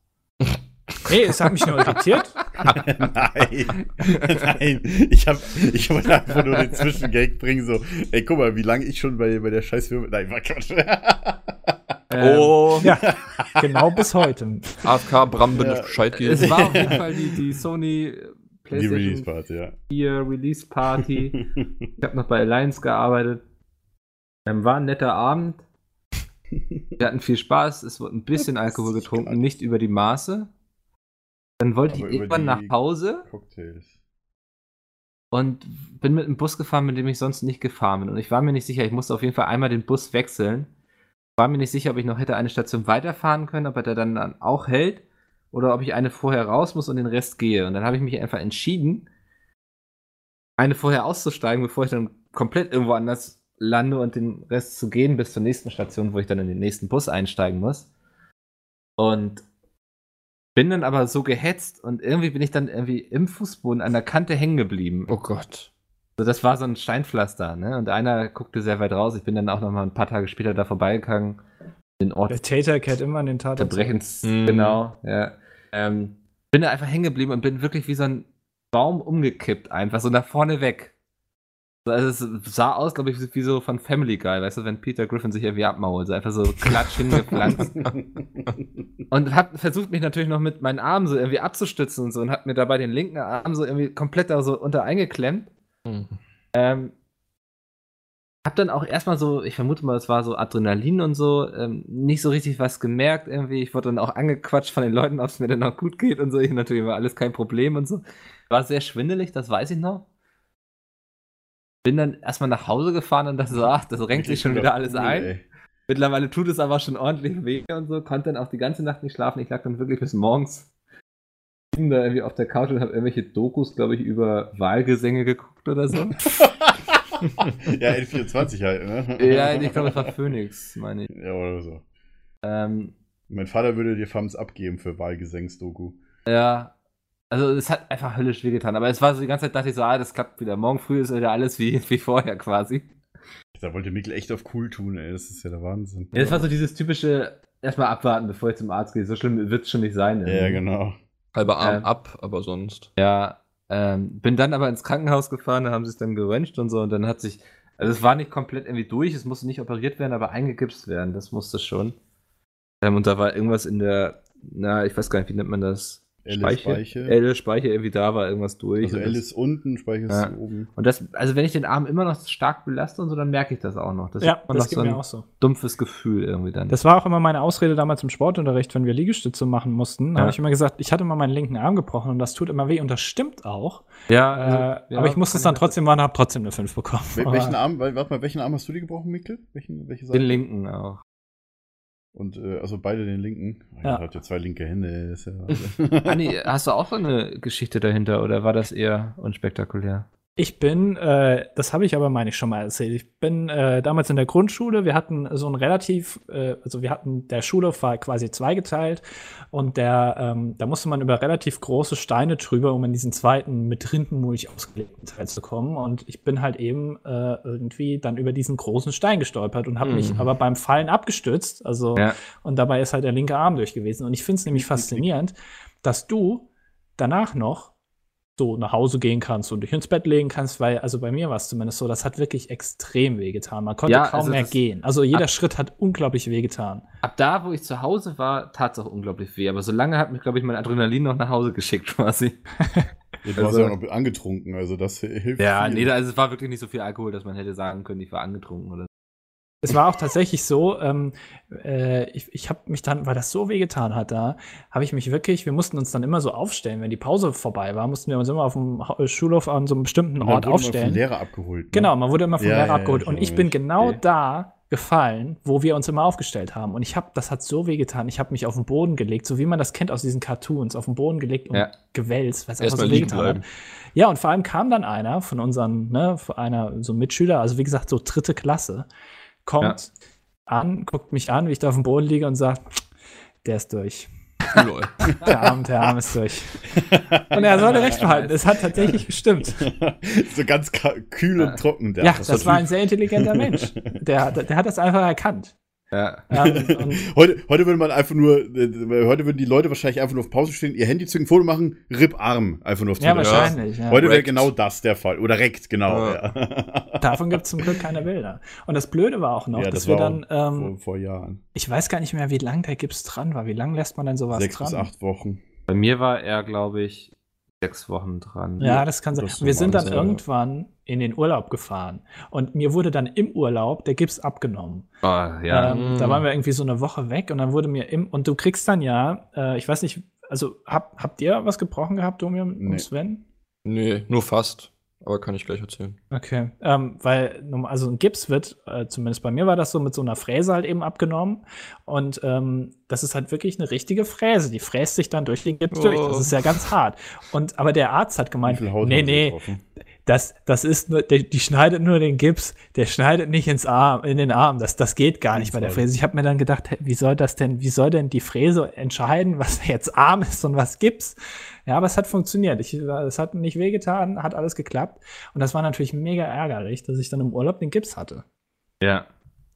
S4: Nee, es hat mich nur irritiert.
S3: Nein, nein. Ich, hab, ich wollte einfach nur den Zwischengag bringen, so, ey, guck mal, wie lange ich schon bei, bei der scheiß Firma. Nein, war Quatsch.
S5: oh,
S2: Ähm,
S4: ja. genau bis heute.
S5: AFK Bram bin
S3: Ja.
S5: ich Bescheid
S2: Ähm, es
S5: geben.
S2: war auf jeden Fall die, die Sony
S3: Die Release
S2: PlayStation
S3: Party, ja.
S2: 4 Release Party. Ich habe noch bei Alliance gearbeitet. Ähm, war ein netter Abend. Wir hatten viel Spaß. Es wurde ein bisschen Alkohol getrunken, nicht über die Maße. Dann wollte
S3: Aber über
S2: ich irgendwann nach
S3: die-
S2: Hause
S3: Cocktails.
S2: und bin mit einem Bus gefahren, mit dem ich sonst nicht gefahren bin. Und ich war mir nicht sicher, ich musste auf jeden Fall einmal den Bus wechseln. War mir nicht sicher, ob ich noch hätte eine Station weiterfahren können, ob er da dann auch hält oder ob ich eine vorher raus muss und den Rest gehe. Und dann habe ich mich einfach entschieden, eine vorher auszusteigen, bevor ich dann komplett irgendwo anders lande und den Rest zu gehen bis zur nächsten Station, wo ich dann in den nächsten Bus einsteigen muss. Und bin dann aber so gehetzt und irgendwie bin ich dann irgendwie im Fußboden an der Kante hängen geblieben.
S5: Oh Gott.
S2: So, das war so ein Steinpflaster, ne? Und einer guckte sehr weit raus. Ich bin dann auch noch mal ein paar Tage später da vorbeigegangen. Den Ort
S4: Der Täter kehrt immer an den Tatort. zurück.
S2: Verbrechens,
S5: Mhm.
S2: genau. Ja. Ähm, bin da einfach hängen geblieben und bin wirklich wie so ein Baum umgekippt, einfach so nach vorne weg. So, Also es sah aus, glaube ich, wie so von Family Guy, weißt du, wenn Peter Griffin sich irgendwie abmault, so einfach so klatsch hingepflanzt. und hab versucht mich natürlich noch mit meinen Armen so irgendwie abzustützen und so und hab mir dabei den linken Arm so irgendwie komplett da so unter eingeklemmt.
S5: Hm.
S2: Ähm, hab dann auch erstmal so, ich vermute mal, es war so Adrenalin und so, ähm, nicht so richtig was gemerkt irgendwie. Ich wurde dann auch angequatscht von den Leuten, ob es mir denn noch gut geht und so. Ich natürlich war alles kein Problem und so. War sehr schwindelig, das weiß ich noch. Bin dann erstmal nach Hause gefahren und das so, ach, das renkt sich schon wieder alles ein. Mittlerweile tut es aber schon ordentlich weh und so, konnte dann auch die ganze Nacht nicht schlafen. Ich lag dann wirklich bis morgens liegen da irgendwie auf der Couch und habe irgendwelche Dokus, glaube ich, über Wahlgesänge geguckt oder so.
S6: ja, N24 halt, ne?
S2: ja, ich glaube, das war Phoenix, meine ich.
S6: Ja, oder so.
S2: Ähm,
S6: Mein Vater würde dir Thumbs abgeben für Wahlgesängsdoku.
S2: ja, also es hat einfach höllisch wehgetan. Aber es war so die ganze Zeit, dachte ich so, ah, das klappt wieder. Morgen früh ist wieder alles wie, wie vorher quasi.
S6: Da wollte Mikkel echt auf cool tun, ey. Das ist ja der Wahnsinn.
S2: Ja, das war so dieses typische, erstmal abwarten, bevor ich zum Arzt gehe. So schlimm wird es schon nicht sein. ne?
S6: Ja,
S2: irgendwie.
S6: genau.
S5: Halber Arm
S2: Ähm.
S5: ab, aber sonst.
S2: Ja, ähm, bin dann aber ins Krankenhaus gefahren, da haben sie es dann geröntgt und so und dann hat sich, also es war nicht komplett irgendwie durch, es musste nicht operiert werden, aber eingegipst werden, das musste schon. Ähm, und da war irgendwas in der, na, ich weiß gar nicht, wie nennt man das?
S6: Elle Speiche.
S2: Elle Speiche irgendwie da war irgendwas durch.
S6: Also
S2: und
S6: L
S2: das-
S6: ist unten, Speicher ist
S2: Ja.
S6: oben.
S2: und das, also wenn ich den Arm immer noch stark belaste und so, dann merke ich das auch noch. Das
S4: Ja,
S2: ist immer
S4: das
S2: noch so
S4: ging
S2: ein
S4: mir auch so.
S2: dumpfes Gefühl irgendwie dann.
S4: Das war auch immer meine Ausrede damals im Sportunterricht, wenn wir Liegestütze machen mussten. Da
S2: Ja.
S4: habe ich immer gesagt, ich hatte mal meinen linken Arm gebrochen und das tut immer weh und das stimmt auch.
S2: ja,
S4: Äh,
S2: also, ja,
S4: aber ich musste es dann
S2: kann
S4: trotzdem machen und habe trotzdem eine 5 bekommen.
S6: Wel-
S4: Aber-
S6: Welchen Arm, weil- warte mal, welchen Arm hast du dir gebrochen, Mikkel? Welchen, welche Seite?
S2: Den linken auch.
S6: Und äh, also beide den linken. Oh,
S4: Ja.
S6: Er hat ja zwei linke Hände. Ist ja
S2: Anni, hast du auch so eine Geschichte dahinter oder war das eher unspektakulär?
S4: Ich bin, äh, das habe ich aber, meine ich, schon mal erzählt. Ich bin äh, damals in der Grundschule, wir hatten so ein relativ, äh, also wir hatten, der Schulhof war quasi zweigeteilt und der, ähm, da musste man über relativ große Steine drüber, um in diesen zweiten mit Rindenmulch ausgelegten Teil zu kommen. Und ich bin halt eben äh, irgendwie dann über diesen großen Stein gestolpert und habe mich
S5: Mhm.
S4: aber beim Fallen abgestützt. Also,
S2: Ja.
S4: und dabei ist halt der linke Arm durch gewesen. Und ich finde es nämlich faszinierend, dass du danach noch so nach Hause gehen kannst und dich ins Bett legen kannst, weil, also bei mir war es zumindest so, das hat wirklich extrem wehgetan. Man konnte
S2: Ja,
S4: kaum
S2: also
S4: mehr
S2: das-
S4: gehen. Also jeder
S2: Ab-
S4: Schritt hat unglaublich wehgetan.
S2: Ab da, wo ich zu Hause war, tat es auch unglaublich weh. Aber so lange hat mich, glaube ich, mein Adrenalin noch nach Hause geschickt quasi.
S6: Ja, du
S2: Also-
S6: hast ja auch noch angetrunken, also das hilft.
S2: Ja,
S6: viel.
S2: nee, da- also es war wirklich nicht so viel Alkohol, dass man hätte sagen können, ich war angetrunken oder so.
S4: Es war auch tatsächlich so, ähm, äh, ich, ich habe mich dann, weil das so wehgetan hat da, habe ich mich wirklich, wir mussten uns dann immer so aufstellen, wenn die Pause vorbei war, mussten wir uns immer auf dem Ha- Schulhof an so einem bestimmten
S6: Und dann
S4: Ort
S6: wurde man vom
S4: aufstellen.
S6: Lehrer abgeholt. Ne?
S4: Genau, man wurde immer vom
S6: Ja,
S4: Lehrer
S6: ja,
S4: abgeholt.
S6: ich
S4: und ich
S6: erinnere
S4: bin
S6: mich.
S4: genau
S6: Okay.
S4: da gefallen, wo wir uns immer aufgestellt haben. Und ich habe, das hat so wehgetan. Ich habe mich auf den Boden gelegt, so wie man das kennt aus diesen Cartoons, auf den Boden gelegt und
S2: Ja.
S4: gewälzt, weil es einfach
S5: Erstmal
S4: so
S5: liegen
S4: wehgetan hat.
S5: bleiben.
S4: Ja, und vor allem kam dann einer von unseren, ne, von einer, so Mitschüler, also wie gesagt, so dritte Klasse, kommt an, guckt mich an, wie ich da auf dem Boden liege und sagt, der ist durch.
S5: Lol.
S4: Der Arm, der Arm ist durch. Und er sollte recht behalten. Es hat tatsächlich gestimmt.
S6: so ganz ka- kühl und trocken. Der
S4: Ja,
S6: Arm.
S4: das, war ein sehr intelligenter Mensch. Der, der, der hat das einfach erkannt.
S2: Ja.
S4: Ähm, und
S6: Heute, heute würde man einfach nur, äh, heute würden die Leute wahrscheinlich einfach nur auf Pause stehen, ihr Handy zücken, Foto machen, Rip Arm, einfach nur auf
S4: ja,
S6: Twitter.
S4: wahrscheinlich. Ja.
S6: Heute wäre
S5: Rekt.
S6: genau das der Fall. Oder rekt, genau.
S5: Ja.
S6: Ja.
S4: Davon gibt es zum Glück keine Bilder. Und das Blöde war auch noch,
S6: Ja,
S4: dass
S6: das
S4: wir
S6: war
S4: dann,
S6: vor,
S4: ähm,
S6: vor Jahren.
S4: ich weiß gar nicht mehr, wie lang der Gips dran war. Wie lange lässt man denn sowas
S6: Sechs
S4: dran?
S6: bis acht Wochen.
S2: Bei mir war er, glaube ich, sechs Wochen dran.
S4: Ja, das kann sein.
S6: Das ist
S4: wir sind dann
S6: normal, ja.
S4: irgendwann in den Urlaub gefahren und mir wurde dann im Urlaub der Gips abgenommen.
S2: Ah, ja.
S4: ähm,
S5: Mm.
S4: Da waren wir irgendwie so eine Woche weg und dann wurde mir im und du kriegst dann ja, äh, ich weiß nicht, also hab, habt ihr was gebrochen gehabt, Domian
S6: Nee.
S4: und Sven?
S5: Nee, nur fast. aber kann ich gleich erzählen.
S4: Okay, ähm, weil, nun- also ein Gips wird, äh, zumindest bei mir war das so, mit so einer Fräse halt eben abgenommen. Und ähm, das ist halt wirklich eine richtige Fräse. Die fräst sich dann durch den Gips durch. Das
S5: Oh.
S4: ist ja ganz hart. Und, aber der Arzt hat gemeint, nee,
S3: haben Sie
S4: nee,
S3: getroffen?
S4: das, das ist nur, der, die schneidet nur den Gips, der schneidet nicht ins Arm, in den Arm. Das, das geht gar nicht bei der Fräse. Ich habe mir dann gedacht, hä, wie soll das denn, wie soll denn die Fräse entscheiden, was jetzt Arm ist und was Gips? Ja, aber es hat funktioniert. Ich, es hat nicht wehgetan, hat alles geklappt. Und das war natürlich mega ärgerlich, dass ich dann im Urlaub den Gips hatte.
S2: Ja.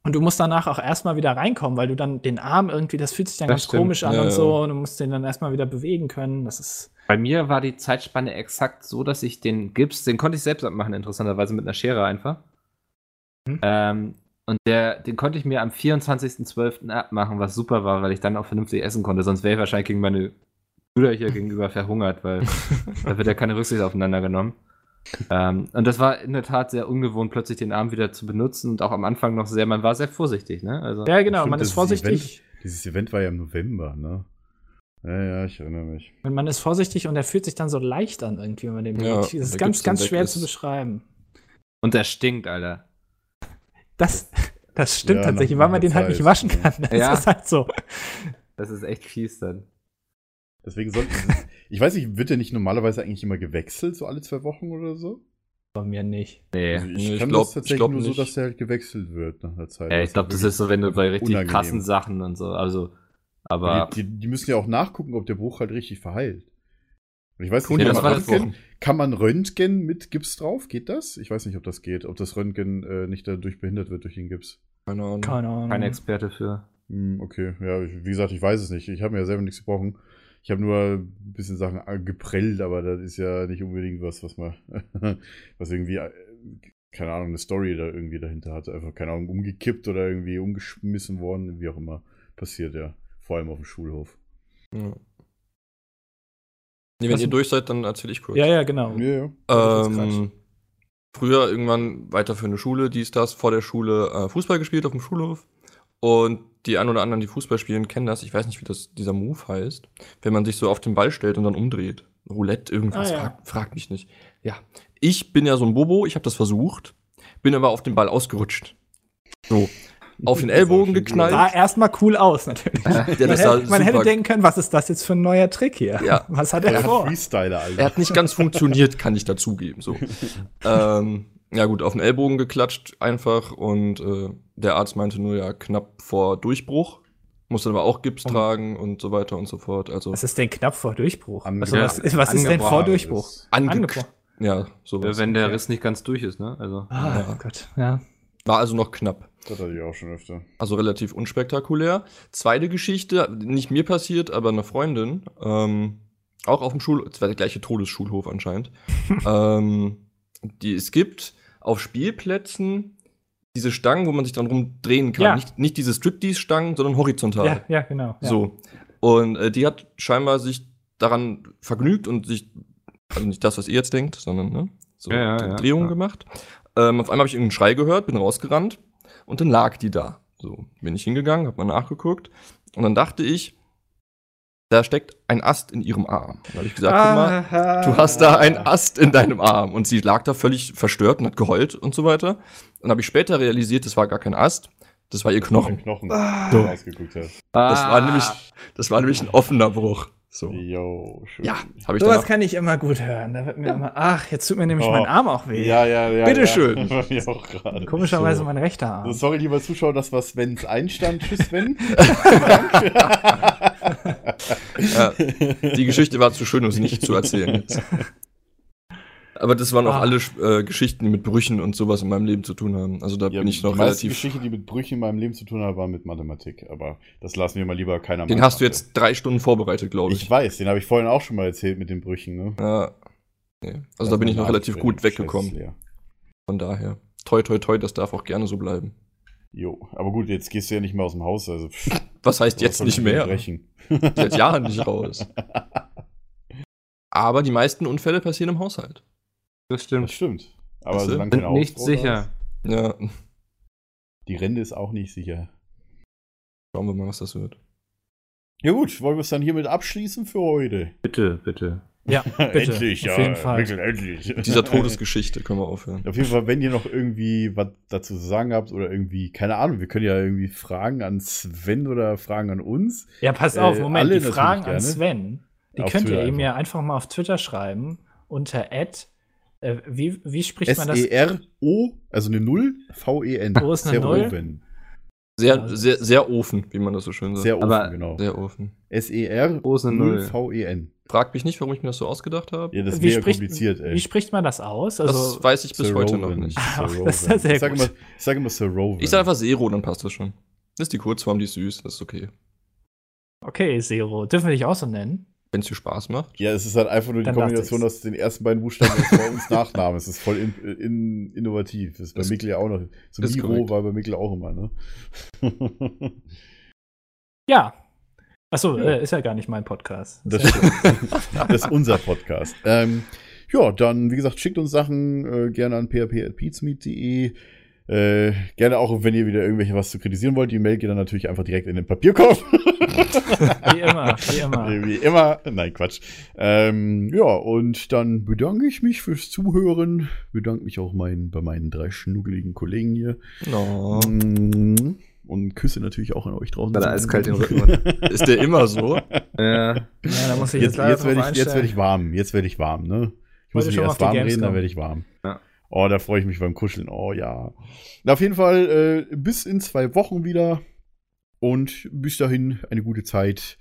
S4: Und du musst danach auch erstmal wieder reinkommen, weil du dann den Arm irgendwie, das fühlt sich dann
S2: Das
S4: ganz
S2: stimmt,
S4: komisch an
S5: ja,
S4: und
S5: ja.
S4: so. Und du musst den dann erstmal wieder bewegen können. Das ist,
S2: Bei mir war die Zeitspanne exakt so, dass ich den Gips, den konnte ich selbst abmachen, interessanterweise mit einer Schere einfach.
S4: Mhm.
S2: Ähm, und der, den konnte ich mir am 24.12. abmachen, was super war, weil ich dann auch vernünftig essen konnte. Sonst wäre ich wahrscheinlich gegen meine Brüder hier gegenüber verhungert, weil da wird ja keine Rücksicht aufeinander genommen. Ähm, und das war in der Tat sehr ungewohnt, plötzlich den Arm wieder zu benutzen und auch am Anfang noch sehr, man war sehr vorsichtig, ne? Also,
S4: ja, genau,
S3: Stimmt,
S4: man ist
S3: das ist
S4: vorsichtig.
S3: Dieses Event war ja im November, ne? Ja, ja, ich erinnere mich.
S4: Und man ist vorsichtig und er fühlt sich dann so leicht an irgendwie, wenn man den
S5: Ja,
S4: bewegt. Das ist
S5: der
S4: ganz,
S5: Gips dann
S4: ganz
S5: weg
S4: schwer
S5: ist.
S4: zu beschreiben.
S2: Und der stinkt, Alter.
S4: Das, das stimmt
S3: Ja,
S4: tatsächlich,
S3: nach
S4: weil man den halt
S3: einer
S4: nicht
S3: Zeit,
S4: waschen
S3: ja.
S4: kann. Das
S2: Ja.
S4: ist halt so.
S2: Das ist echt fies dann.
S3: Deswegen sollten sie- Ich weiß nicht, wird der nicht normalerweise eigentlich immer gewechselt, so alle zwei Wochen oder so?
S4: Bei mir nicht.
S2: Äh, Nee.
S3: Also
S5: Nee,
S3: ich
S5: ich
S3: kann
S5: glaub-
S3: das
S5: ich
S3: tatsächlich
S5: glaub
S3: nur so,
S5: nicht.
S3: dass der halt gewechselt wird nach einer Zeit.
S2: Ja,
S3: Was
S2: Äh, ich glaube,
S3: ja
S2: das ist so, wenn du bei richtig
S3: unangenehm.
S2: krassen Sachen und so, also, aber
S3: Die, die, die müssen ja auch nachgucken, ob der Bruch halt richtig verheilt. Und ich weiß
S5: Tun
S3: nicht,
S2: Nee,
S3: kann
S5: die
S2: das
S5: mal
S2: war
S3: man,
S2: das
S3: Röntgen, kann man Röntgen mit Gips drauf? Geht das? Ich weiß nicht, ob das geht. Ob das Röntgen äh, nicht dadurch behindert wird durch den Gips.
S5: Keine Ahnung.
S4: Keine Ahnung.
S2: kein Experte für.
S3: Hm, okay, ja, ich, wie gesagt, ich weiß es nicht. Ich habe mir ja selber nichts gebrochen. Ich habe nur ein bisschen Sachen äh, geprellt, aber das ist ja nicht unbedingt was, was man, was irgendwie, äh, keine Ahnung, eine Story da irgendwie dahinter hat. Einfach, keine Ahnung, umgekippt oder irgendwie umgeschmissen worden, wie auch immer. Passiert ja. Vor allem auf dem Schulhof.
S5: Ja. Nee, wenn
S4: Was-
S5: ihr durch seid, dann erzähle ich kurz.
S4: ja, ja, genau.
S3: ja.
S4: Das ist jetzt
S5: Ähm, früher irgendwann weiter für eine Schule, dies, das, vor der Schule äh, Fußball gespielt auf dem Schulhof. Und die ein oder anderen, die Fußball spielen, kennen das. Ich weiß nicht, wie das, dieser Move heißt. Wenn man sich so auf den Ball stellt und dann umdreht. Roulette, irgendwas,
S4: Ah, ja.
S5: frag, frag mich nicht. Ja. Ich bin ja so ein Bobo, ich habe das versucht, bin aber auf den Ball ausgerutscht. So. Auf den
S3: Das ist auch
S5: Ellbogen
S3: schon gut.
S5: geknallt.
S4: Sah erstmal cool aus, natürlich.
S5: Ja,
S4: man
S5: das sah
S4: hätte, man hätte
S5: super-
S4: denken können, was ist das jetzt für ein neuer Trick hier?
S5: Ja.
S4: Was hat
S3: Er
S4: er
S3: hat
S4: vor?
S3: Freestyler, Alter.
S5: Er hat nicht ganz funktioniert, kann ich dazugeben. So. ähm, ja gut, auf den Ellbogen geklatscht einfach und äh, der Arzt meinte nur ja knapp vor Durchbruch. Musste aber auch Gips tragen und so weiter und so fort. Also
S4: Was ist denn knapp vor Durchbruch?
S3: Am-
S4: Also,
S2: Ja,
S4: was, ist- was ist denn
S2: angebrochen
S4: vor Durchbruch?
S5: ange
S4: Angebrochen.
S5: ja, sowas.
S2: Äh, Wenn der Riss nicht ganz durch ist, ne? Also.
S4: Ah,
S5: Ja.
S4: Gott, ja.
S5: War also noch knapp.
S3: Das hatte ich auch schon öfter.
S5: Also relativ unspektakulär. Zweite Geschichte, nicht mir passiert, aber einer Freundin. Ähm, auch auf dem Schul, es war der gleiche Todesschulhof anscheinend. ähm, die, es gibt auf Spielplätzen diese Stangen, wo man sich dran rumdrehen kann.
S4: Ja.
S5: Nicht, nicht diese Striptease-Stangen, sondern horizontal.
S4: Ja, ja, genau. Ja.
S5: So. Und äh, die hat scheinbar sich daran vergnügt und sich, also nicht das, was ihr jetzt denkt, sondern ne, so
S2: Ja, ja,
S5: die
S2: ja,
S5: Drehung
S2: ja.
S5: gemacht. Ähm, auf einmal habe ich irgendeinen Schrei gehört, bin rausgerannt und dann lag die da. So, bin ich hingegangen, habe mal nachgeguckt und dann dachte ich, da steckt ein Ast in ihrem Arm. Da habe ich gesagt, guck mal,
S2: Ah.
S4: Ah,
S5: Du hast da einen Ast in deinem Arm. Und sie lag da völlig verstört und hat geheult und so weiter. Und habe ich später realisiisiert, das war gar kein Ast, das war ihr
S4: Oh.
S3: Den
S5: Knochen.
S3: Knochen, ah. du ausgeguckt hast.
S5: Das
S2: Ah,
S3: Ah.
S5: war nämlich, das war nämlich ein offener Bruch. So.
S3: Yo, schön.
S5: Ja, habe ich
S4: Sowas
S5: danach.
S4: kann ich immer gut hören. Da wird mir immer, ach, jetzt tut mir nämlich
S3: Oh.
S4: mein Arm auch weh.
S3: Ja, ja, ja.
S5: Bitte
S3: ja.
S5: schön.
S3: War mir auch gerade.
S4: Äh, Komischerweise
S3: so.
S4: mein rechter
S3: So,
S4: Arm.
S3: Also sorry, lieber Zuschauer, das war Svens Einstand. Tschüss, Sven.
S5: Ja, äh, die Geschichte war zu schön, um sie nicht zu erzählen. Jetzt. Aber das waren auch
S4: Ah.
S5: alle äh, Geschichten, die mit Brüchen und sowas in meinem Leben zu tun haben. Also da bin ich noch
S3: die meisten
S5: relativ.
S3: Geschichte, die mit Brüchen in meinem Leben zu tun haben, war mit Mathematik. Aber das lassen wir mal lieber keiner
S5: Den
S3: machen.
S5: hast du jetzt drei Stunden vorbereitet, glaube ich.
S3: Ich weiß, den habe ich vorhin auch schon mal erzählt mit den Brüchen. Ne?
S5: Ja. Nee. Also da bin ich noch relativ gut weggekommen.
S3: Ja.
S5: Von daher. Toi, toi, toi, das darf auch gerne so bleiben.
S3: Jo, aber gut, jetzt gehst du ja nicht mehr aus dem Haus. Also pff,
S5: Was heißt
S3: was
S5: jetzt
S3: soll
S5: nicht
S3: ich denn
S5: mehr?
S3: Brechen.
S5: Seit Jahren nicht raus. Aber die meisten Unfälle passieren im Haushalt.
S3: Das
S2: Das stimmt.
S3: stimmt. genau. Aber
S5: Weißt du,
S3: solange kein
S2: Sind nicht
S3: Ausbruch da ist-
S2: sicher.
S5: Ja,
S3: Die Rente ist auch nicht sicher.
S5: schauen wir mal, was das wird.
S3: Ja gut, wollen wir es dann hiermit abschließen für heute?
S2: Bitte, bitte.
S4: Ja, bitte.
S3: endlich,
S4: auf
S3: ja.
S4: jeden Fall.
S3: Wirklich, endlich.
S5: Mit dieser Todesgeschichte können wir aufhören.
S3: Auf jeden Fall, wenn ihr noch irgendwie was dazu zu sagen habt oder irgendwie, keine Ahnung, wir können ja irgendwie Fragen an Sven oder Fragen an uns.
S4: Ja, pass
S3: Äh,
S4: auf, Moment,
S3: alle
S4: die
S3: natürlich
S4: Fragen
S3: gerne.
S4: an Sven, die
S3: Auf
S4: könnt
S3: Twitter
S4: ihr ihm
S3: einfach.
S4: ja einfach mal auf Twitter schreiben unter at, äh, wie, wie spricht man das?
S3: S-E-R-O, E also eine Null, V-E-N.
S4: Wo ist eine
S3: Sehr
S4: Null?
S3: offen.
S5: Sehr, sehr, sehr offen, wie man das so schön sagt.
S3: Sehr offen,
S2: Aber-
S3: genau. E
S5: Sehr offen.
S2: Wo ist eine Null?
S3: S-E-R-0-V-E-N.
S5: Frag mich nicht, warum ich mir das so ausgedacht habe.
S3: E Ja, das
S4: wie,
S3: wäre
S4: spricht,
S3: kompliziert, ey.
S4: wie spricht man das aus?
S5: Das
S4: Also,
S5: weiß ich bis heute noch
S3: Seroven.
S5: nicht.
S3: Seroven.
S4: das ist ja sehr
S3: ich sage
S4: gut.
S3: immer, ich sag immer Seroven.
S5: Ich sage einfach Zero, dann passt das schon. Das ist die Kurzform, die ist süß, das ist okay.
S4: okay, Zero, dürfen wir dich auch so nennen?
S5: Wenn es dir Spaß macht.
S3: Ja, es ist halt einfach nur die
S4: Dann dachte
S3: Kombination
S4: ich's.
S3: aus den ersten beiden Buchstaben des Vor- und Nachnamen. Es ist voll in, in, innovativ. Das ist bei
S5: Ist-
S3: Mikkel ja auch noch. So
S5: ist
S3: Miro
S5: korrekt.
S3: war bei Mikkel auch immer, ne?
S4: Ja. Achso, äh, ist ja gar nicht mein Podcast.
S3: Das,
S4: Ist ja-
S3: das ist unser Podcast. Ähm, ja, dann, wie gesagt, schickt uns Sachen äh, gerne an php.peatsmeet.de. Äh, gerne auch, wenn ihr wieder irgendwelche was zu kritisieren wollt. Die Mail geht dann natürlich einfach direkt in den Papierkorb.
S4: wie immer, wie immer.
S3: Wie immer. Nein, Quatsch. Ähm, ja, und dann bedanke ich mich fürs Zuhören. Bedanke mich auch mein, bei meinen drei schnuckeligen Kollegen hier.
S5: No.
S3: Mm, Und küsse natürlich auch an euch draußen.
S2: Gerade eiskalt den Rücken. Mann.
S5: Ist der immer so?
S2: ja.
S4: Ja, da muss ich
S3: Jetzt,
S4: leider
S3: jetzt,
S4: drauf
S3: werde ich, jetzt
S4: einstellen.
S3: werde ich warm. Jetzt werde ich warm, ne? Ich muss
S4: Heute
S3: nicht
S4: schon
S3: erst
S4: auf die
S3: warm reden, dann
S4: Gamescom.
S3: werde ich warm.
S2: Ja.
S3: Oh, da freue ich mich beim Kuscheln. Oh ja. Na, auf jeden Fall äh, bis in zwei Wochen wieder. Und bis dahin eine gute Zeit.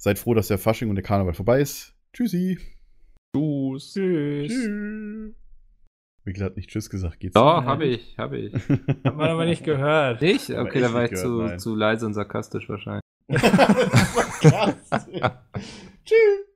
S3: Seid froh, dass der Fasching und der Karneval vorbei ist. Tschüssi.
S5: Tschüss.
S4: Tschüss.
S3: Tschüss. Mikkel hat nicht Tschüss gesagt. Geht's?
S2: Ja, habe ich, habe ich.
S4: Hat man aber nicht gehört.
S2: Nicht?
S3: Aber
S2: Okay,
S3: ich
S2: da war
S3: nicht
S2: ich
S3: gehört,
S2: zu,
S3: nein.
S2: zu leise und sarkastisch wahrscheinlich.
S3: Tschüss.